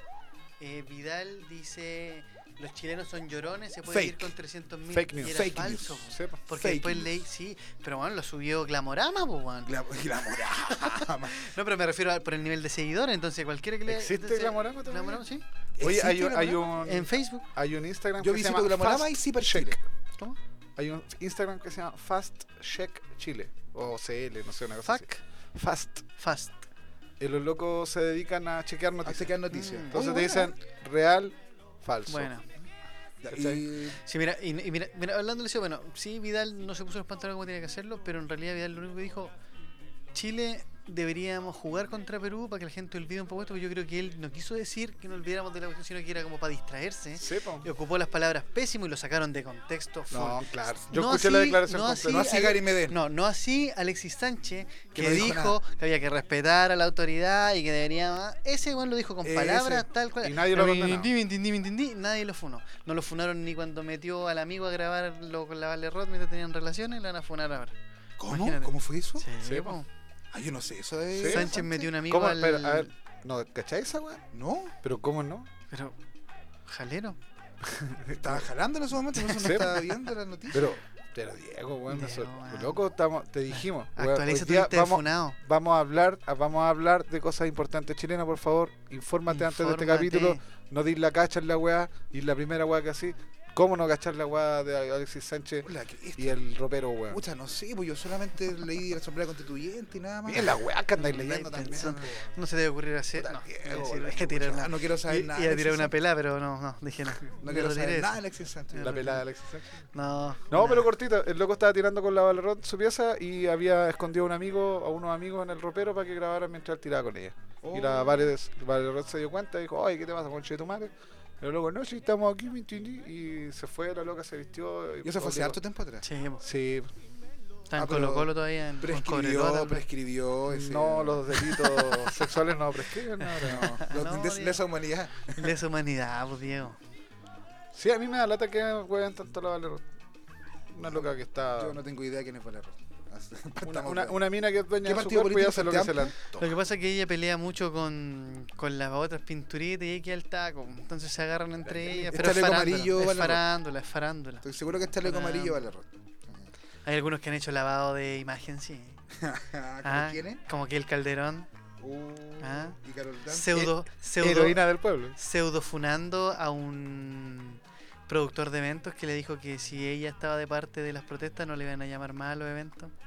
Speaker 3: eh, Vidal dice, los chilenos son llorones, se puede ir
Speaker 2: Fake.
Speaker 3: con 300 mil.
Speaker 4: Fake
Speaker 3: y
Speaker 4: news.
Speaker 3: era
Speaker 2: Fake
Speaker 3: falso.
Speaker 2: news.
Speaker 4: Sí, po.
Speaker 3: Porque
Speaker 2: Fake
Speaker 3: después
Speaker 2: news.
Speaker 3: leí, sí, pero bueno, lo subió Glamorama, pues, weón.
Speaker 2: Glam- [laughs] Glamorama.
Speaker 3: No, pero me refiero a- por el nivel de seguidores, entonces cualquiera que le...
Speaker 4: ¿Existe
Speaker 3: entonces,
Speaker 4: Glamorama todavía?
Speaker 3: Glamorama, sí.
Speaker 4: [laughs] Oye,
Speaker 2: ¿Existe
Speaker 4: hay, un- hay
Speaker 2: Glamorama?
Speaker 3: En
Speaker 4: un,
Speaker 3: Facebook.
Speaker 4: hay un Instagram
Speaker 2: Yo
Speaker 4: que se
Speaker 2: visito
Speaker 4: llama
Speaker 2: Glamorama
Speaker 4: Fast
Speaker 2: y Ciper
Speaker 4: Check.
Speaker 2: Chile.
Speaker 3: ¿Cómo?
Speaker 4: Hay un Instagram que se llama Fast Check Chile. O CL, no sé, una cosa
Speaker 3: Fuck.
Speaker 4: así. Fast.
Speaker 3: Fast.
Speaker 4: Y los locos se dedican a chequear
Speaker 2: Hace
Speaker 4: noticias.
Speaker 2: que hay noticias.
Speaker 3: Mm.
Speaker 4: Entonces te
Speaker 2: Oye,
Speaker 4: dicen real, falso.
Speaker 3: Bueno.
Speaker 2: buena.
Speaker 4: dicen-
Speaker 2: Y-
Speaker 3: Sí, mira, y, y mira, mira, hablando de eso, bueno, sí, Vidal no se puso los pantalones como tenía que hacerlo, pero en realidad Vidal lo único que dijo, Chile deberíamos jugar contra Perú para que la gente olvide un poco esto, porque yo creo que él no quiso decir que no olvidáramos de la cuestión, sino que era como para distraerse.
Speaker 4: Sí, po.
Speaker 3: Y ocupó las palabras pésimo y lo sacaron de contexto. full.
Speaker 4: No, claro. Yo
Speaker 3: No
Speaker 4: escuché
Speaker 3: así-
Speaker 4: la declaración
Speaker 3: no
Speaker 4: completa.
Speaker 2: No así
Speaker 3: Ale-
Speaker 2: Gary Medel.
Speaker 3: No, no así Alexis Sánchez, que,
Speaker 2: Que no dijo
Speaker 3: dijo que había que respetar a la autoridad y que debería... Ese igual lo dijo con
Speaker 2: Ese.
Speaker 3: palabras, tal cual.
Speaker 4: Y nadie lo
Speaker 3: Me
Speaker 4: condenó.
Speaker 3: entendí, me entendí, me entendí, nadie lo funó. No lo funaron ni cuando metió al amigo a grabarlo con la Vale Roth mientras tenían relaciones, lo van a funar ahora.
Speaker 2: ¿Cómo?
Speaker 3: Imagínate.
Speaker 2: ¿Cómo fue eso?
Speaker 4: Sí,
Speaker 3: po.
Speaker 2: Ah, yo no sé. Eso es.
Speaker 4: Sí.
Speaker 3: Sánchez metió un amigo
Speaker 4: ¿Cómo?
Speaker 3: al...
Speaker 4: Pero, a ver, ¿no cacháis esa weá?
Speaker 2: No,
Speaker 4: Pero ¿cómo no?
Speaker 3: Pero, jalero.
Speaker 2: estaba jalando en ese momento, por eso no
Speaker 4: Sí.
Speaker 2: estaba viendo las noticias.
Speaker 4: Pero, pero Diego, weón, me
Speaker 3: Diego,
Speaker 4: sol-
Speaker 3: weón.
Speaker 4: loco, estamos, te dijimos. weón,
Speaker 3: Actualiza
Speaker 4: hoy
Speaker 3: tu
Speaker 4: día
Speaker 3: lista de
Speaker 4: vamos,
Speaker 3: funado.
Speaker 4: vamos a hablar, a- vamos a hablar de cosas importantes chilenas, por favor. Infórmate, antes de este
Speaker 3: Infórmate.
Speaker 4: capítulo. No dis la cacha en la weá, y la primera weá que así. ¿Cómo no cachar la weá de Alexis Sánchez
Speaker 2: Hola, ¿qué es
Speaker 4: y el ropero, weón?
Speaker 2: Pucha, no sé, pues yo solamente leí la asamblea constituyente y nada más.
Speaker 4: Miren la weá que andáis
Speaker 3: Andáis
Speaker 4: leyendo también.
Speaker 3: pensando. No se debe ocurrir hacer...
Speaker 2: Puta,
Speaker 3: No,
Speaker 2: Diego,
Speaker 3: es decir,
Speaker 2: la
Speaker 3: es que tirar
Speaker 2: chucha, Ah, No
Speaker 3: una...
Speaker 2: quiero saber
Speaker 3: Y-
Speaker 2: nada.
Speaker 3: Iba a tirar
Speaker 2: Alexis
Speaker 3: una
Speaker 2: Sánchez.
Speaker 3: pelada, pero no, no, dije [laughs] no.
Speaker 2: No quiero
Speaker 3: diré
Speaker 2: saber
Speaker 3: eso.
Speaker 2: nada, de Alexis Sánchez.
Speaker 4: La pelada de Alexis Sánchez.
Speaker 3: No.
Speaker 4: No,
Speaker 3: nada.
Speaker 4: pero cortita, el loco estaba tirando con la Valerón su pieza y había escondido a un amigo, a unos amigos en el ropero para que grabaran mientras él tiraba con ella. Y
Speaker 2: Oh.
Speaker 4: la Valerón se dio cuenta y dijo, ay, ¿qué te pasa, conche de tu madre? Y el loco, no, si estamos aquí, me entendí. Y se fue, la loca se vistió.
Speaker 2: Y eso fue hace
Speaker 4: obligó.
Speaker 2: harto tiempo atrás.
Speaker 3: Sí, po.
Speaker 4: Sí,
Speaker 3: está en
Speaker 2: Ah, pero-
Speaker 3: Colo Colo todavía. En, en Cobreloa
Speaker 2: Prescribió,
Speaker 3: también.
Speaker 2: prescribió. ese-
Speaker 4: no, los
Speaker 2: [laughs]
Speaker 4: delitos sexuales no prescriben ahora.
Speaker 2: No, los
Speaker 3: [laughs] No,
Speaker 2: de-
Speaker 3: Diego.
Speaker 2: de esa humanidad.
Speaker 3: Lesa humanidad, pues, Diego.
Speaker 4: Sí, a mí me da lata que jueguen tanto la Valerón. Una loca que está...
Speaker 2: Yo no tengo idea de quién es Valerón.
Speaker 4: Ah.
Speaker 2: [laughs]
Speaker 4: Una,
Speaker 2: Estamos
Speaker 4: una-
Speaker 2: bien.
Speaker 4: una mina que es dueña
Speaker 2: ¿Qué
Speaker 4: de su
Speaker 2: partido
Speaker 4: cuerpo y
Speaker 2: político
Speaker 4: hace lo
Speaker 2: te
Speaker 4: que se le
Speaker 2: amplio?
Speaker 3: Lo
Speaker 4: antoja.
Speaker 3: que pasa es que ella pelea mucho con, con las otras pinturitas y ahí queda el taco. Entonces se agarran entre ellas. Pero es
Speaker 2: chaleco
Speaker 3: farándula,
Speaker 2: amarillo,
Speaker 3: es
Speaker 2: vale,
Speaker 3: farándula, es farándula.
Speaker 2: Estoy seguro que este leco
Speaker 3: Una-
Speaker 2: amarillo [laughs] vale roto.
Speaker 3: Hay algunos que han hecho lavado de imagen, sí.
Speaker 2: ¿Cómo
Speaker 3: Ah,
Speaker 2: quién es?
Speaker 3: Como que el Calderón,
Speaker 2: Uh,
Speaker 3: Ah.
Speaker 2: ¿Y Carol Dan?
Speaker 3: pseudo, pseudo,
Speaker 4: Heroína del pueblo.
Speaker 3: pseudo funando a un productor de eventos que le dijo que si ella estaba de parte de las protestas no le iban a llamar más a los eventos.
Speaker 2: ¿Y ella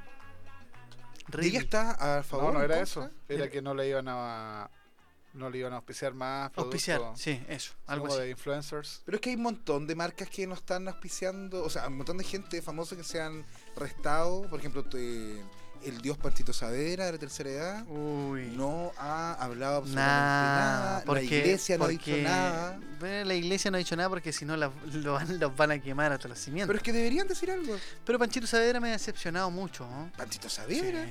Speaker 3: Really?
Speaker 2: está a
Speaker 4: No,
Speaker 2: favor?
Speaker 4: no
Speaker 2: en
Speaker 4: era
Speaker 2: contra?
Speaker 4: eso. Era que no le iban a no le iban a auspiciar más productos.
Speaker 3: Auspiciar, sí, eso,
Speaker 4: así
Speaker 3: algo
Speaker 4: como
Speaker 3: así.
Speaker 4: de influencers.
Speaker 2: Pero es que hay un montón de marcas que no están auspiciando, o sea, un montón de gente famosa que se han restado, por ejemplo, te- el dios Pantito Saavedra de la tercera edad,
Speaker 3: Uy.
Speaker 2: no ha hablado absolutamente
Speaker 3: Nada,
Speaker 2: nada,
Speaker 3: porque,
Speaker 2: la iglesia no ha
Speaker 3: porque-
Speaker 2: dicho nada.
Speaker 3: Bueno, la iglesia no ha dicho nada porque si no la- lo van- los van a quemar hasta los
Speaker 2: Pero
Speaker 3: cimientos.
Speaker 2: es que deberían decir algo.
Speaker 3: Pero, Panchito Saavedra me ha decepcionado mucho. ¿no?
Speaker 2: Pantito
Speaker 3: Sí.
Speaker 2: Saavedra.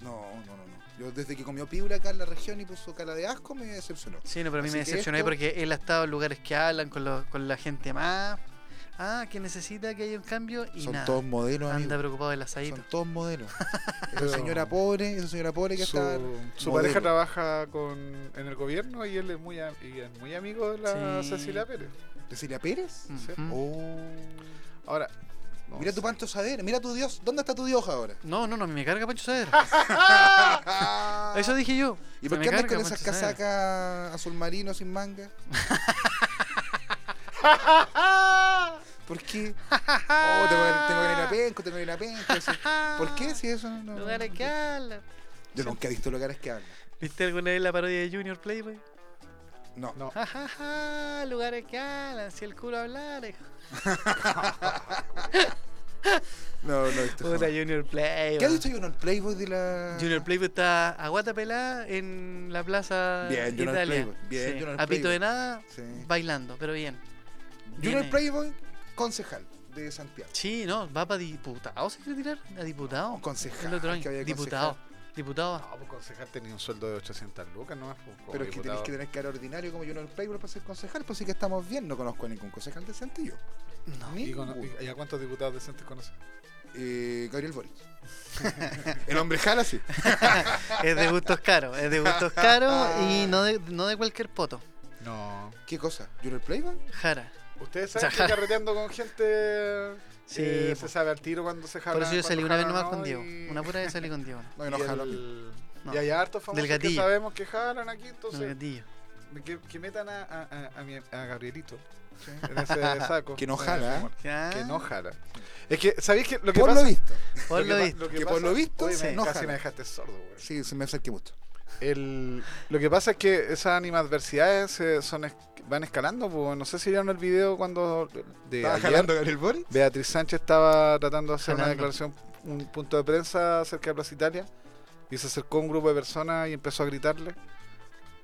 Speaker 2: No, no, no, no. Yo desde que comió pibra acá en la región y puso cara de asco me decepcionó.
Speaker 3: Sí, no, pero a mí
Speaker 2: Así
Speaker 3: me
Speaker 2: que
Speaker 3: decepcionó ahí
Speaker 2: esto-
Speaker 3: porque él ha estado en lugares que hablan con, los- con la gente más. Ah, que necesita que haya un cambio y
Speaker 2: Son
Speaker 3: nada.
Speaker 2: todos modelos,
Speaker 3: Anda
Speaker 2: amigo.
Speaker 3: preocupado del
Speaker 2: Son
Speaker 3: asadito.
Speaker 2: todos modelos.
Speaker 4: Pero-
Speaker 2: esa señora pobre, esa señora pobre que
Speaker 4: Su,
Speaker 2: está...
Speaker 4: su
Speaker 2: modelo.
Speaker 4: pareja trabaja con, en el gobierno y él es muy, am- y es muy amigo de la
Speaker 3: Sí.
Speaker 4: Cecilia Pérez.
Speaker 2: ¿Cecilia Pérez?
Speaker 4: sí.
Speaker 3: Ujú.
Speaker 2: Oh.
Speaker 4: Ahora, no
Speaker 2: Mira
Speaker 4: sé.
Speaker 2: tu Pancho Saavedra, mira tu Dios. ¿Dónde está tu Dios ahora?
Speaker 3: No, no, no, me carga Pancho
Speaker 2: [laughs]
Speaker 3: Saavedra. [laughs] Eso dije yo.
Speaker 2: ¿Y por
Speaker 3: Me
Speaker 2: qué andas
Speaker 3: carga
Speaker 2: con esas
Speaker 3: Pancho Saavedra.
Speaker 2: casacas azul marino sin manga?
Speaker 3: [laughs]
Speaker 2: ¿Por qué? Oh, tengo, que- tengo que ir a penco, tengo que ir a penco. eso. ¿Por qué si eso no- no?
Speaker 3: Lugares que hablan.
Speaker 2: Yo nunca he visto lugares que hablan.
Speaker 3: ¿Viste alguna vez la parodia de Junior Playboy?
Speaker 2: No.
Speaker 4: No.
Speaker 3: Ja, ja, ja, [laughs] lugares que hablan, si el culo hablara.
Speaker 2: No, no he visto.
Speaker 3: Puta
Speaker 2: jamás.
Speaker 3: Junior Playboy.
Speaker 2: ¿Qué ha dicho Junior Playboy de la.
Speaker 3: Junior Playboy está a guata pelada en la plaza
Speaker 2: Bien, Junior
Speaker 3: Italia.
Speaker 2: Playboy, bien,
Speaker 3: Sí,
Speaker 2: Junior
Speaker 3: a pito
Speaker 2: Playboy.
Speaker 3: de nada,
Speaker 2: Sí.
Speaker 3: bailando, pero bien. Bien
Speaker 2: Junior
Speaker 3: ahí.
Speaker 2: Playboy, concejal de Santiago.
Speaker 3: Sí, no, va para diputado, se quiere tirar. A diputado.
Speaker 2: Un concejal.
Speaker 3: El otro año.
Speaker 2: que había
Speaker 3: Diputado.
Speaker 2: concejal.
Speaker 3: Diputado. va.
Speaker 4: No, pues concejal tenía un sueldo de 800 lucas nomás. pues, como
Speaker 2: Pero es que tenés
Speaker 4: diputado.
Speaker 2: que tener cara ordinario como Junior Playboy para ser concejal, pues sí que estamos bien. No conozco a ningún concejal decente yo.
Speaker 3: No.
Speaker 4: ¿Y, cono-
Speaker 2: Ninguno.
Speaker 4: y- y a cuántos diputados decentes conoces?
Speaker 2: Eh, Gabriel Boric. [laughs] El hombre jala, sí.
Speaker 3: Es de gustos caros, es de
Speaker 4: [laughs]
Speaker 3: gustos caros y no de, no de cualquier poto.
Speaker 4: No.
Speaker 2: ¿Qué cosa? ¿Junior Playboy?
Speaker 3: Jara.
Speaker 4: Ustedes
Speaker 3: O sea,
Speaker 4: saben
Speaker 3: [laughs]
Speaker 4: que carreteando con gente
Speaker 3: Sí,
Speaker 4: eh,
Speaker 3: po.
Speaker 4: se sabe al tiro cuando se jala.
Speaker 3: Por eso yo
Speaker 4: cuando
Speaker 3: salí una vez
Speaker 4: jala,
Speaker 3: nomás
Speaker 4: ¿no?
Speaker 3: con Diego.
Speaker 4: Y- [laughs]
Speaker 3: Una pura vez salí con Diego.
Speaker 2: No, yo
Speaker 4: y
Speaker 2: no jalo.
Speaker 4: el-
Speaker 3: No.
Speaker 4: Y hay hartos famosos
Speaker 3: Del
Speaker 4: que
Speaker 3: gatillo.
Speaker 4: sabemos que jalan aquí,
Speaker 3: Con el
Speaker 4: entonces
Speaker 3: gatillo.
Speaker 4: que, que metan a, a- a- a mi- a Gabrielito en
Speaker 3: [laughs]
Speaker 4: ese saco.
Speaker 2: Que no jala, ¿eh?
Speaker 3: Ya.
Speaker 4: Que no jala. Es que, ¿sabéis que lo que
Speaker 2: Por
Speaker 4: pasa?
Speaker 2: lo visto.
Speaker 3: Por
Speaker 4: que
Speaker 3: lo
Speaker 4: pa-
Speaker 3: visto.
Speaker 4: que
Speaker 2: Que por
Speaker 4: pasa-
Speaker 2: lo visto
Speaker 4: Oye,
Speaker 2: se
Speaker 4: me-
Speaker 2: enoja.
Speaker 4: Casi me dejaste sordo, güey.
Speaker 2: Sí, se me acerqué mucho.
Speaker 4: El- lo que pasa es que esas animadversidades eh, son es- van escalando. po. No sé si vieron el video cuando de
Speaker 2: ¿Estaba
Speaker 4: ayer
Speaker 2: jalando Gabriel Boric?
Speaker 4: Beatriz Sánchez estaba tratando de hacer una
Speaker 3: Jalando.
Speaker 4: declaración, un punto de prensa acerca de Plaza Italia. Y se acercó un grupo de personas y empezó a gritarle.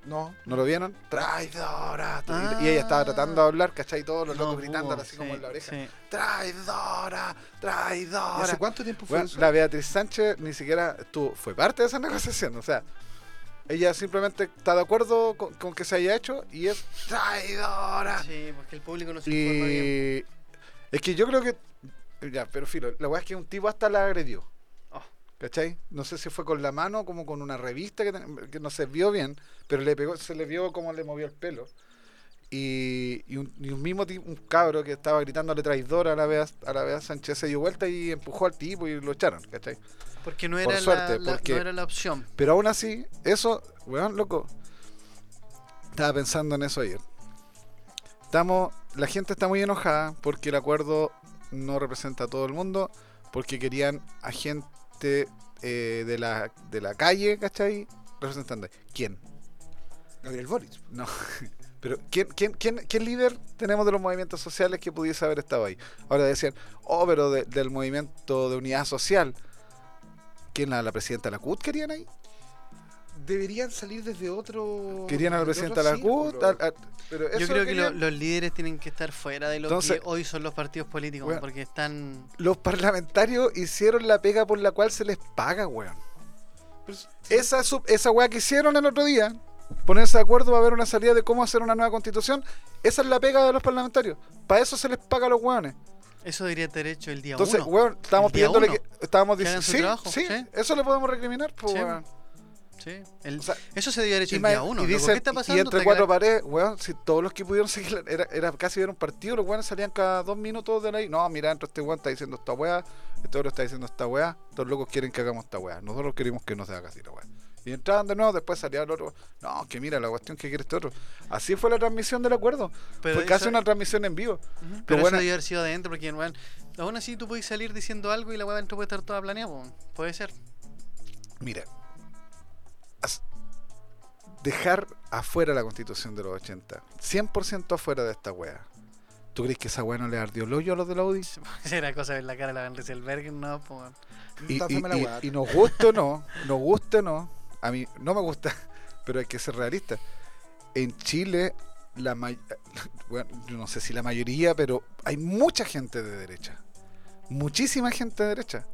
Speaker 2: No.
Speaker 4: ¿No lo vieron? ¡Traidora!
Speaker 3: Ah.
Speaker 4: Y ella estaba tratando de hablar, ¿cachai? Todos los
Speaker 3: No
Speaker 4: locos gritándole
Speaker 3: pudo,
Speaker 2: pues,
Speaker 4: así como
Speaker 3: sí,
Speaker 4: en la oreja.
Speaker 3: sí.
Speaker 4: ¡Traidora!
Speaker 2: ¿Y ¿Hace
Speaker 4: ¡Traidora!
Speaker 2: cuánto tiempo fue
Speaker 4: Bueno,
Speaker 2: eso?
Speaker 4: la Beatriz Sánchez ni siquiera estuvo- fue parte de esa [laughs] negociación, o sea, ella simplemente está de acuerdo con, con que se haya hecho y es traidora.
Speaker 3: Sí, porque el público no se informa bien.
Speaker 4: Y Eh, es que yo creo que, ya, pero filo, la weá es que un tipo hasta la agredió.
Speaker 3: Oh.
Speaker 4: ¿Cachai? No sé si fue con la mano o como con una revista que, ten- que no se vio bien, pero le pegó, se le vio cómo le movió el pelo. Y, y un, y un mismo tipo, un cabro que estaba gritándole traidor a la Bea, a la Bea Sánchez se dio vuelta y empujó al tipo y lo echaron, ¿cachai?
Speaker 3: Porque no
Speaker 4: por
Speaker 3: era, la-
Speaker 4: suerte,
Speaker 3: la,
Speaker 4: porque-
Speaker 3: no era la opción.
Speaker 4: Pero aún así, eso, weón, loco. Estaba pensando en eso ayer. Estamos, la gente está muy enojada porque el acuerdo no representa a todo el mundo, porque querían a gente eh, de, la, de la calle, ¿cachai? Representante. ¿Quién?
Speaker 2: Gabriel Boric.
Speaker 4: No. Pero, ¿quién, quién, quién, ¿qué líder tenemos de los movimientos sociales que pudiese haber estado ahí? Ahora decían, oh, pero de- del movimiento de unidad social. ¿Quién? ¿La, la presidenta de la CUT querían ahí?
Speaker 2: Deberían salir desde otro.
Speaker 4: Querían al
Speaker 2: desde
Speaker 4: presidente
Speaker 2: otro
Speaker 4: de la CUT.
Speaker 2: círculo.
Speaker 4: al- al- pero eso
Speaker 3: Yo creo que lo-
Speaker 4: querían.
Speaker 3: los líderes tienen que estar fuera de lo
Speaker 4: Entonces-
Speaker 3: que hoy son los partidos políticos,
Speaker 4: Bueno.
Speaker 3: porque están...
Speaker 4: los parlamentarios hicieron la pega por la cual se les paga, weón.
Speaker 2: Pero es-
Speaker 4: Esa, sub- esa weá que hicieron el otro día, ponerse de acuerdo para ver una salida de cómo hacer una nueva constitución, esa es la pega de los parlamentarios. Para eso se les paga a los weones.
Speaker 3: Eso debería estar hecho el día
Speaker 4: Entonces,
Speaker 3: uno.
Speaker 4: weón, estábamos
Speaker 3: El día
Speaker 4: pidiéndole
Speaker 3: uno.
Speaker 4: que. Estábamos
Speaker 3: Que hagan
Speaker 4: diciendo.
Speaker 3: su
Speaker 4: Sí,
Speaker 3: trabajo,
Speaker 4: sí,
Speaker 3: sí.
Speaker 4: eso le podemos recriminar, pues,
Speaker 3: Sí,
Speaker 4: weón.
Speaker 3: Sí, el-
Speaker 4: O sea,
Speaker 3: eso se debería haber hecho el
Speaker 4: ma-
Speaker 3: día uno.
Speaker 4: y
Speaker 3: loco.
Speaker 4: dicen-
Speaker 3: ¿Qué está
Speaker 4: y-
Speaker 3: pasando?
Speaker 4: y entre
Speaker 3: Hasta
Speaker 4: cuatro
Speaker 3: que la-
Speaker 4: paredes, weón, si todos los que pudieron [laughs] seguir, la- era, era casi ver un partido, los weones salían cada dos minutos de ahí. No, mira, dentro este weón está diciendo esta weá, este otro está diciendo esta weá, los locos quieren que hagamos esta weá, nosotros queremos que no se haga así la weá. Y entraban de nuevo, después salía el otro, no, que mira la cuestión que quiere este otro. Así fue la transmisión del acuerdo,
Speaker 3: Pero
Speaker 4: fue casi
Speaker 3: eso-
Speaker 4: una transmisión en vivo.
Speaker 3: Ujú, Pero,
Speaker 4: pero
Speaker 3: eso
Speaker 4: bueno-
Speaker 3: debió haber sido adentro, porque weón, aún así tú puedes salir diciendo algo y la weá adentro puede estar toda planeada, po. puede ser. [laughs]
Speaker 4: Mira, as- dejar afuera la constitución de los 80, 100% afuera de esta wea. ¿Tú crees que esa wea no le ardió el hoyo a los de la UDI?
Speaker 3: Será cosa de ver la cara de la Van Rieselberg, no, po. weón.
Speaker 4: Y,
Speaker 2: Está
Speaker 4: y-
Speaker 2: fome la
Speaker 4: y-
Speaker 2: weá.
Speaker 4: y nos gusta o no, nos gusta o no, a mí no me gusta, [laughs] pero hay que ser realista. En Chile, la may- [laughs] bueno, yo no sé si la mayoría, pero hay mucha gente de derecha. Muchísima gente de derecha.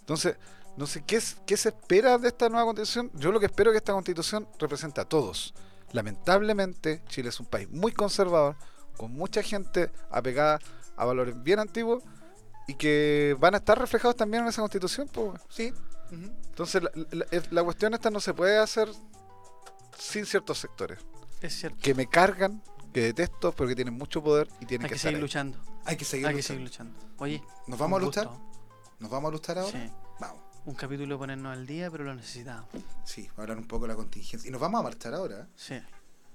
Speaker 4: Entonces, no sé qué, es- qué se espera de esta nueva constitución. Yo lo que espero es que esta constitución represente a todos. Lamentablemente, Chile es un país muy conservador, con mucha gente apegada a valores bien antiguos y que van a estar reflejados también en esa constitución. po, weón.
Speaker 2: Sí.
Speaker 4: Entonces, la, la- eh, la- la cuestión esta no se puede hacer sin ciertos sectores
Speaker 3: Es cierto.
Speaker 4: que me cargan, que detesto, pero que tienen mucho poder y tienen
Speaker 3: Hay
Speaker 4: que,
Speaker 3: que
Speaker 4: estar
Speaker 3: seguir
Speaker 4: ahí.
Speaker 3: luchando.
Speaker 2: Hay que seguir
Speaker 3: Hay que seguir
Speaker 2: luchando.
Speaker 3: luchando. Oye,
Speaker 2: ¿Nos vamos
Speaker 3: un
Speaker 2: a luchar?
Speaker 3: gusto.
Speaker 2: ¿Nos vamos a luchar ahora?
Speaker 3: Sí.
Speaker 2: Vamos.
Speaker 3: Un capítulo de ponernos al día, pero lo necesitamos.
Speaker 2: Sí, vamos a hablar un poco de la contingencia. Y nos vamos a marchar ahora. ¿eh?
Speaker 3: Sí.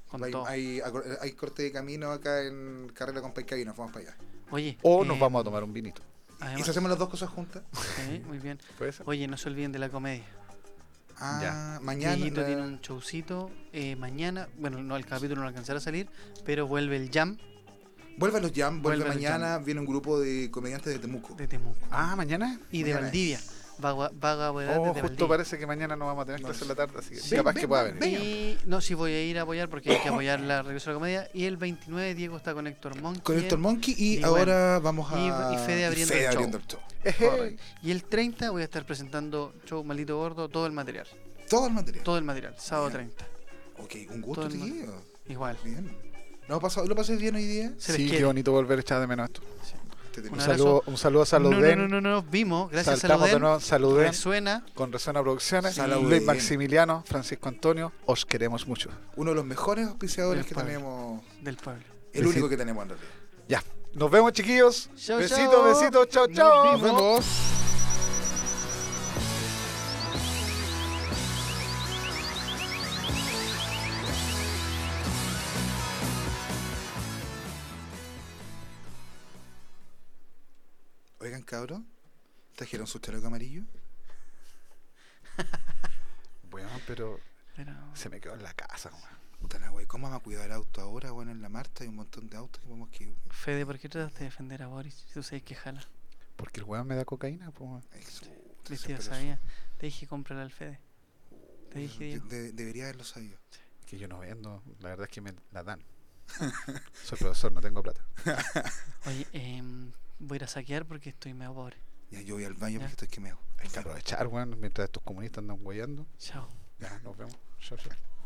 Speaker 3: Con
Speaker 2: Hay,
Speaker 3: todo.
Speaker 2: hay, eh, hay corte de camino acá en Carrera con Pesca y nos vamos para allá.
Speaker 3: Oye.
Speaker 4: O
Speaker 3: eh,
Speaker 4: nos vamos a tomar un vinito.
Speaker 2: ¿Y
Speaker 3: además-
Speaker 2: si
Speaker 3: [laughs]
Speaker 2: hacemos las dos cosas juntas?
Speaker 3: sí, muy bien.
Speaker 4: ¿Puede ser?
Speaker 3: Oye, no se olviden de la comedia.
Speaker 2: Ah, mañana.
Speaker 3: Dieguito
Speaker 4: eh,
Speaker 2: la-
Speaker 3: tiene un showcito eh, mañana. Bueno, no, el capítulo no alcanzará a salir, pero vuelve el Jam
Speaker 2: Vuelve a los Jam, vuelve,
Speaker 3: Vuelve a los
Speaker 2: mañana. Viene un grupo de comediantes de Temuco.
Speaker 3: de Temuco
Speaker 4: Ah, mañana.
Speaker 3: y de
Speaker 2: mañana
Speaker 3: Valdivia. Vaga-
Speaker 4: Oh,
Speaker 3: Vagabodad desde
Speaker 4: justo
Speaker 3: Valdivia.
Speaker 4: parece que mañana no vamos a tener
Speaker 2: No
Speaker 4: clase en
Speaker 2: sé.
Speaker 4: la tarde, así que
Speaker 2: Sí,
Speaker 4: capaz
Speaker 2: ven,
Speaker 4: que pueda
Speaker 2: ven,
Speaker 4: venir.
Speaker 3: Y no, sí voy a ir a apoyar porque hay que apoyar la regreso a la comedia. Y el 29 Diego está con Héctor Monkey.
Speaker 2: Con Héctor Monkey y,
Speaker 3: y
Speaker 2: ahora vamos a.
Speaker 3: y- y Fede abriendo el show.
Speaker 2: abriendo el show.
Speaker 4: Ejé.
Speaker 3: Correcto. Y el 30 voy a estar presentando show Maldito Gordo, todo el material.
Speaker 2: Todo el material.
Speaker 3: Todo el material, sábado
Speaker 2: Ya.
Speaker 3: 30.
Speaker 2: Ok, un gusto,
Speaker 3: todo el
Speaker 2: tío.
Speaker 3: Igual.
Speaker 2: Bien. ¿Lo pasó, ¿Lo pasé bien hoy día?
Speaker 3: Se les
Speaker 4: Sí, qué
Speaker 3: quiere.
Speaker 4: bonito volver a echar de menos esto.
Speaker 3: Sí.
Speaker 2: Te
Speaker 4: Un
Speaker 3: Un abrazo.
Speaker 4: saludo, un saludo a
Speaker 3: No, no,
Speaker 4: Saluden.
Speaker 3: no, no, no, nos vimos. Gracias,
Speaker 4: Saltamos de
Speaker 3: Saluden.
Speaker 4: nuevo, Saluden.
Speaker 3: Resuena.
Speaker 4: Con Resona Producciones,
Speaker 2: Saluden.
Speaker 4: Luis Maximiliano, Francisco Antonio, os queremos mucho.
Speaker 2: Uno de los mejores auspiciadores
Speaker 3: Del
Speaker 2: que
Speaker 3: pueblo.
Speaker 2: tenemos.
Speaker 3: del pueblo.
Speaker 2: El
Speaker 4: Besito.
Speaker 2: único que tenemos en realidad.
Speaker 4: Ya, nos vemos chiquillos.
Speaker 3: Chao,
Speaker 4: besitos,
Speaker 3: chao.
Speaker 4: besitos, chao,
Speaker 3: Nos
Speaker 4: chao.
Speaker 3: vemos.
Speaker 2: Oigan, cabros. ¿Trajeron su chaleco amarillo?
Speaker 4: Bueno, pero
Speaker 3: Pero-
Speaker 4: se me quedó en la casa, weón.
Speaker 2: Puta la wey, ¿cómo vamos a cuidar el auto ahora? Bueno, en la Marta hay un montón de autos que podemos que.
Speaker 3: Fede, ¿por qué tratas de defender a Boris? Si tú sabes que jala.
Speaker 4: Porque el weón me da cocaína, pues. weón.
Speaker 2: Eso, puta,
Speaker 3: Viste, ya
Speaker 2: siempre lo
Speaker 3: sabía. Te dije cómprale al Fede. Te
Speaker 2: supe.
Speaker 3: dije, Diego.
Speaker 2: De- debería haberlo sabido.
Speaker 4: Que yo no vendo, la verdad es que me la dan. [laughs] Soy profesor, no tengo plata.
Speaker 3: Oye, em, voy a ir a saquear porque estoy medio pobre.
Speaker 2: Ya yo voy al baño
Speaker 3: Ya.
Speaker 2: porque estoy quemado.
Speaker 4: Hay que aprovechar, weón, mientras estos comunistas andan huellando.
Speaker 3: Chao.
Speaker 4: Ya, nos vemos. Chao, chao.